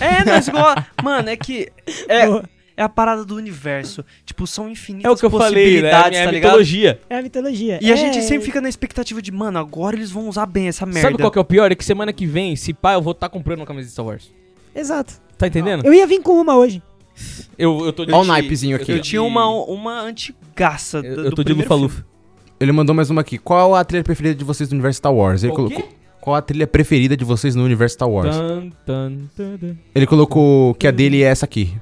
É, nós gostamos. Mano, é que. É, é a parada do universo. Tipo, são infinitas É o que eu falei, né? possibilidades, É tá a ligado? mitologia. É a mitologia. E a É, gente sempre fica na expectativa de, mano, agora eles vão usar bem essa merda. Sabe qual que é o pior? É que semana que vem, se pá, eu vou estar comprando uma camisa de Star Wars. Exato. Tá entendendo? Eu ia vir com uma hoje. Eu, eu tô de... Ó o naipezinho aqui. Eu de- tinha uma, uma antigaça Eu, da- eu do tô de primeiro Lufa-Lufa. Ele mandou mais uma aqui. Qual a trilha preferida de vocês no universo Star Wars? Ele Qual o colocou. Qual a trilha preferida de vocês no universo Star Wars? Tan, tan, tan, tan. Ele colocou que a dele é essa aqui.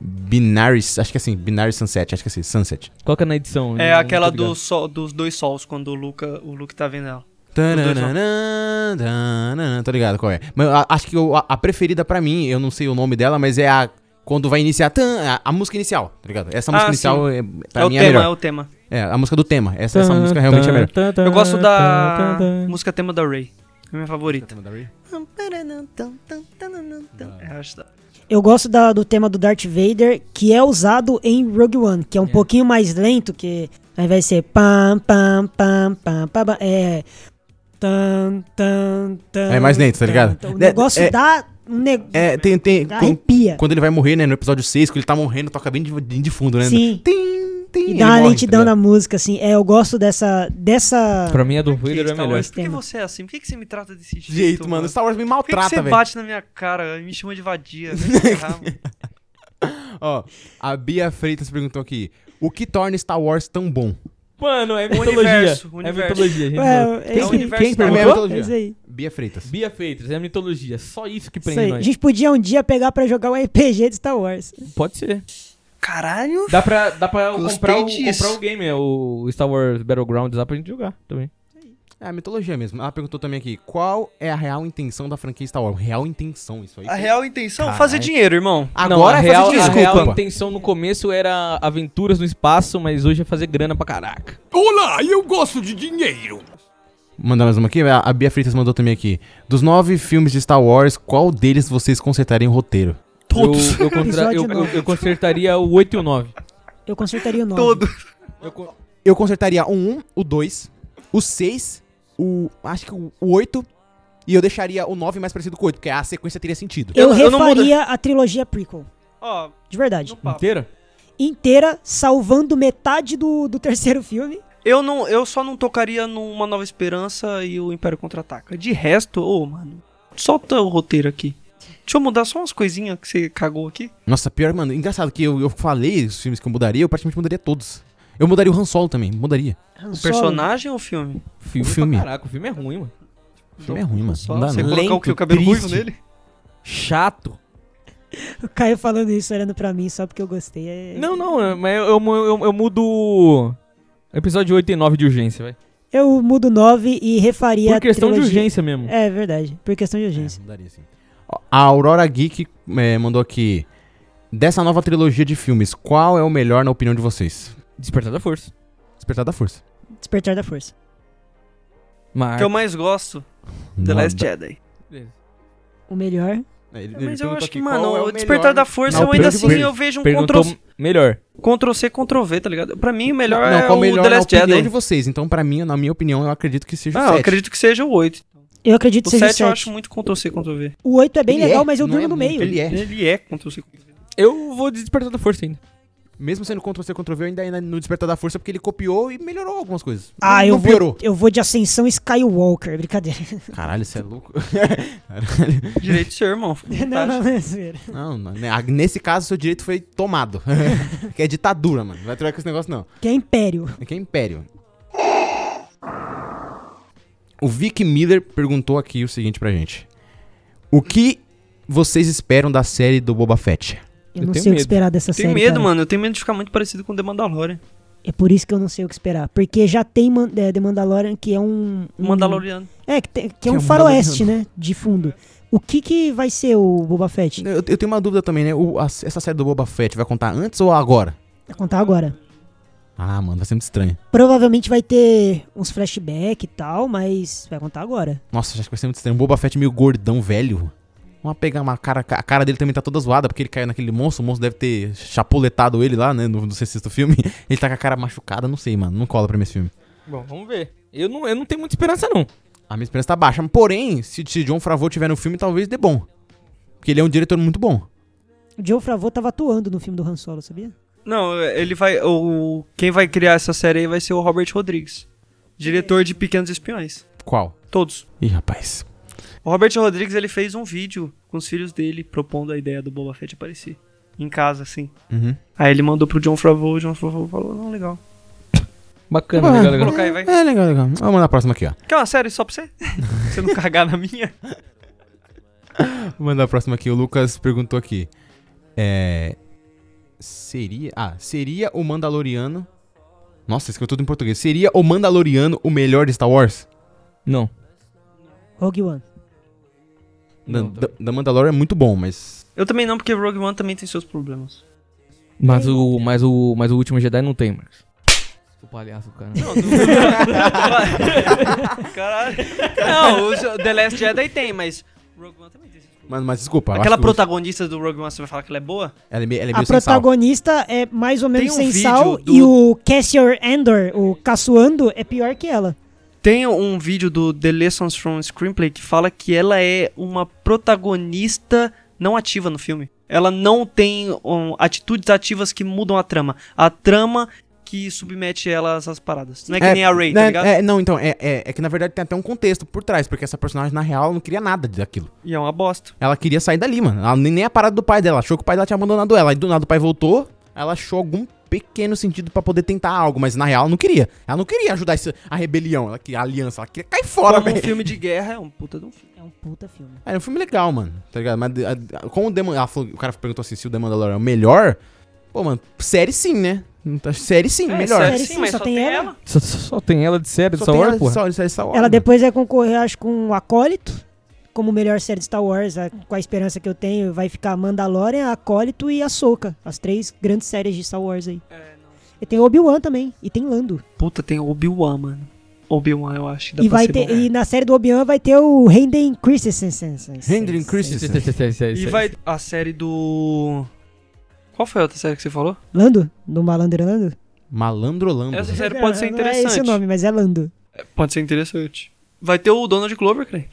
Binary, acho que é assim, Binary Sunset, acho que é assim, Sunset. Coloca na edição. filme. eu É não- aquela não tô do ligado. sol- dos dois sols, quando o, Luca, o Luke tá vendo ela. Tananã, tananã, Tá ligado qual é? Mas a- acho que o- a, a preferida pra mim, eu não sei o nome dela, mas é a quando vai iniciar tan- a, a música inicial, tá ligado? Essa música Ah, inicial sim. é, pra é o mim tema, é a é melhor. o tema. É, a música do tema. Essa, essa música realmente é a melhor. Tan, tan, Eu gosto tan, da tan, tan. música tema da Ray. É minha favorita. É, acho da- Eu gosto da- do tema do Darth Vader, que é usado em Rogue One, que é um pouquinho mais lento, que aí vai ser pam, pam, pam, pam, pam, pam, é... Tan, tan, tan, É mais lento, tá tan, ligado? tan. O É- negócio é- dá um negócio... É, tem. tem Arrepia. Quando ele vai morrer, né? No episódio 6, quando ele tá morrendo, toca bem de, de fundo, né? Sim. Tim, tem. E ele dá uma morre, lentidão tá ligado? na música, assim. É, eu gosto dessa. dessa... Pra mim, a do Vader é Star melhor. Wars, por que você é assim? Por que, que você me trata desse jeito? Jeito, mano. Star Wars me Por que, que maltrata, você velho. bate na minha cara e me chama de vadia? né? Vai se ferrar, mano. Ó, a Bia Freitas perguntou aqui: o que torna Star Wars tão bom? Mano, é O mitologia. universo, o é universo. mitologia, gente. Ué, Não- é isso quem, aí. quem, quem É perguntou? mitologia. É isso aí. Bia Freitas. Bia Freitas, é mitologia. Só isso que Isso prende aí. A nós. gente podia um dia pegar pra jogar um RPG de Star Wars. Pode ser. Caralho. Dá pra, dá pra Gostei comprar, o, disso. comprar o game, é, o Star Wars Battlegrounds, dá pra gente jogar também. É a mitologia mesmo. Ela perguntou também aqui: qual é a real intenção da franquia Star Wars? Real intenção, isso aí. A real intenção? é Caralho. Fazer dinheiro, irmão. Agora Não, a é fazer real, dinheiro. A real Desculpa. intenção no começo era aventuras no espaço, mas hoje é fazer grana pra caraca. Olá, eu gosto de dinheiro. Mandar mais uma aqui. A a Bia Freitas mandou também aqui: dos nove filmes de Star Wars, qual deles vocês consertariam o roteiro? Todos. Eu, eu, contra- Episódio eu- eu- nove. eu consertaria o 8 e o 9. Eu consertaria o Ah, nome. Eu consertaria o 1, o 2, o 6, o. Acho que o 8. E eu deixaria o 9 mais parecido com o 8, porque a sequência teria sentido. Eu, Eu- eu não refaria a trilogia prequel. Ó, De verdade. papo. Inteira? Inteira, salvando metade do, do terceiro filme. Eu, não, eu só não tocaria numa Nova Esperança e o Império Contra-Ataca. De resto, ô, mano, solta o roteiro aqui. Deixa eu mudar só umas coisinhas que você cagou aqui. Nossa, pior, mano. Engraçado que eu, eu falei os filmes que eu mudaria, eu praticamente mudaria todos. Eu mudaria o Han Solo também, mudaria. O personagem ou o filme? O filme. pra Caraca, o filme é ruim, mano. O filme é ruim, mano. Só não dá, você não. colocar o, que, o cabelo ruivo nele? Chato. O Caio falando isso, olhando pra mim só porque eu gostei. É- Não, não, é- mas eu, eu, eu, eu mudo o episódio 8 e 9 de urgência, vai. Eu mudo 9 e refaria Por questão a de trilogia. urgência mesmo. É verdade, por questão de urgência. É, Mudaria, sim. Ó, A Aurora Geek eh, mandou aqui. Dessa nova trilogia de filmes, qual é o melhor na opinião de vocês? Despertar da Força. Despertar da Força. Despertar da Força. Mas... que eu mais gosto. The Não, Last da- Jedi. O melhor. Mas eu acho que, é mano, o Despertar da Força, eu ainda assim eu vejo um Perguntou Ctrl-C, melhor. Ctrl-C, Ctrl-V, tá ligado? Pra mim, o melhor Não, é qual o melhor The na Last opinião de Jedi. vocês? Então, pra mim, na minha opinião, eu acredito que seja o Ah, eu sete. acredito que seja o 8. Eu acredito O que seja 7 eu o acho 7. muito Ctrl-C, Ctrl-V. O 8 é bem Ele legal, é, mas eu não durmo é no muito, meio. Ele é. Ele é Ctrl-C, Ctrl-V. Eu vou de Despertar da Força ainda. Mesmo sendo Ctrl-C, Ctrl-V, eu ainda ainda no Despertar da Força, porque ele copiou e melhorou algumas coisas. Ah, Não- eu não piorou. vou, eu vou de Ascensão Skywalker, brincadeira. Caralho, você é louco. Caralho. Direito seu, irmão. fica à Tá. vontade. não, não, não é zoeira. Não, não, né? Ah, nesse caso, seu direito foi tomado. que é ditadura, mano. Não vai trocar com esse negócio, não. Que é Império. Aqui é império. O Vic Miller perguntou aqui o seguinte pra gente. O que vocês esperam da série do Boba Fett? Eu, Eu não tenho sei o medo. que esperar dessa Tenho série. medo, cara. mano. Eu tenho medo de ficar muito parecido com The Mandalorian. É por isso que eu não sei o que esperar. Porque já tem Man é, The Mandalorian, que é um. um Mandaloriano. É, que, tem- que Que é é um um faroeste, né? De fundo. O que, que vai ser o Boba Fett? Eu, eu tenho uma dúvida também, né? O- a- essa série do Boba Fett vai contar antes ou agora? Vou contar agora. Ah, mano, vai ser muito estranho. Provavelmente vai ter uns flashback e tal, mas vai contar agora. Nossa, acho que vai ser muito estranho. O Boba Fett meio gordão, velho. Vamos pegar uma cara. A cara dele também tá toda zoada, porque ele caiu naquele monstro. O monstro deve ter chapuletado ele lá, né? No, no sexto filme. Ele tá com a cara machucada, não sei, mano. Não cola pra mim esse filme. Bom, vamos ver. Eu não, eu não tenho muita esperança, não. A minha esperança tá baixa. mas, Porém, se, se John Favreau tiver no filme, talvez dê bom. Porque ele é um diretor muito bom. O Joe Favreau tava atuando no filme do Han Solo, sabia? Não, ele vai. O, quem vai criar essa série aí vai ser o Robert Rodrigues. Diretor de Pequenos Espiões. Qual? Todos. Ih, rapaz. O Robert Rodrigues ele fez um vídeo com os filhos dele propondo a ideia do Boba Fett aparecer. Em casa, assim. Uhum. Aí ele mandou pro John Favreau, o John Favreau falou, não, legal. Bacana, legal, legal. Colocar aí, vai. É, legal, legal. Vamos mandar a próxima aqui, ó. Quer uma série só pra você? Pra você não cagar na minha? Vou mandar a próxima aqui. O Lucas perguntou aqui. É. Seria. Ah, seria o Mandaloriano. Nossa, escreveu tudo em português. Seria o Mandaloriano o melhor de Star Wars? Não. Rogue One. Da, Não, da, da Mandalorian é muito bom, mas. Eu também não, porque Rogue One também tem seus problemas. Mas o, mas o, mas o último Jedi não tem, Marcos. Sou palhaço, cara. Caralho. Não, o The Last Jedi tem, mas Rogue One também tem seus problemas. Mano, mas desculpa. eu Aquela acho que você- protagonista do Rogue One, você vai falar que ela é boa? Ela é meio, ela é A meio sem sal. protagonista é mais ou menos Tem um sem sal vídeo do- e o Cassior Andor, o caçoando, é pior que ela. Tem um vídeo do The Lessons from Screenplay que fala que ela é uma protagonista não ativa no filme. Ela não tem um, atitudes ativas que mudam a trama. A trama que que submete ela a essas paradas. Não é, É, que nem a Ray, tá né, ligado? é, não, então, é, é, é que na verdade tem até um contexto por trás, porque essa personagem, na real, não queria nada daquilo. E é uma bosta. Ela queria sair dali, mano. Ela nem nem a parada do pai dela. Achou que o pai dela tinha abandonado ela. Aí do nada o pai voltou. Ela achou algum pequeno sentido pra poder tentar algo, mas na real ela não queria. Ela não queria ajudar esse- a rebelião, ela queria a aliança, ela queria cair fora, Como um velho. filme de guerra é um puta de um filme. É um puta filme. É um filme legal, mano. Tá ligado? Mas a- a- como o Demon, ela falou- o cara perguntou assim se o The Mandalorian é o melhor. Pô, mano, série sim, né? Não tá- Série sim, É, melhor. série sim, mas só tem ela. Só, só- só tem ela de série Só dessa tem hora, ela de porra. só- só de Star Wars, Ela mano. depois vai concorrer, acho, com o Acólito, como melhor série de Star Wars, a- com a esperança que eu tenho, vai ficar Mandalorian, Acólito e Ahsoka, as três grandes séries de Star Wars aí. E tem Obi-Wan também, e tem Lando. Puta, tem Obi-Wan, mano. Obi-Wan, eu acho. que Dá E, pra vai ser ter, bom. e na série do Obi-Wan vai ter o Hayden Christensen. Hendrix E Christensen. vai a série do. Qual foi a outra série que você falou? Lando? Do Malandro é Lando? Malandro Lando. Essa série pode ser Não É esse o interessante. nome, mas é Lando. Pode ser interessante. Vai ter o Donald Glover, creio.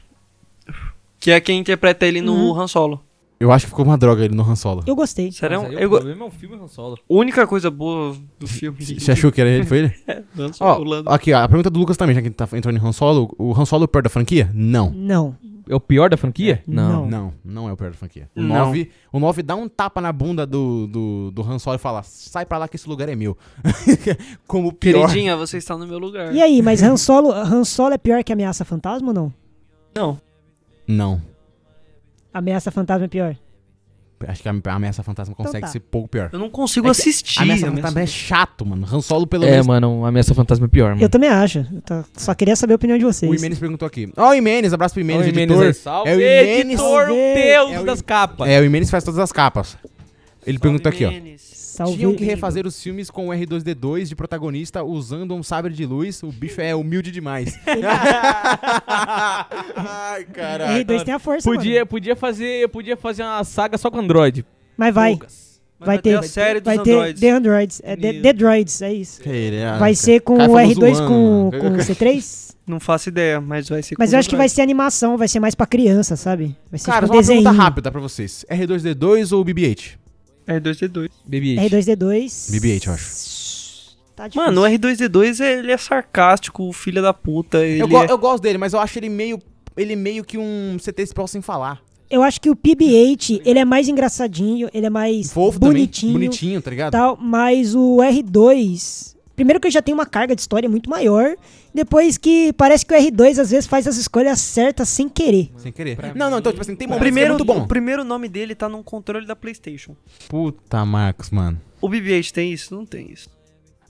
Que é quem interpreta ele no Uhum. Han Solo. Eu acho que ficou uma droga ele no Han Solo. Eu gostei. Será Mas um- aí eu o go- problema é o filme Han Solo. Única coisa boa do filme. Você achou que era ele? Foi ele? É, Han Solo, Ó, o Lando. aqui, ó, a pergunta do Lucas também, já que a gente tá entrando em Han Solo. O Han Solo é o pior da franquia? Não. Não. É o pior da franquia? Não. Não, não é o pior da franquia. O Não. 9, o 9 dá um tapa na bunda do, do, do Han Solo e fala: sai pra lá que esse lugar é meu. Como o pior. Queridinha, você está no meu lugar. E aí, mas Han Solo, Han Solo é pior que Ameaça Fantasma ou não? Não. Não. Ameaça Fantasma é pior. Acho que a a Ameaça Fantasma Então consegue tá. ser pouco pior. Eu não consigo É que assistir, A Ameaça Ameaça- Fantasma assim. é chato, mano. Han Solo, pelo É, menos. mano, Ameaça Fantasma é pior, mano. Eu também acho. Eu tô- só queria saber a opinião de vocês. O Imenes perguntou aqui. Ó, o Imenes, abraço pro Imenes, Ó, o Imenes editor. aí, salve, é o Imenes. editor, o deus das capas. É, o Imenes faz todas as capas. Ele perguntou aqui, ó. Salve. Tinham que refazer os filmes com o R2D2 de protagonista usando um sabre de luz. O bicho é humilde demais. Ai, caralho. R2 tem a força, mano. Podia, podia, fazer, podia fazer uma saga só com Android. Mas vai. vai ter. a série dos vai androides. ter The Androids. É The, The Droids, é isso. Caralho, Vai ser com cara o falou R2 zoando. com, com o C3? Não faço ideia, mas vai ser Mas com eu acho que vai Android. ser animação, vai ser mais pra criança, sabe? Vai ser Cara, só tipo uma um desenho. pergunta rápida pra vocês. R2D2 ou BB-8? R2D2. R2D2. BB-8, eu acho. Tá difícil. Mano, o R2D2 é- ele é sarcástico, filho da puta. Ele Eu, go- é... eu gosto dele, mas eu acho ele meio... Ele meio que um CT Sprawl sem falar. Eu acho que o PB-8, ele é mais engraçadinho, ele é mais Fofo bonitinho. também. Bonitinho, tá ligado? tal, mas o R2. Primeiro que ele já tem uma carga de história muito maior. Depois que parece que o R2 às vezes faz as escolhas certas sem querer. Sem querer. não, não, então, tipo assim, tem O momentos primeiro, que é muito bom. o primeiro nome dele tá num controle da PlayStation. Puta, Marcos, mano. O BB-8 tem isso? Não tem isso.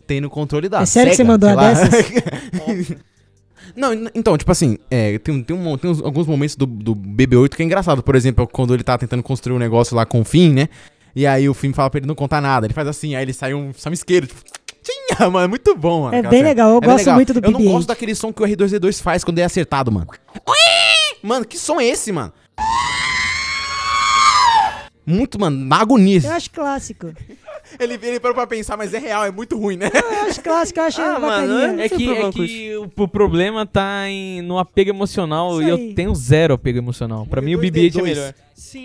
Tem no controle da É sério que Sega, você mandou sei uma lá. dessas? Não, n- então, tipo assim, é, tem, tem, um- tem uns- alguns momentos do, do BB-8 que é engraçado. Por exemplo, quando ele tá tentando construir um negócio lá com o Finn, né? E aí o Finn fala pra ele não contar nada. Ele faz assim, aí ele sai um, sai um isqueiro, tipo... Tinha, mano, é muito bom, mano. É aquela bem cena. legal, eu bem gosto muito do Eu não BB-8. gosto daquele som que o R2-D2 faz quando é acertado, mano. Mano, que som é esse, mano? Muito, mano, na agonia. Eu acho clássico. Ele, ele parou pra pensar, mas é real, é muito ruim, né? Eu acho clássico, eu acho Ah, mano, bacaninha. não É tem que, problema é com que o, o problema tá em, no apego emocional Isso e aí. eu tenho zero apego emocional. Pra mim o BB-8 é melhor.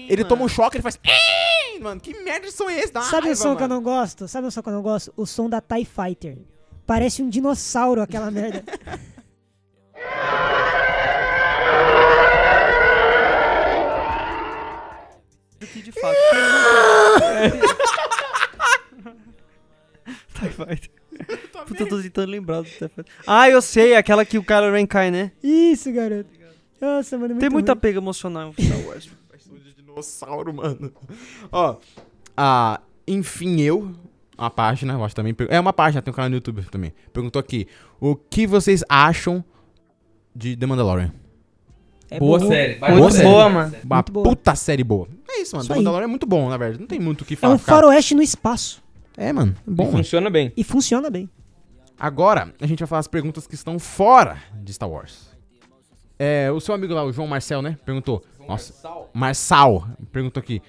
Ele toma um choque, ele faz... "Ih!" Mano, que merda de som é esse? Dá uma Sabe o raiva, som que eu mano. não gosto? Sabe o som que eu não gosto? O som da TIE Fighter. Parece um dinossauro aquela merda. Que de fato. quem nunca- Tie Fighter. Tá, Puta, eu tô tentando lembrar do Tie Fighter. Ah, eu sei, aquela que o Kylo Ren cai, né? Isso, garoto. Nossa, mano, é muito Tem muito ruim. apego emocional em Star Wars. Dinossauro, mano. Ó, a Enfim Eu, a página, eu acho também. per- É uma página, tem um canal no YouTube também. Perguntou aqui: O que vocês acham de The Mandalorian? boa série. Muito boa, mano. Uma Muito boa. puta série boa. É isso, mano. Isso The aí. Mandalorian é muito bom, na verdade. Não tem muito o que É falar. um cara. faroeste no espaço. É, mano. É bom, mano. Funciona bem. E funciona bem. Agora, a gente vai falar as perguntas que estão fora de Star Wars. É, o seu amigo lá, o João Marcel, né? Perguntou. Nossa, Marçal perguntou aqui.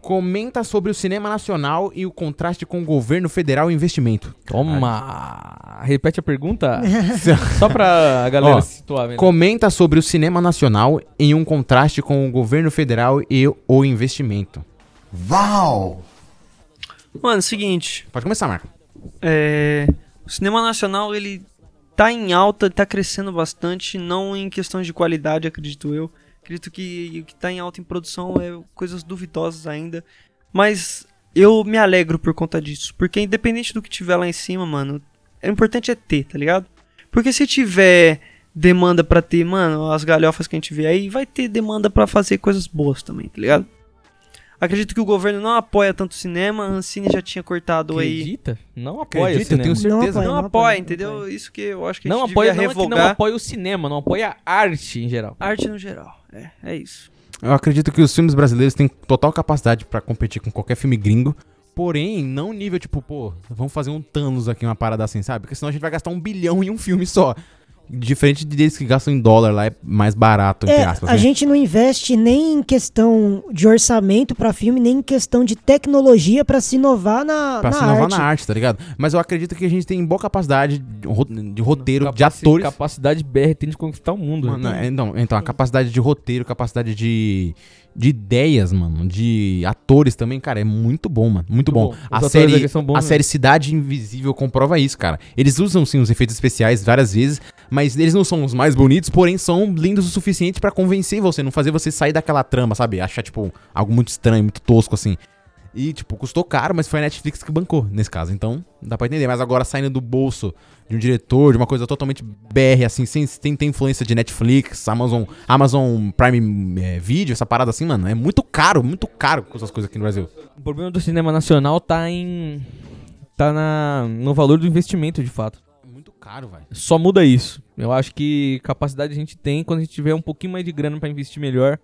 Comenta sobre o cinema nacional e o contraste com o governo federal e investimento. Toma! Repete a pergunta só pra galera Ó, se situar. Melhor. Comenta sobre o cinema nacional em um contraste com o governo federal e o investimento. Uau! Mano, é seguinte. Pode começar, Marco. É. O cinema nacional, ele tá em alta, tá crescendo bastante, não em questões de qualidade, acredito eu. Acredito que o que tá em alta em produção é coisas duvidosas ainda. Mas eu me alegro por conta disso. Porque independente do que tiver lá em cima, mano, o importante é ter, tá ligado? Porque se tiver demanda pra ter, mano, as galhofas que a gente vê aí, vai ter demanda pra fazer coisas boas também, tá ligado? Acredito que o governo não apoia tanto o cinema, a Ancine já tinha cortado Acredita? aí. Não apoia o Acredita, eu tenho cinema. certeza. Não Não apoia, apoia, entendeu? Isso que eu acho que a gente Não apoia, não devia é que revogar. não apoia o cinema, não apoia a arte em geral. Arte no geral, é, é isso. Eu acredito que os filmes brasileiros têm total capacidade pra competir com qualquer filme gringo. Porém, não nível tipo, pô, vamos fazer um Thanos aqui, uma parada assim, sabe? Porque senão a gente vai gastar um bilhão em um filme só. Diferente deles que gastam em dólar lá, é mais barato, entre É, aspas. a né? gente não investe nem em questão de orçamento pra filme, nem em questão de tecnologia pra se inovar na, Pra na se inovar arte. na arte, tá ligado? Mas eu acredito que a gente tem boa capacidade de ro- de roteiro, de atores. Capacidade BR tem de conquistar o mundo. Mano, é, então, então, a capacidade de roteiro, capacidade de, de ideias, mano, de atores também, cara, é muito bom, mano. Muito, bom. bom. Os A, atores série, aqui são bons a mesmo. série Cidade Invisível comprova isso, cara. Eles usam, sim, os efeitos especiais várias vezes, mas eles não são os mais bonitos, porém são lindos o suficiente pra convencer você, não fazer você sair daquela trama, sabe? Achar, tipo, algo muito estranho, muito tosco, assim. E, tipo, custou caro, mas foi a Netflix que bancou nesse caso. Então, dá pra entender. Mas agora saindo do bolso de um diretor, de uma coisa totalmente BR, assim, sem, sem ter influência de Netflix, Amazon, Amazon Prime eh, Video, essa parada assim, mano. É muito caro, muito caro com essas coisas aqui no Brasil. O problema do cinema nacional tá em. tá na, no valor do investimento, de fato. Muito caro, velho. Só muda isso. Eu acho que capacidade a gente tem quando a gente tiver um pouquinho mais de grana pra investir melhor.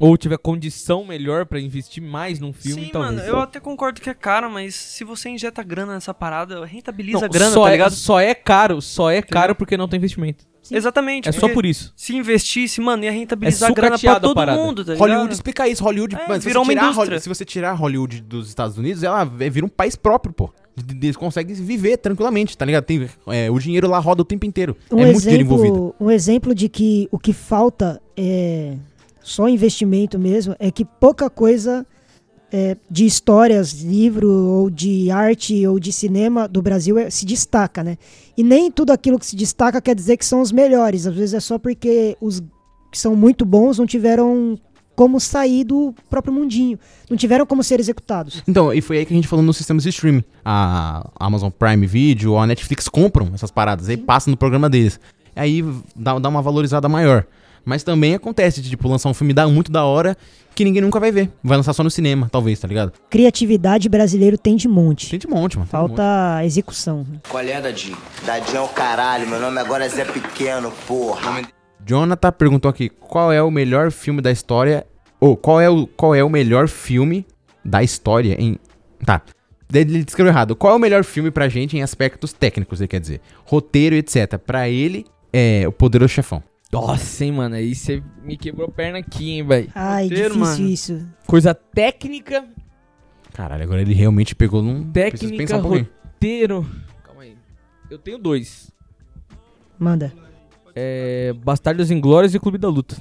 Ou tiver condição melhor pra investir mais num filme, Sim, talvez. mano, eu até concordo que é caro, mas se você injeta grana nessa parada, rentabiliza Não, a grana, só tá é- ligado? só é caro, só é caro porque não tem investimento. Exatamente. É só porque por isso. Se investisse, mano, ia rentabilizar É a grana pra sucateada a todo parada. mundo, tá ligado? Hollywood explica isso. Hollywood, É, mano, se virou você uma tirar indústria. Holly- se você tirar Hollywood dos Estados Unidos, ela v- vira um país próprio, pô. Eles conseguem viver tranquilamente, tá ligado? Tem, eh, o dinheiro lá roda o tempo inteiro. Um, é muito dinheiro envolvido. exemplo, um exemplo de que o que falta é só investimento mesmo é que pouca coisa é, de histórias, livro ou de arte ou de cinema do Brasil é- se destaca, né? E nem tudo aquilo que se destaca quer dizer que são os melhores. Às vezes é só porque os que são muito bons não tiveram como sair do próprio mundinho, não tiveram como ser executados. Então, e foi aí que a gente falou nos sistemas de streaming. A Amazon Prime Video, a Netflix compram essas paradas, aí passam no programa deles. Aí dá, dá uma valorizada maior. Mas também acontece de, tipo, lançar um filme da, muito da hora que ninguém nunca vai ver. Vai lançar só no cinema, talvez, tá ligado? Criatividade brasileiro tem de monte. Tem de monte, mano. Falta execução. Qual é, Dadinho? Dadinho é o caralho, meu nome agora é Zé Pequeno, porra. Jonathan perguntou aqui, qual é o melhor filme da história... Ou, qual é o, qual é o melhor filme da história em... Tá. Daí Ele descreveu errado. Qual é o melhor filme pra gente em aspectos técnicos, ele quer dizer? Roteiro, etc. Pra ele, é O Poderoso Chefão. Nossa, hein, mano. Aí você me quebrou a perna aqui, hein, velho. Ai, Roteiro, difícil mano. isso. Coisa técnica. Caralho, agora ele realmente pegou num. Preciso Técnica, pensar um pouquinho. roteiro. Calma aí. Eu tenho dois. Manda. É. Bastardos Inglórios e Clube da Luta.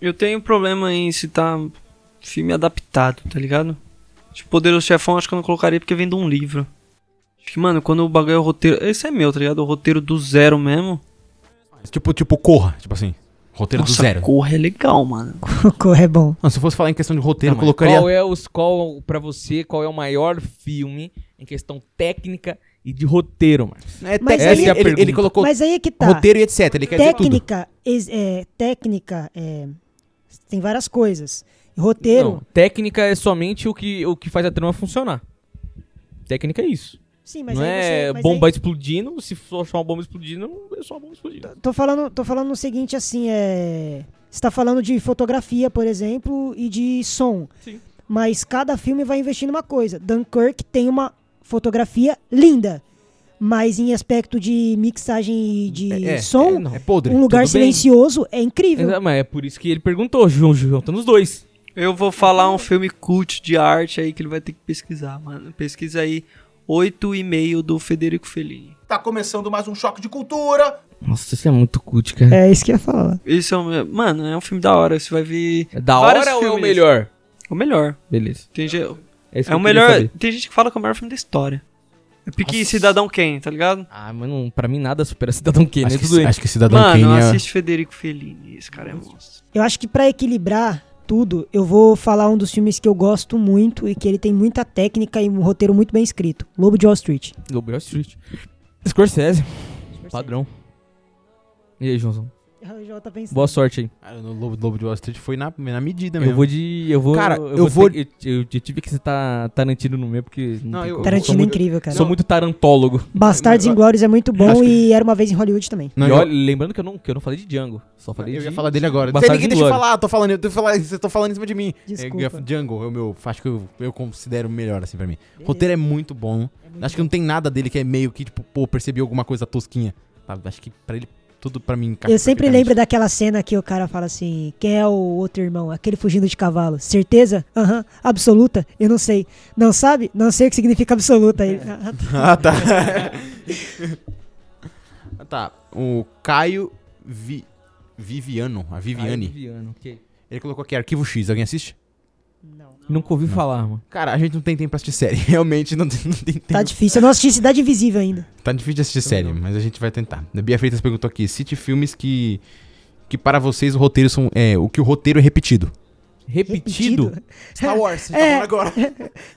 Eu tenho problema em citar filme adaptado, tá ligado? Tipo, Poderoso Chefão acho que eu não colocaria porque vem de um livro. Acho que, mano, quando o bagulho é o roteiro... Esse é meu, tá ligado? O roteiro do zero mesmo. Tipo, tipo, corra, tipo assim. Roteiro do Nossa, zero. Corra é legal, mano. Corre é bom. Não, se eu fosse falar em questão de roteiro, Não, eu mas colocaria. Qual é os qual para você, qual é o maior filme em questão técnica e de roteiro, Marcos? É, Mas técnica. aí- Ele- ele colocou Mas aí é que tá. roteiro e etc, ele quer dizer tudo. técnica, ex- é, técnica, é, tem várias coisas. Roteiro, Não, técnica é somente o que o que faz a trama funcionar. Técnica é isso. Sim, mas não aí é você- mas bomba aí- explodindo, se for só uma bomba explodindo, não é só uma bomba explodindo. tô falando, tô falando o seguinte assim, é, você tá falando de fotografia, por exemplo, e de som. Mas cada filme vai investir numa coisa. Dunkirk tem uma fotografia linda, mas em aspecto de mixagem e de É, é, som, não. É podre, um lugar tudo bem. silencioso é incrível. Mas, mas é por isso que ele perguntou, João, juntando os dois. Eu vou falar um filme cult de arte aí que ele vai ter que pesquisar, mano. Pesquisa aí 8 e meio do Federico Fellini. Tá começando mais um choque de cultura. Nossa, isso é muito cult, cara. É isso que eu ia falar. Esse é o meu... Mano, é um filme da hora. Você vai ver. É da vários hora ou é o filmes. melhor? O melhor. Beleza. Tem, ge- É isso que é eu o queria melhor. saber. Tem gente que fala que é o melhor filme da história. É pique Cidadão Ken, tá ligado? Ah, mas não, pra mim nada supera Cidadão Kane. Acho né? que- Tudo bem. acho que Cidadão Mano, Kane é- assiste Federico Fellini. Esse cara é monstro. Eu acho que pra equilibrar tudo, eu vou falar um dos filmes que eu gosto muito e que ele tem muita técnica e um roteiro muito bem escrito. Lobo de Wall Street. é Lobo de Wall Street. Scorsese. Padrão. E aí, Joãozão? O João tá pensando. Boa sorte aí. Cara, no Lobo, Lobo de Wall Street foi na, na medida É mesmo. Eu vou de. Eu vou, Cara, eu vou. ter- eu, eu tive que você tá Tarantino no meio, porque. Não, tem eu- como. Tarantino Sou é muito- incrível, cara. Sou muito tarantólogo. Bastardos Inglórios é muito bom e Era Uma Vez em Hollywood também. E olha, lembrando que eu, não, que eu não falei de Django. Só falei Eu de. ia falar dele agora. Você Bastardos ninguém deixa eu Inglórios. falar, tô falando, eu tô falando, vocês estão falando em cima de mim. Desculpa. É, Django, é o meu, acho que eu, eu considero o melhor, assim, pra mim. O roteiro é muito bom. acho que não tem nada dele que é meio que, tipo, pô, percebi alguma coisa tosquinha. sabe? Acho que pra ele, tudo pra mim encaixa Eu sempre perfeitamente. lembro daquela cena que o cara fala assim: quem é o outro irmão? Aquele fugindo de cavalo. Certeza? Aham. Absoluta? Eu não sei. Não sabe? Não sei o que significa absoluta. É. Aí, "Ah, ah, tá. Ah, tá. O Caio Vi- Viviano, a Viviane. Viviano, ok. Ele colocou aqui Arquivo X, alguém assiste? Nunca ouvi falar, mano. Cara, a gente não tem tempo pra assistir série. Realmente não tem, não tem tempo. tá difícil. Eu não assisti Cidade Invisível ainda. Tá difícil de assistir série, mas a gente vai tentar. A Bia Freitas perguntou aqui: cite filmes que. que para vocês o roteiro são. É, o que o roteiro é repetido. Repetido? Star Wars, você É,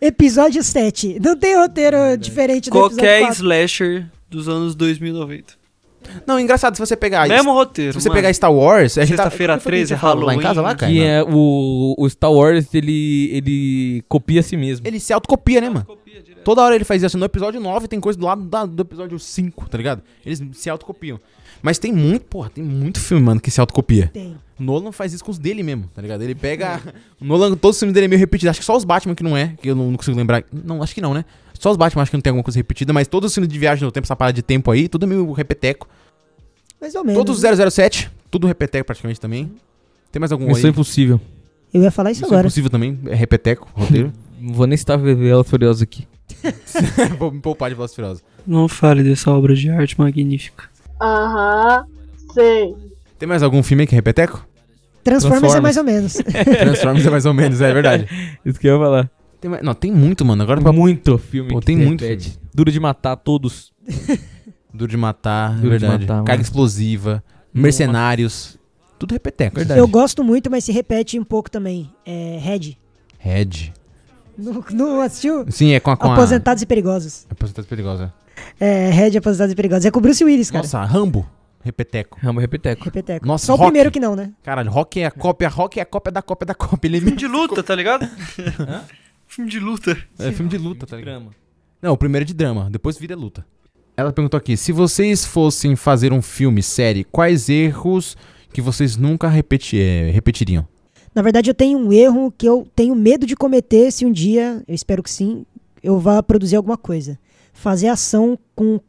episódio 7. Não tem roteiro diferente do Qualquer episódio 4. slasher dos anos 2090. Não, engraçado, se você pegar. Mesmo roteiro. Se você mano. pegar Star Wars. a gente tá- Sexta-feira qual foi que 13 é você falou Lá em casa, lá, Halloween. cara? Que é o, o Star Wars, ele, ele copia a si mesmo. Ele se autocopia, né, mano? Toda hora ele faz isso. No episódio 9 tem coisa do lado da- do episódio 5, tá ligado? Eles se autocopiam. Mas tem muito, porra, tem muito filme, mano, que se autocopia. Tem. Nolan faz isso com os dele mesmo, tá ligado? Ele pega. o Nolan, todos os filmes dele é meio repetido. Acho que só os Batman que não é, que eu não não consigo lembrar. Não, acho que não, né? Só os Batman acho que não tem alguma coisa repetida, mas todos os filmes de viagem no tempo, essa parada de tempo aí, tudo é meio repeteco. Mais Uhum. ou menos. Todos os 007, tudo repeteco praticamente também. Tem mais algum Missão aí? é Impossível. Eu ia falar isso Missão agora. Impossível também, é repeteco, roteiro. Não vou nem citar VV Ela Furiosa aqui. Vou me poupar de Velas Furiosas. Não fale dessa obra de arte magnífica. Aham, sei. Tem mais algum filme aí que é repeteco? Transformers é mais ou menos. Transformers é mais ou menos, é verdade. Isso que eu ia falar. Tem mais- não, tem muito, mano. Agora pra... Muito filme. Pô, que tem se muito repete. filme. Duro de matar todos. Duro de matar, Duro de é verdade. Matar, mano. Carga explosiva, mercenários. Tudo repeteco. Eu gosto muito, mas se repete um pouco também. É Red. Red. Não, não assistiu? Sim, é com a- com a- Aposentados e Perigosos. Aposentados perigosa. É, Red Aposentados e Perigosos. É com o Bruce Willis, cara. Nossa, Rambo. Repeteco. Rambo Repeteco. Repeteco. Nossa, Só o Rock. primeiro que não, né? Caralho, Rock é a cópia, Rock é a cópia da cópia da cópia. Ele é meio- Filme de luta, tá ligado? Filme de luta. É filme de luta, tá ligado? Não, o primeiro é de drama, depois vira luta. Ela perguntou aqui: se vocês fossem fazer um filme, série, quais erros que vocês nunca repeti- eh, repetiriam? Na verdade, eu tenho um erro que eu tenho medo de cometer se um dia, eu espero que sim, eu vá produzir alguma coisa. Fazer ação com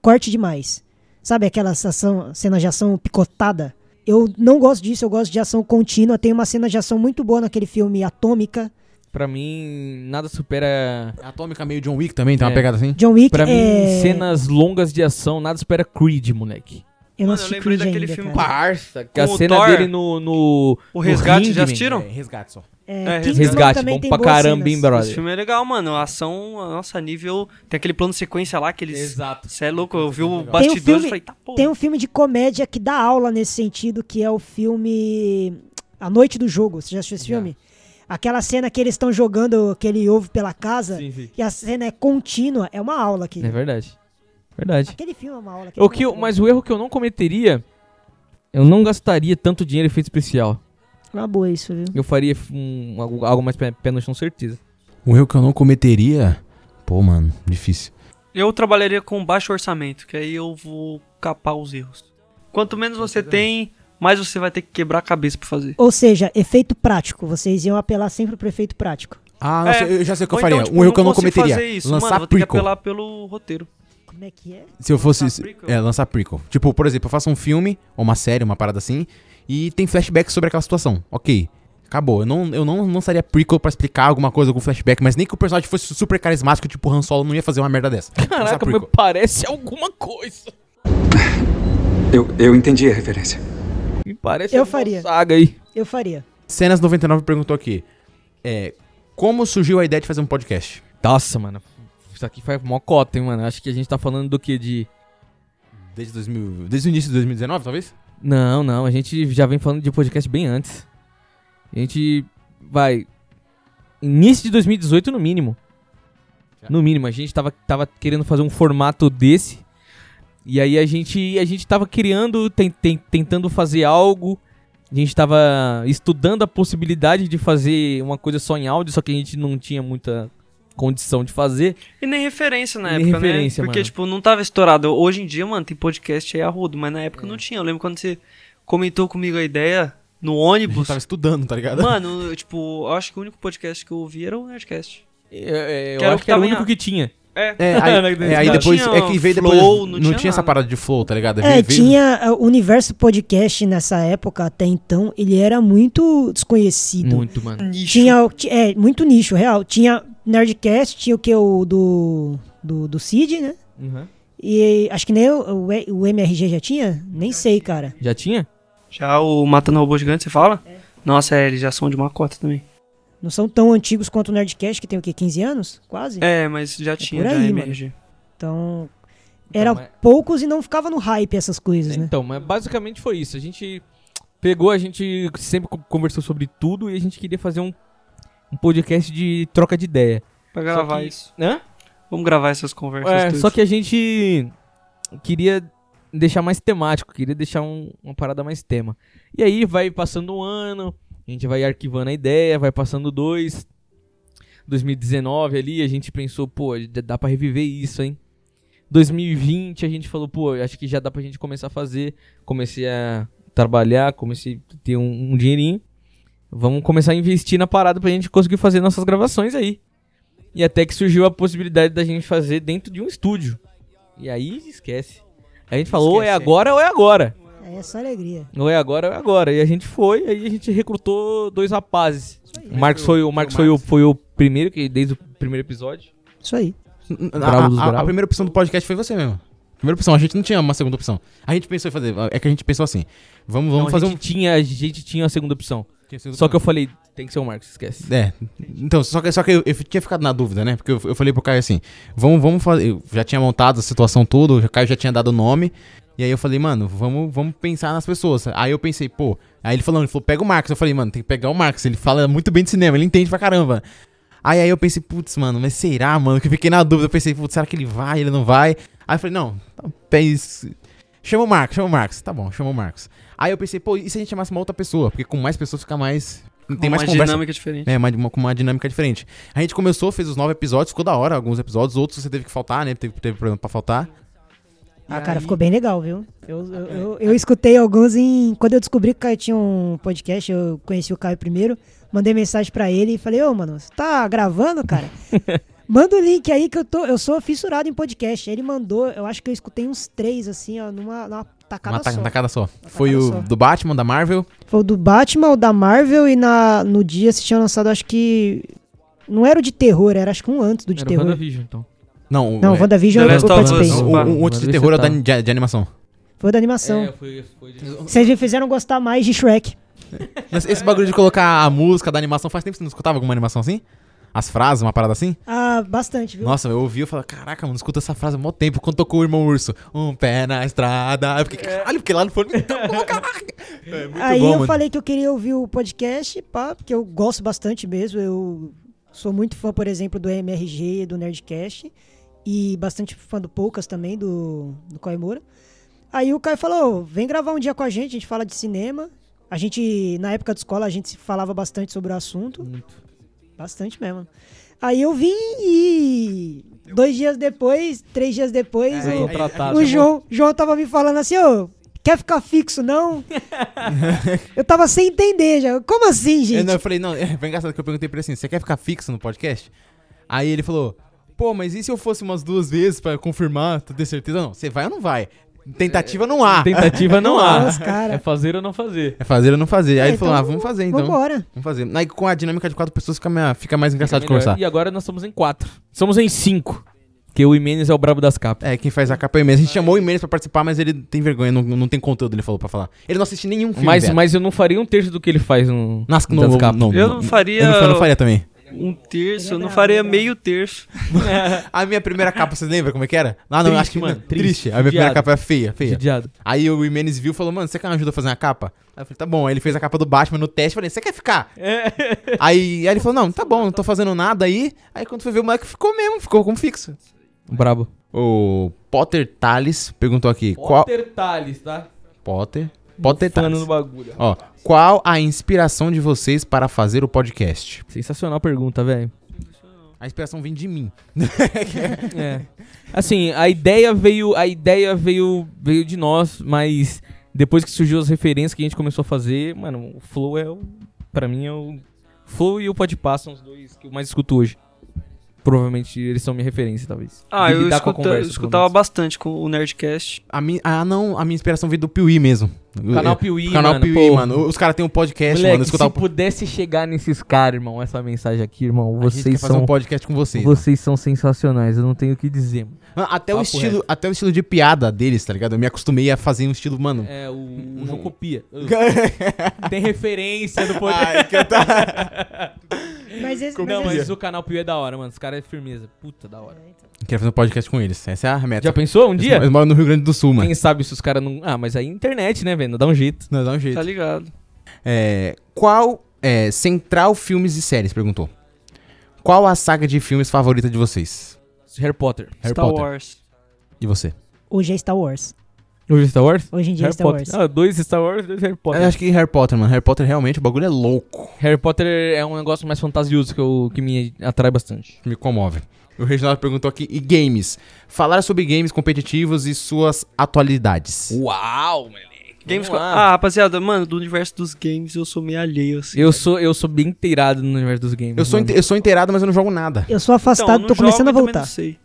corte demais. Sabe aquela ação, cena de ação picotada? Eu não gosto disso, eu gosto de ação contínua. Tem uma cena de ação muito boa naquele filme Atômica. Pra mim, nada supera. É Atômica meio John Wick também, tem uma pegada assim? John Wick Pra é- mim, cenas longas de ação, nada supera Creed, moleque. Eu não eu assisti lembrei Creed daquele ainda, filme cara. Parça, que Tá, com a o cena Thor. dele no. no O no Resgate, já ringue, assistiram? velho. resgate só. É, Resgate, Kingsman bom também tem pra boas caramba, cenas. hein, brother? Esse filme é legal, mano. A ação, nossa, nível. Tem aquele plano de sequência lá que eles. Exato. Você é louco, eu vi o Tem um, bastidores e filme, falei, tá porra. tem um filme de comédia que dá aula nesse sentido, que é o filme A Noite do Jogo. Você já assistiu esse filme? Aquela cena que eles estão jogando aquele ovo pela casa e a cena é contínua, é uma aula aqui. É verdade. Verdade. Aquele filme é uma aula. O que eu- mas o erro que eu não cometeria, eu não gastaria tanto dinheiro em efeito especial. Uma boa isso, viu? Eu faria um- algo, algo mais pé, pé no chão, certeza. Um erro que eu não cometeria. Pô, mano, difícil. Eu trabalharia com baixo orçamento, que aí eu vou capar os erros. Quanto menos você tem, mais você vai ter que quebrar a cabeça pra fazer. Ou seja, efeito prático. Vocês iam apelar sempre pro efeito prático. Ah, É. nossa, eu já sei o que eu Ou faria. então, tipo, um erro que eu não consigo cometeria. fazer isso, lançar mano, vou ter que prequel. apelar pelo roteiro. Como é que é? Se eu fosse. é, lançar prequel. Tipo, por exemplo, eu faço um filme, ou uma série, uma parada assim, e tem flashback sobre aquela situação. Ok. Acabou. Eu não, eu não lançaria prequel pra explicar alguma coisa com flashback, mas nem que o personagem fosse super carismático, tipo Han Solo, não ia fazer uma merda dessa. Lançar Caraca, prequel. mas parece alguma coisa. Eu, eu entendi a referência. Me parece Eu alguma faria. saga aí. Eu faria. Cenas 99 perguntou aqui. É. Como surgiu a ideia de fazer um podcast? Nossa, mano. isso aqui foi mó cota, hein, mano. Acho que a gente tá falando do que? De. Desde, 2000, desde o início de 2019, talvez? Não, não. A gente já vem falando de podcast bem antes. A gente vai. Início de 2018, no mínimo. No mínimo, a gente tava, tava querendo fazer um formato desse. E aí a gente, a gente tava criando, ten- ten- tentando fazer algo. A gente tava estudando a possibilidade de fazer uma coisa só em áudio, só que a gente não tinha muita condição de fazer. E nem referência na Nem época, referência, né? Porque, mano. tipo, não tava estourado. Hoje em dia, mano, tem podcast aí arrudo, mas na época não tinha. Eu lembro quando você comentou comigo a ideia no ônibus. tava estudando, tá ligado? Mano, eu, tipo, eu acho que o único podcast que eu ouvi era o Nerdcast. eu Que era acho que era o tava em único a- que tinha. É, É, aí, é, aí Não depois. tinha um É que veio depois. flow, não, não tinha tinha essa nada. parada de flow, tá ligado? É, Veio- veio- tinha o universo podcast nessa época até então, ele era muito desconhecido. Muito, mano. Nicho. Tinha, o- ti- é, muito nicho, real. Tinha Nerdcast, tinha o que o do do, do Cid, né? Uhum. E acho que nem o, o, E- o MRG já tinha? Nem sei, cara. Já tinha? Já o Matando Robô Gigante, você fala? Nossa, é, eles já são de uma cota também. Não são tão antigos quanto o Nerdcast, que tem o quê? 15 anos? Quase? É, mas já tinha, por já aí, MRG. Então, era é. mas- poucos e não ficava no hype essas coisas, né? Então, mas basicamente foi isso. A gente pegou, a gente sempre co- conversou sobre tudo e a gente queria fazer um, um podcast de troca de ideia. Pra Só gravar que- isso. Hã? Vamos gravar essas conversas. É, tudo. só que a gente queria deixar mais temático, queria deixar um- uma parada mais tema. E aí vai passando um ano, a gente vai arquivando a ideia, vai passando dois. 2019 ali, a gente pensou, pô, d- dá pra reviver isso, hein? 2020 a gente falou, pô, acho que já dá pra gente começar a fazer. Comecei a trabalhar, comecei a ter um, um dinheirinho. Vamos começar a investir na parada pra gente conseguir fazer nossas gravações aí. E até que surgiu a possibilidade da gente fazer dentro de um estúdio. E aí esquece. A gente falou, ou é Esquece. agora ou é agora. É só alegria. Ou é agora ou é agora. E a gente foi, aí a gente recrutou dois rapazes. O Marcos foi, o Marcos foi, o, foi o primeiro, que desde o primeiro episódio. Isso aí. A- Bravo dos a- a, bravos. primeira opção do podcast foi você mesmo. Primeira opção, a gente não tinha uma segunda opção. A gente pensou em fazer. É que a gente pensou assim: vamos, vamos Não, fazer Então, um a gente tinha, a gente tinha a um- segunda opção. Tinha a segunda Só opção. que eu falei, tem que ser o Marcos, esquece. um. É. Então, só que, só que eu, eu tinha ficado na dúvida, né? Porque eu, eu falei pro Caio assim: vamos, vamos fazer. Eu já tinha montado a situação toda, o Caio já tinha dado o nome. E aí eu falei, mano, vamos, vamos pensar nas pessoas. Aí eu pensei, pô. Aí ele falou, ele falou, pega o Marcos. Eu falei, mano, tem que pegar o Marcos. Ele fala muito bem de cinema, ele entende pra caramba. Aí, aí eu pensei, putz, mano, mas será, mano? Que eu fiquei na dúvida. Eu pensei, putz, será que ele vai, ele não vai? Aí eu falei, não, tá, pens- chama o Marcos, chama o Marcos. Tá bom, chama o Marcos. Aí eu pensei, pô, e se a gente chamasse uma outra pessoa? Porque com mais pessoas fica mais... Não tem uma mais conversa. dinâmica diferente. É, uma, uma- com uma dinâmica diferente. A gente começou, fez os nove episódios, ficou da hora alguns episódios. Outros você teve que faltar, né? Teve, teve problema pra faltar. Ah, cara, ficou bem legal, viu? Eu, Ah, é. eu, eu, eu escutei alguns em. Quando eu descobri que o Caio tinha um podcast, eu conheci o Caio primeiro, mandei mensagem pra ele e falei, ô, mano, você tá gravando, cara? Manda o link aí que eu tô. Eu sou fissurado em podcast. Ele mandou, eu acho que eu escutei uns três, assim, ó, numa, numa tacada uma ta- só. tacada só. Foi o só. do Batman, da Marvel. Foi o do Batman, o da Marvel e na, no dia se tinha lançado, acho que. Não era o de terror, era acho que um antes do de Era o terror. WandaVision, então. Não, o- Não, o é- WandaVision The eu Last não of participei. Us. O, o, o outro de Mas terror é você da, tá- de, de animação. Foi o da animação. É, foi, foi de... Vocês me fizeram gostar mais de Shrek. Mas esse bagulho de colocar a música da animação, faz tempo que você não escutava alguma animação assim? As frases, uma parada assim? Ah, bastante, viu? Nossa, eu ouvi e falei, caraca, mano, escuta essa frase há mó tempo. Quando tocou o Irmão Urso, um pé na estrada. Eu fiquei, caralho, porque lá no fundo me tocou, caraca. É muito Aí bom, eu mano. falei que eu queria ouvir o podcast, pá, porque eu gosto bastante mesmo. Eu sou muito fã, por exemplo, do MRG e do Nerdcast. E bastante fã do Poucas também, do, do Koimura. Aí o Caio falou: "Ô, vem gravar um dia com a gente, a gente fala de cinema. A gente, na época de escola, a gente se falava bastante sobre o assunto. Bastante mesmo. Aí eu vim e. Dois dias depois, três dias depois, É, o, contratado. o João, João tava me falando assim, ô, quer ficar fixo não? eu tava sem entender já. Como assim, Eu, não, eu gente? falei, não, é, foi engraçado que eu perguntei pra ele assim, você quer ficar fixo no podcast? Aí ele falou, pô, mas e se eu fosse umas duas vezes pra confirmar, tu ter certeza? Não, você vai ou não vai? Tentativa não há. Tentativa não há. Nossa, cara. É fazer ou não fazer. É fazer ou não fazer. Aí É, ele falou, então, ah, vamos fazer então. Vambora. Vamos fazer. Aí com a dinâmica de quatro pessoas fica, mais- fica mais engraçado de É Melhor. conversar. E agora nós somos em quatro. Somos em cinco. Porque o Imenes é o brabo das capas. É, quem faz a capa é o Imenes. A gente chamou o Imenes pra participar, mas ele tem vergonha, não, não tem conteúdo, ele falou pra falar. Ele não assiste nenhum filme. mas, velho. mas eu não faria um terço do que ele faz no, Nas, no, das capas. não, Eu não- não faria- Eu não, eu não faria também. Um terço, eu não faria meio terço. a minha primeira capa, vocês lembram como é que era? Ah, não, Triste, acho que mano, triste. triste, A minha primeira judiado. capa é feia, feia. Judiado. Aí o Imenes viu e falou, mano, você quer me ajudar a fazer uma capa? Aí eu falei, tá bom. Aí ele fez a capa do Batman no teste, eu falei, você quer ficar? Aí, aí ele falou, não, tá bom, É. não tô fazendo nada aí. Aí quando foi ver o moleque ficou mesmo, ficou como fixo. Um Brabo. O Potter Thales perguntou aqui, qual... Potter Thales, tá? Potter. Potter Bufando Thales. no bagulho. Ó, qual a inspiração de vocês para fazer o podcast? Sensacional pergunta, velho. A inspiração vem de mim. É. Assim, a ideia veio, a ideia veio, veio de nós, mas depois que surgiu as referências que a gente começou a fazer, mano, o Flow é o para mim é o Flow e o Podpah são os dois que eu mais escuto hoje. Provavelmente eles são minha referência, talvez. Ah, De eu lidar com a escuta- conversa, eu pelo escutava bastante com o Nerdcast. tá A minha, ah, não, a minha inspiração veio do Piuí mesmo. Canal Eu- Piuí, Canal mano, Piuí, pô. mano. Os caras têm um podcast, Moleque, mano. Escutar se o... pudesse chegar nesses caras, irmão, essa mensagem aqui, irmão, A gente vocês quer fazer são um podcast com vocês. vocês são sensacionais, eu não tenho o que dizer. Mano. Mano, Até o, Papo estilo, até o estilo de piada deles, tá ligado? Eu me acostumei a fazer um estilo, mano. É, o não copia. Tem referência do podcast. Ai, que eu Mas esse- não, mas mas, esse- o canal Pio é da hora, mano. Os caras é firmeza. Puta, da hora. Quero fazer um podcast com eles. Essa é a meta. Já pensou um Eles dia? mo- Eles moram no Rio Grande do Sul, mano. Quem sabe se os caras não... Ah, mas aí internet, né, velho? Não Dá um jeito. Não, dá um jeito. Tá ligado? É, qual. É, Central Filmes e Séries perguntou. Qual a saga de filmes favorita de vocês? Harry Potter. Harry Star Potter. Wars. E você? Hoje é Star Wars. Hoje é Star Wars? Hoje em dia é Harry Star Potter. Wars. Ah, dois Star Wars, dois Harry Potter. Eu acho que Harry Potter, mano. Harry Potter realmente o bagulho é louco. Harry Potter é um negócio mais fantasioso que, eu, que me atrai bastante. Me comove. O Reginaldo perguntou aqui, e games? Falar sobre games competitivos e suas atualidades. Uau, moleque. Games Vamos com- lá. Ah, rapaziada, mano, do universo dos games eu sou meio alheio, assim. Eu sou, eu sou bem inteirado no universo dos games. Eu sou, mano. inte- eu sou inteirado, mas eu não jogo nada. Eu sou Então, afastado, Então, não tô começando jogo a e também voltar. Não sei.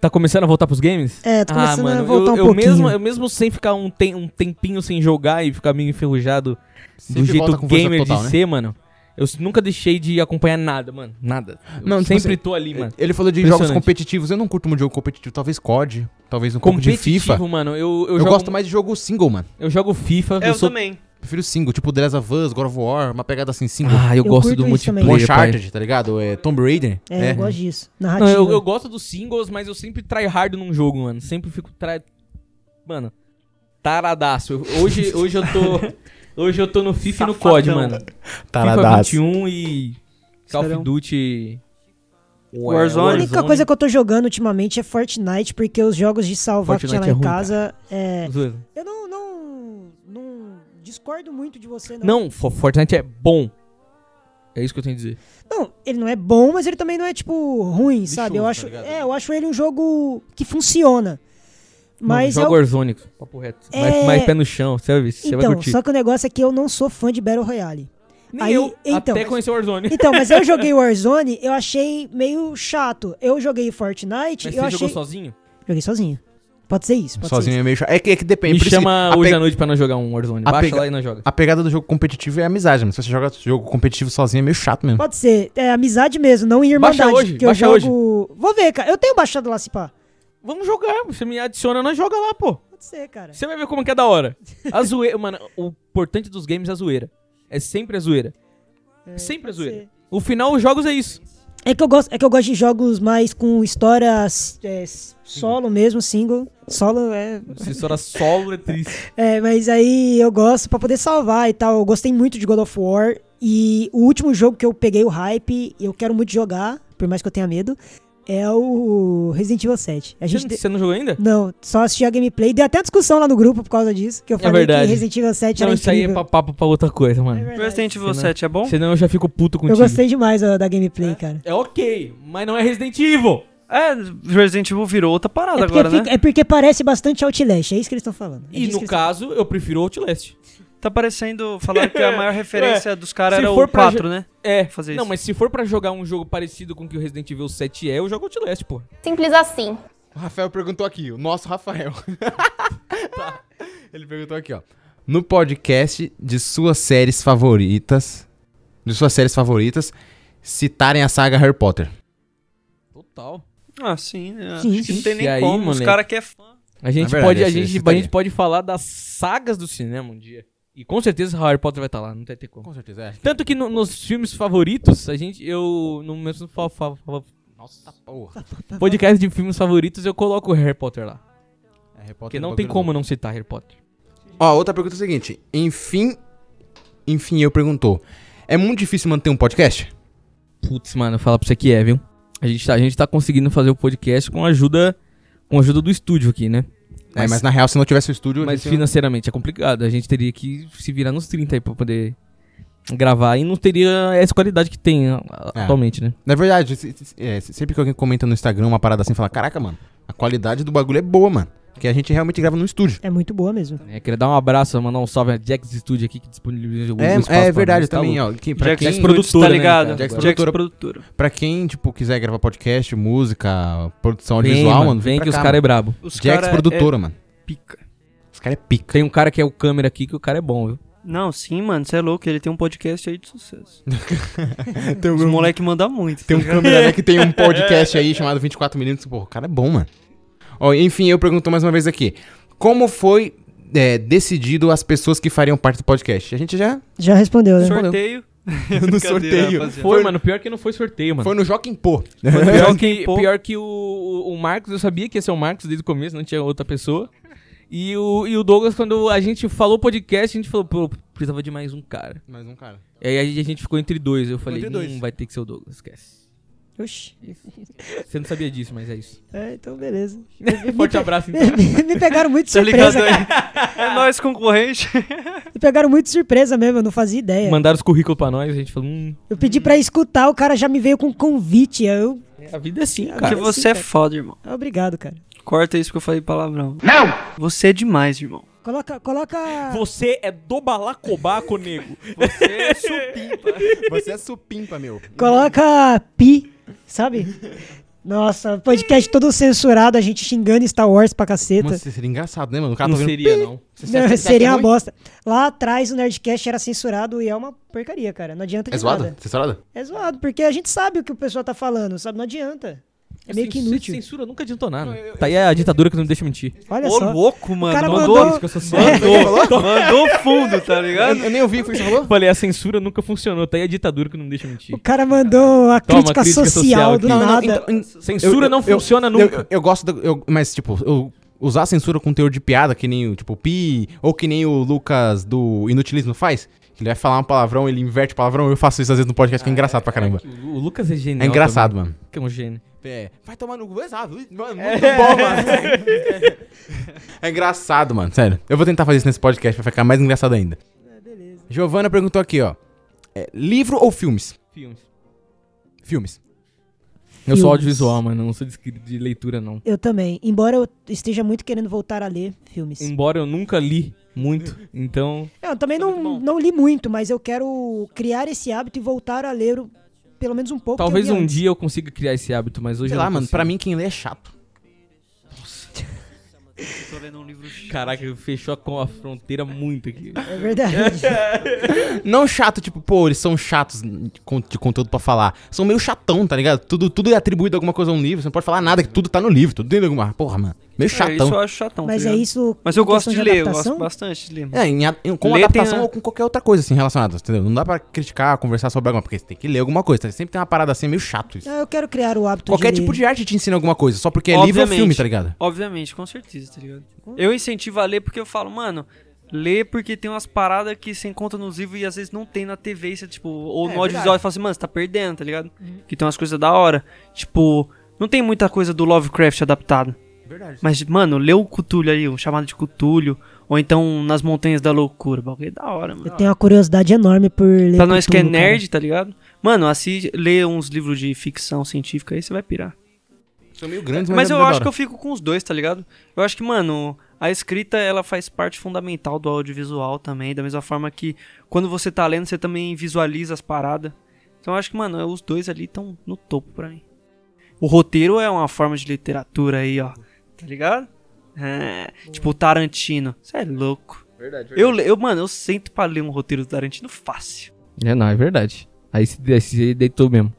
Tá começando a voltar pros games? Ah, É, tô começando a mano, voltar eu, um eu pouquinho. Mesmo, eu mesmo sem ficar um, tem, um tempinho sem jogar e ficar meio enferrujado Sempre do volta jeito com força gamer total, de né? ser, mano, eu s- nunca deixei de acompanhar nada, mano. Nada. Eu Não, tipo sempre assim, tô ali, mano. Ele falou de jogos Impressionante. competitivos. Eu não curto muito jogo competitivo. Talvez COD, talvez um pouco de FIFA. mano. Eu, eu, Eu, jogo, gosto mais de jogo single, mano. Eu jogo FIFA. Eu, eu sou... também. Prefiro single, tipo The Last of Us, God of War, uma pegada assim single. Ah, Eu eu, gosto curto do isso também. multiplayer. pai. Uncharted, tá ligado? É Tomb Raider. É, eu gosto disso. Não, Narrativa. eu, eu gosto dos singles, mas eu sempre try hard num jogo, mano. Sempre fico try... Mano, taradaço. Eu- Hoje, hoje eu tô... Hoje eu tô no FIFA e no Safadão. COD, mano. FIFA 21 e Call of Serão. Duty... Ué, Warzone. A única coisa que eu tô jogando ultimamente é Fortnite, porque os jogos de salvar que tinha lá Fortnite é em ruim, casa. é, Zoeira. Eu não, não, não discordo muito de você, não. Não, Fo- Fortnite é bom. É isso que eu tenho a dizer. Não, ele não é bom, mas ele também não é, tipo, ruim, sabe? Eu tá acho, ligado? é, eu acho ele um jogo que funciona. Mas Mano, é o- joga Warzone, papo reto. É- Mais, mais pé no chão, sabe? Você vai Então, curtir. só que o negócio é que eu não sou fã de Battle Royale. Nem aí- eu, então, até mas- conhecer o Warzone. Então, mas eu joguei Warzone, eu achei meio chato. Eu joguei Fortnite, Mas você eu achei... jogou sozinho? Joguei sozinho. Pode ser isso, pode Sozinho é meio chato. É que, é que depende. Me por isso que chama a hoje pe- à noite pra nós jogar um Warzone. a Baixa pega- lá e nós joga. A pegada do jogo competitivo é a amizade, mano. Se você joga jogo competitivo sozinho é meio chato mesmo. Pode ser. É amizade mesmo, não em irmandade. Baixa hoje, que eu baixa jogo... hoje. Vou ver, cara. Eu tenho baixado lá, se pá. Vamos jogar, você me adiciona, nós joga lá, pô. Pode ser, cara. Você vai ver como que é da hora. A zoeira, mano, o importante dos games é a zoeira. É sempre a zoeira. É, sempre a pode zoeira. ser. O final, os jogos é isso. É que eu gosto, é que eu gosto de jogos mais com história é, solo mesmo, single. Solo é, Se história solo é triste. é, mas aí eu gosto pra poder salvar e tal. Eu gostei muito de God of War e o último jogo que eu peguei o hype e eu quero muito jogar, por mais que eu tenha medo, é o Resident Evil 7. A Você gente não- de- você não jogou ainda? não, só assisti a gameplay. Deu até discussão lá no grupo por causa disso. Que eu falei que É verdade. Resident Evil 7 Não, era isso aí é incrível. É pa- papo pra outra coisa, mano. Resident Evil Você não- 7 é bom? Senão eu já fico puto Eu contigo. gostei demais ó, da gameplay, cara. É ok, mas não é Resident Evil. É, Resident Evil virou outra parada É porque, agora, né? fica- é porque parece bastante Outlast, é isso que eles estão falando. É E disso que no eles caso, eu prefiro Outlast. Tá parecendo. Falaram que a maior É. referência dos caras Se era for o pra 4, jo- né? É, Fazer não, isso. mas se for pra jogar um jogo parecido com o que o Resident Evil 7 é, eu jogo Outlast, pô. Simples assim. O Rafael perguntou aqui, o nosso Rafael. Tá. Ele perguntou aqui, ó. No podcast de suas séries favoritas, de suas séries favoritas, citarem a saga Harry Potter. Total. Ah, sim. né? Sim, Acho que sim. não tem nem E aí, como. Os moleque? caras que é fã. A gente verdade, pode, a esse- gente, esse a gente daí. pode falar das sagas do cinema um dia. E E com certeza Harry Potter vai estar lá, não vai ter como. Com certeza, é. Tanto que no- nos filmes favoritos, a gente, eu, no meu fa- fa- fa- Nossa, Tá porra. podcast de filmes favoritos, eu coloco o Harry Potter lá. Harry Potter Porque é um não tem bagulho como não citar Harry Potter. Ó, outra pergunta é a seguinte. Enfim, enfim, eu perguntou. É muito difícil manter um podcast? Putz, mano, eu falo pra você que é, viu? A gente tá, a gente tá conseguindo fazer o podcast com a ajuda, com a ajuda do estúdio aqui, né? É, mas na real, se não tivesse o estúdio, a Mas gente não- financeiramente é complicado. A gente teria que se virar nos 30 aí pra poder gravar. E não teria essa qualidade que tem a- a- É. atualmente, né? Na verdade, se- se- se- é, se- sempre que alguém comenta no Instagram uma parada assim, fala, caraca, mano, a qualidade do bagulho é boa, mano. Porque a gente realmente grava no estúdio. É muito boa mesmo. É, queria dar um abraço, mandar um salve a Jax Studio aqui que disponibiliza o É, espaço é pra verdade nós, tá também, louco? ó. Que, pra Jax quem, é Studios, produtora, né, cara? Jax Agora. produtora, Pra quem, tipo, quiser gravar podcast, música, produção Vem, audiovisual, mano, mano, vem pra que os cá, cara é mano. brabo. Os Jax cara produtora, é- mano. Pica. Os caras é pica. Tem um cara que é o câmera aqui que o cara é bom, viu? Não, sim, mano, você é louco, ele tem um podcast aí de sucesso. Tem Os um- moleque manda muito. Tem um tá ligado? É. câmera, né, que tem um podcast aí chamado 24 Minutos. Porra, o cara é bom, mano. Ó, enfim, eu pergunto mais uma vez aqui. Como foi é, decidido as pessoas que fariam parte do podcast? A gente já... Já respondeu, um né? Sorteio. No sorteio. Foi, mano, pior que não foi sorteio, mano. Foi no Joaquim Pô. Foi pior que, pior que o, o- o Marcos, eu sabia que ia ser o Marcos desde o começo, não tinha outra pessoa. E o, e o Douglas, quando a gente falou podcast, a gente falou, pô, precisava de mais um cara. Mais um cara. E aí a gente- a gente ficou entre dois. Eu falei, entre não dois. vai ter que ser o Douglas, esquece. Oxi. Você não sabia disso, mas é isso. É, então beleza. Forte abraço, então. Me, me pegaram muito de Tá ligado surpresa, aí? cara. É nós concorrente. Me pegaram muito de surpresa mesmo, eu não fazia É. ideia. Mandaram os currículos pra nós, a gente falou, hum, Eu pedi pra escutar, o cara já me veio com um convite. Eu... a vida é assim, Ah, Porque cara. você é foda, irmão. Obrigado, cara. Corta isso que eu falei palavrão. Não! Você é demais, irmão. Coloca, coloca. Você é do balacobaco, nego. Você é supimpa, meu. Coloca pi, sabe? Nossa, podcast todo censurado, a gente xingando Star Wars pra caceta. Mano, seria engraçado, né, mano? O cara Não tá vendo... seria, pi. não. Você Não, acha que seria é uma ruim? bosta. Lá atrás o Nerdcast era censurado e é uma porcaria, cara. Não adianta de É zoado? nada. Você é zoado? É zoado, porque a gente sabe o que o pessoal tá falando, sabe? Não adianta. É meio que inútil. Censura nunca adiantou nada. tá aí a ditadura que não me deixa mentir. Olha Ô, só. louco, mano. cara mandou, mandou- Que eu sou mandou, mandou fundo, tá Eu, ligado? eu nem ouvi o que você falou. Falei, a censura nunca funcionou. Tá aí a ditadura que não me deixa mentir. O cara mandou a Toma, crítica, crítica social, social do aqui. Não, não, nada. então- en- Censura não funciona eu- nunca. Eu, eu gosto, da- eu- mas tipo, eu usar censura com teor de piada, que nem o tipo pi, ou que nem o Lucas do Inutilismo faz, que ele vai falar um palavrão, ele inverte o palavrão, eu faço isso às vezes no podcast, que é engraçado pra caramba. O Lucas é genial. É engraçado, mano. também, Que é um gênio. É, vai tomar no cu, exato. Mano, muito bom, mano. É engraçado, mano, sério. Eu vou tentar fazer isso nesse podcast pra ficar mais engraçado ainda. Giovana perguntou aqui, ó. é, livro ou filmes? Filmes. Filmes. Eu sou Filmes. audiovisual, mano. Não sou de, escri- de leitura, não. Eu também. Embora eu esteja muito querendo voltar a ler filmes. É, Embora eu nunca li muito, então... Eu também não, não li muito, mas eu quero criar esse hábito e voltar a ler o- pelo menos um pouco. que eu Talvez li um antes. dia eu consiga criar esse hábito, mas hoje Sei eu não lá, mano, consigo. pra mim quem lê é chato. Tô lendo um livro chato. Caraca, fechou a, co- a fronteira muito aqui. É verdade. Não chato, tipo, pô, eles são chatos de con- de conteúdo pra falar. São meio chatão, tá ligado? Tudo, tudo é atribuído alguma coisa a um livro. Você não pode falar nada, que tudo tá no livro, tudo dentro de alguma. Porra, mano. Meio É, isso eu chatão. acho chatão. Mas tá é ligado? isso. Mas eu em gosto questão de ler, eu adaptação? gosto bastante de ler. mano. É, em a- em- com Ler tem adaptação a- ou com qualquer outra coisa, assim, relacionada, entendeu? Não dá pra criticar, conversar sobre alguma, porque você tem que ler alguma coisa. tá? Sempre tem uma parada assim, meio chato isso. Ah, eu quero criar o hábito Qualquer de tipo ler. de arte te ensina alguma coisa, só porque é livro ou filme, tá ligado? Obviamente, com certeza, tá ligado? Eu incentivo a ler porque eu falo, mano, lê porque tem umas paradas que você encontra nos livros e às vezes não tem na TV, você, tipo, ou É, no audiovisual e fala assim, mano, você tá perdendo, tá ligado? Uhum. Que tem umas coisas da hora. Tipo, não tem muita coisa do Lovecraft adaptado. Verdade. Mas, mano, lê o Cutulho aí, o chamado de Cutulho, ou então Nas Montanhas da Loucura, o bagulho é da hora, mano. Eu tenho uma curiosidade enorme por ler. Pra nós que é Cthulhu, cara. nerd, tá ligado? Mano, assiste, lê uns livros de ficção científica aí, você vai pirar. São meio é grandes, Mas é eu acho que eu fico com os dois, tá ligado? Eu acho que, mano, a escrita ela faz parte fundamental do audiovisual também, da mesma forma que quando você tá lendo, você também visualiza as paradas. Então eu acho que, mano, os dois ali estão no topo pra mim. O roteiro é uma forma de literatura aí, ó. Tá ligado? É, tipo o Tarantino. Você é louco. Verdade, Eu, le- eu, mano, eu sento pra ler um roteiro do Tarantino fácil. É, não, é verdade. Aí você, aí você deitou mesmo.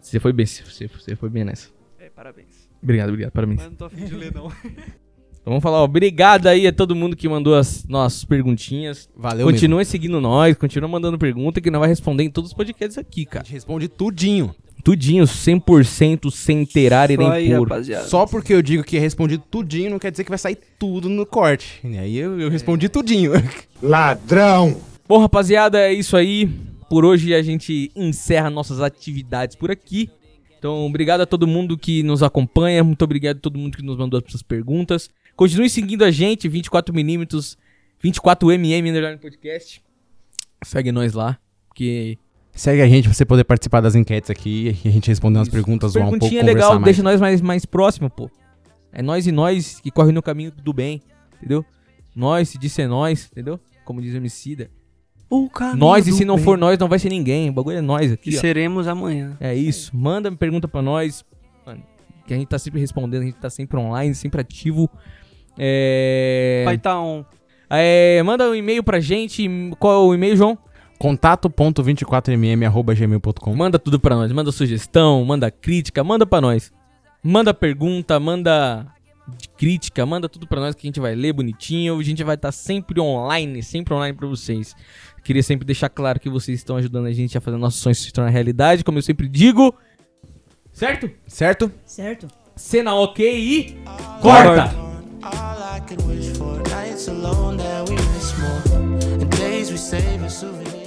Você foi bem, você, você foi bem nessa. É, parabéns. Obrigado, obrigado, parabéns. Mas não tô afim de ler, não. Então vamos falar, ó, obrigado aí a todo mundo que mandou as nossas perguntinhas. Valeu Continua seguindo nós, continua mandando pergunta que nós vai responder em todos os podcasts aqui, cara. A gente responde tudinho. Tudinho, 100% sem terar e nem pôr. Só porque eu digo que respondi tudinho não quer dizer que vai sair tudo no corte. E aí eu, eu É. respondi tudinho. Ladrão! Bom, rapaziada, é isso aí. Por hoje a gente encerra nossas atividades por aqui. Então, obrigado a todo mundo que nos acompanha. Muito obrigado a todo mundo que nos mandou as suas perguntas. Continue seguindo a gente, 24mm, 24mm Underline Podcast. Segue nós lá, que Segue a gente pra você poder participar das enquetes aqui e a gente responder umas perguntas, zoar um pouco, perguntinha conversar legal, mais. deixa nós mais, mais próximo, pô. É nós e nós que corre no caminho do bem, entendeu? Nós, se disser nós, entendeu? Como diz o Emicida. Nós, e se não for nós, não vai ser ninguém. O bagulho é nós aqui. E ó. seremos amanhã. É isso. Manda pergunta pra nós. Mano, que a gente tá sempre respondendo, a gente tá sempre online, sempre ativo. É. Vai tá on. É, manda um e-mail pra gente. Qual é o e-mail, João? Contato.24mm.gmail.com Manda tudo pra nós. Manda sugestão, manda crítica, manda pra nós. Manda pergunta, manda de crítica, manda tudo pra nós que a gente vai ler bonitinho. A gente vai estar sempre online, sempre online pra vocês. Queria sempre deixar claro que vocês estão ajudando a gente a fazer nossos sonhos se tornar realidade, como eu sempre digo. Certo? Certo? Certo? Cena ok e. Corta! All I could wish for nights alone that we miss more, and days we save as souvenirs.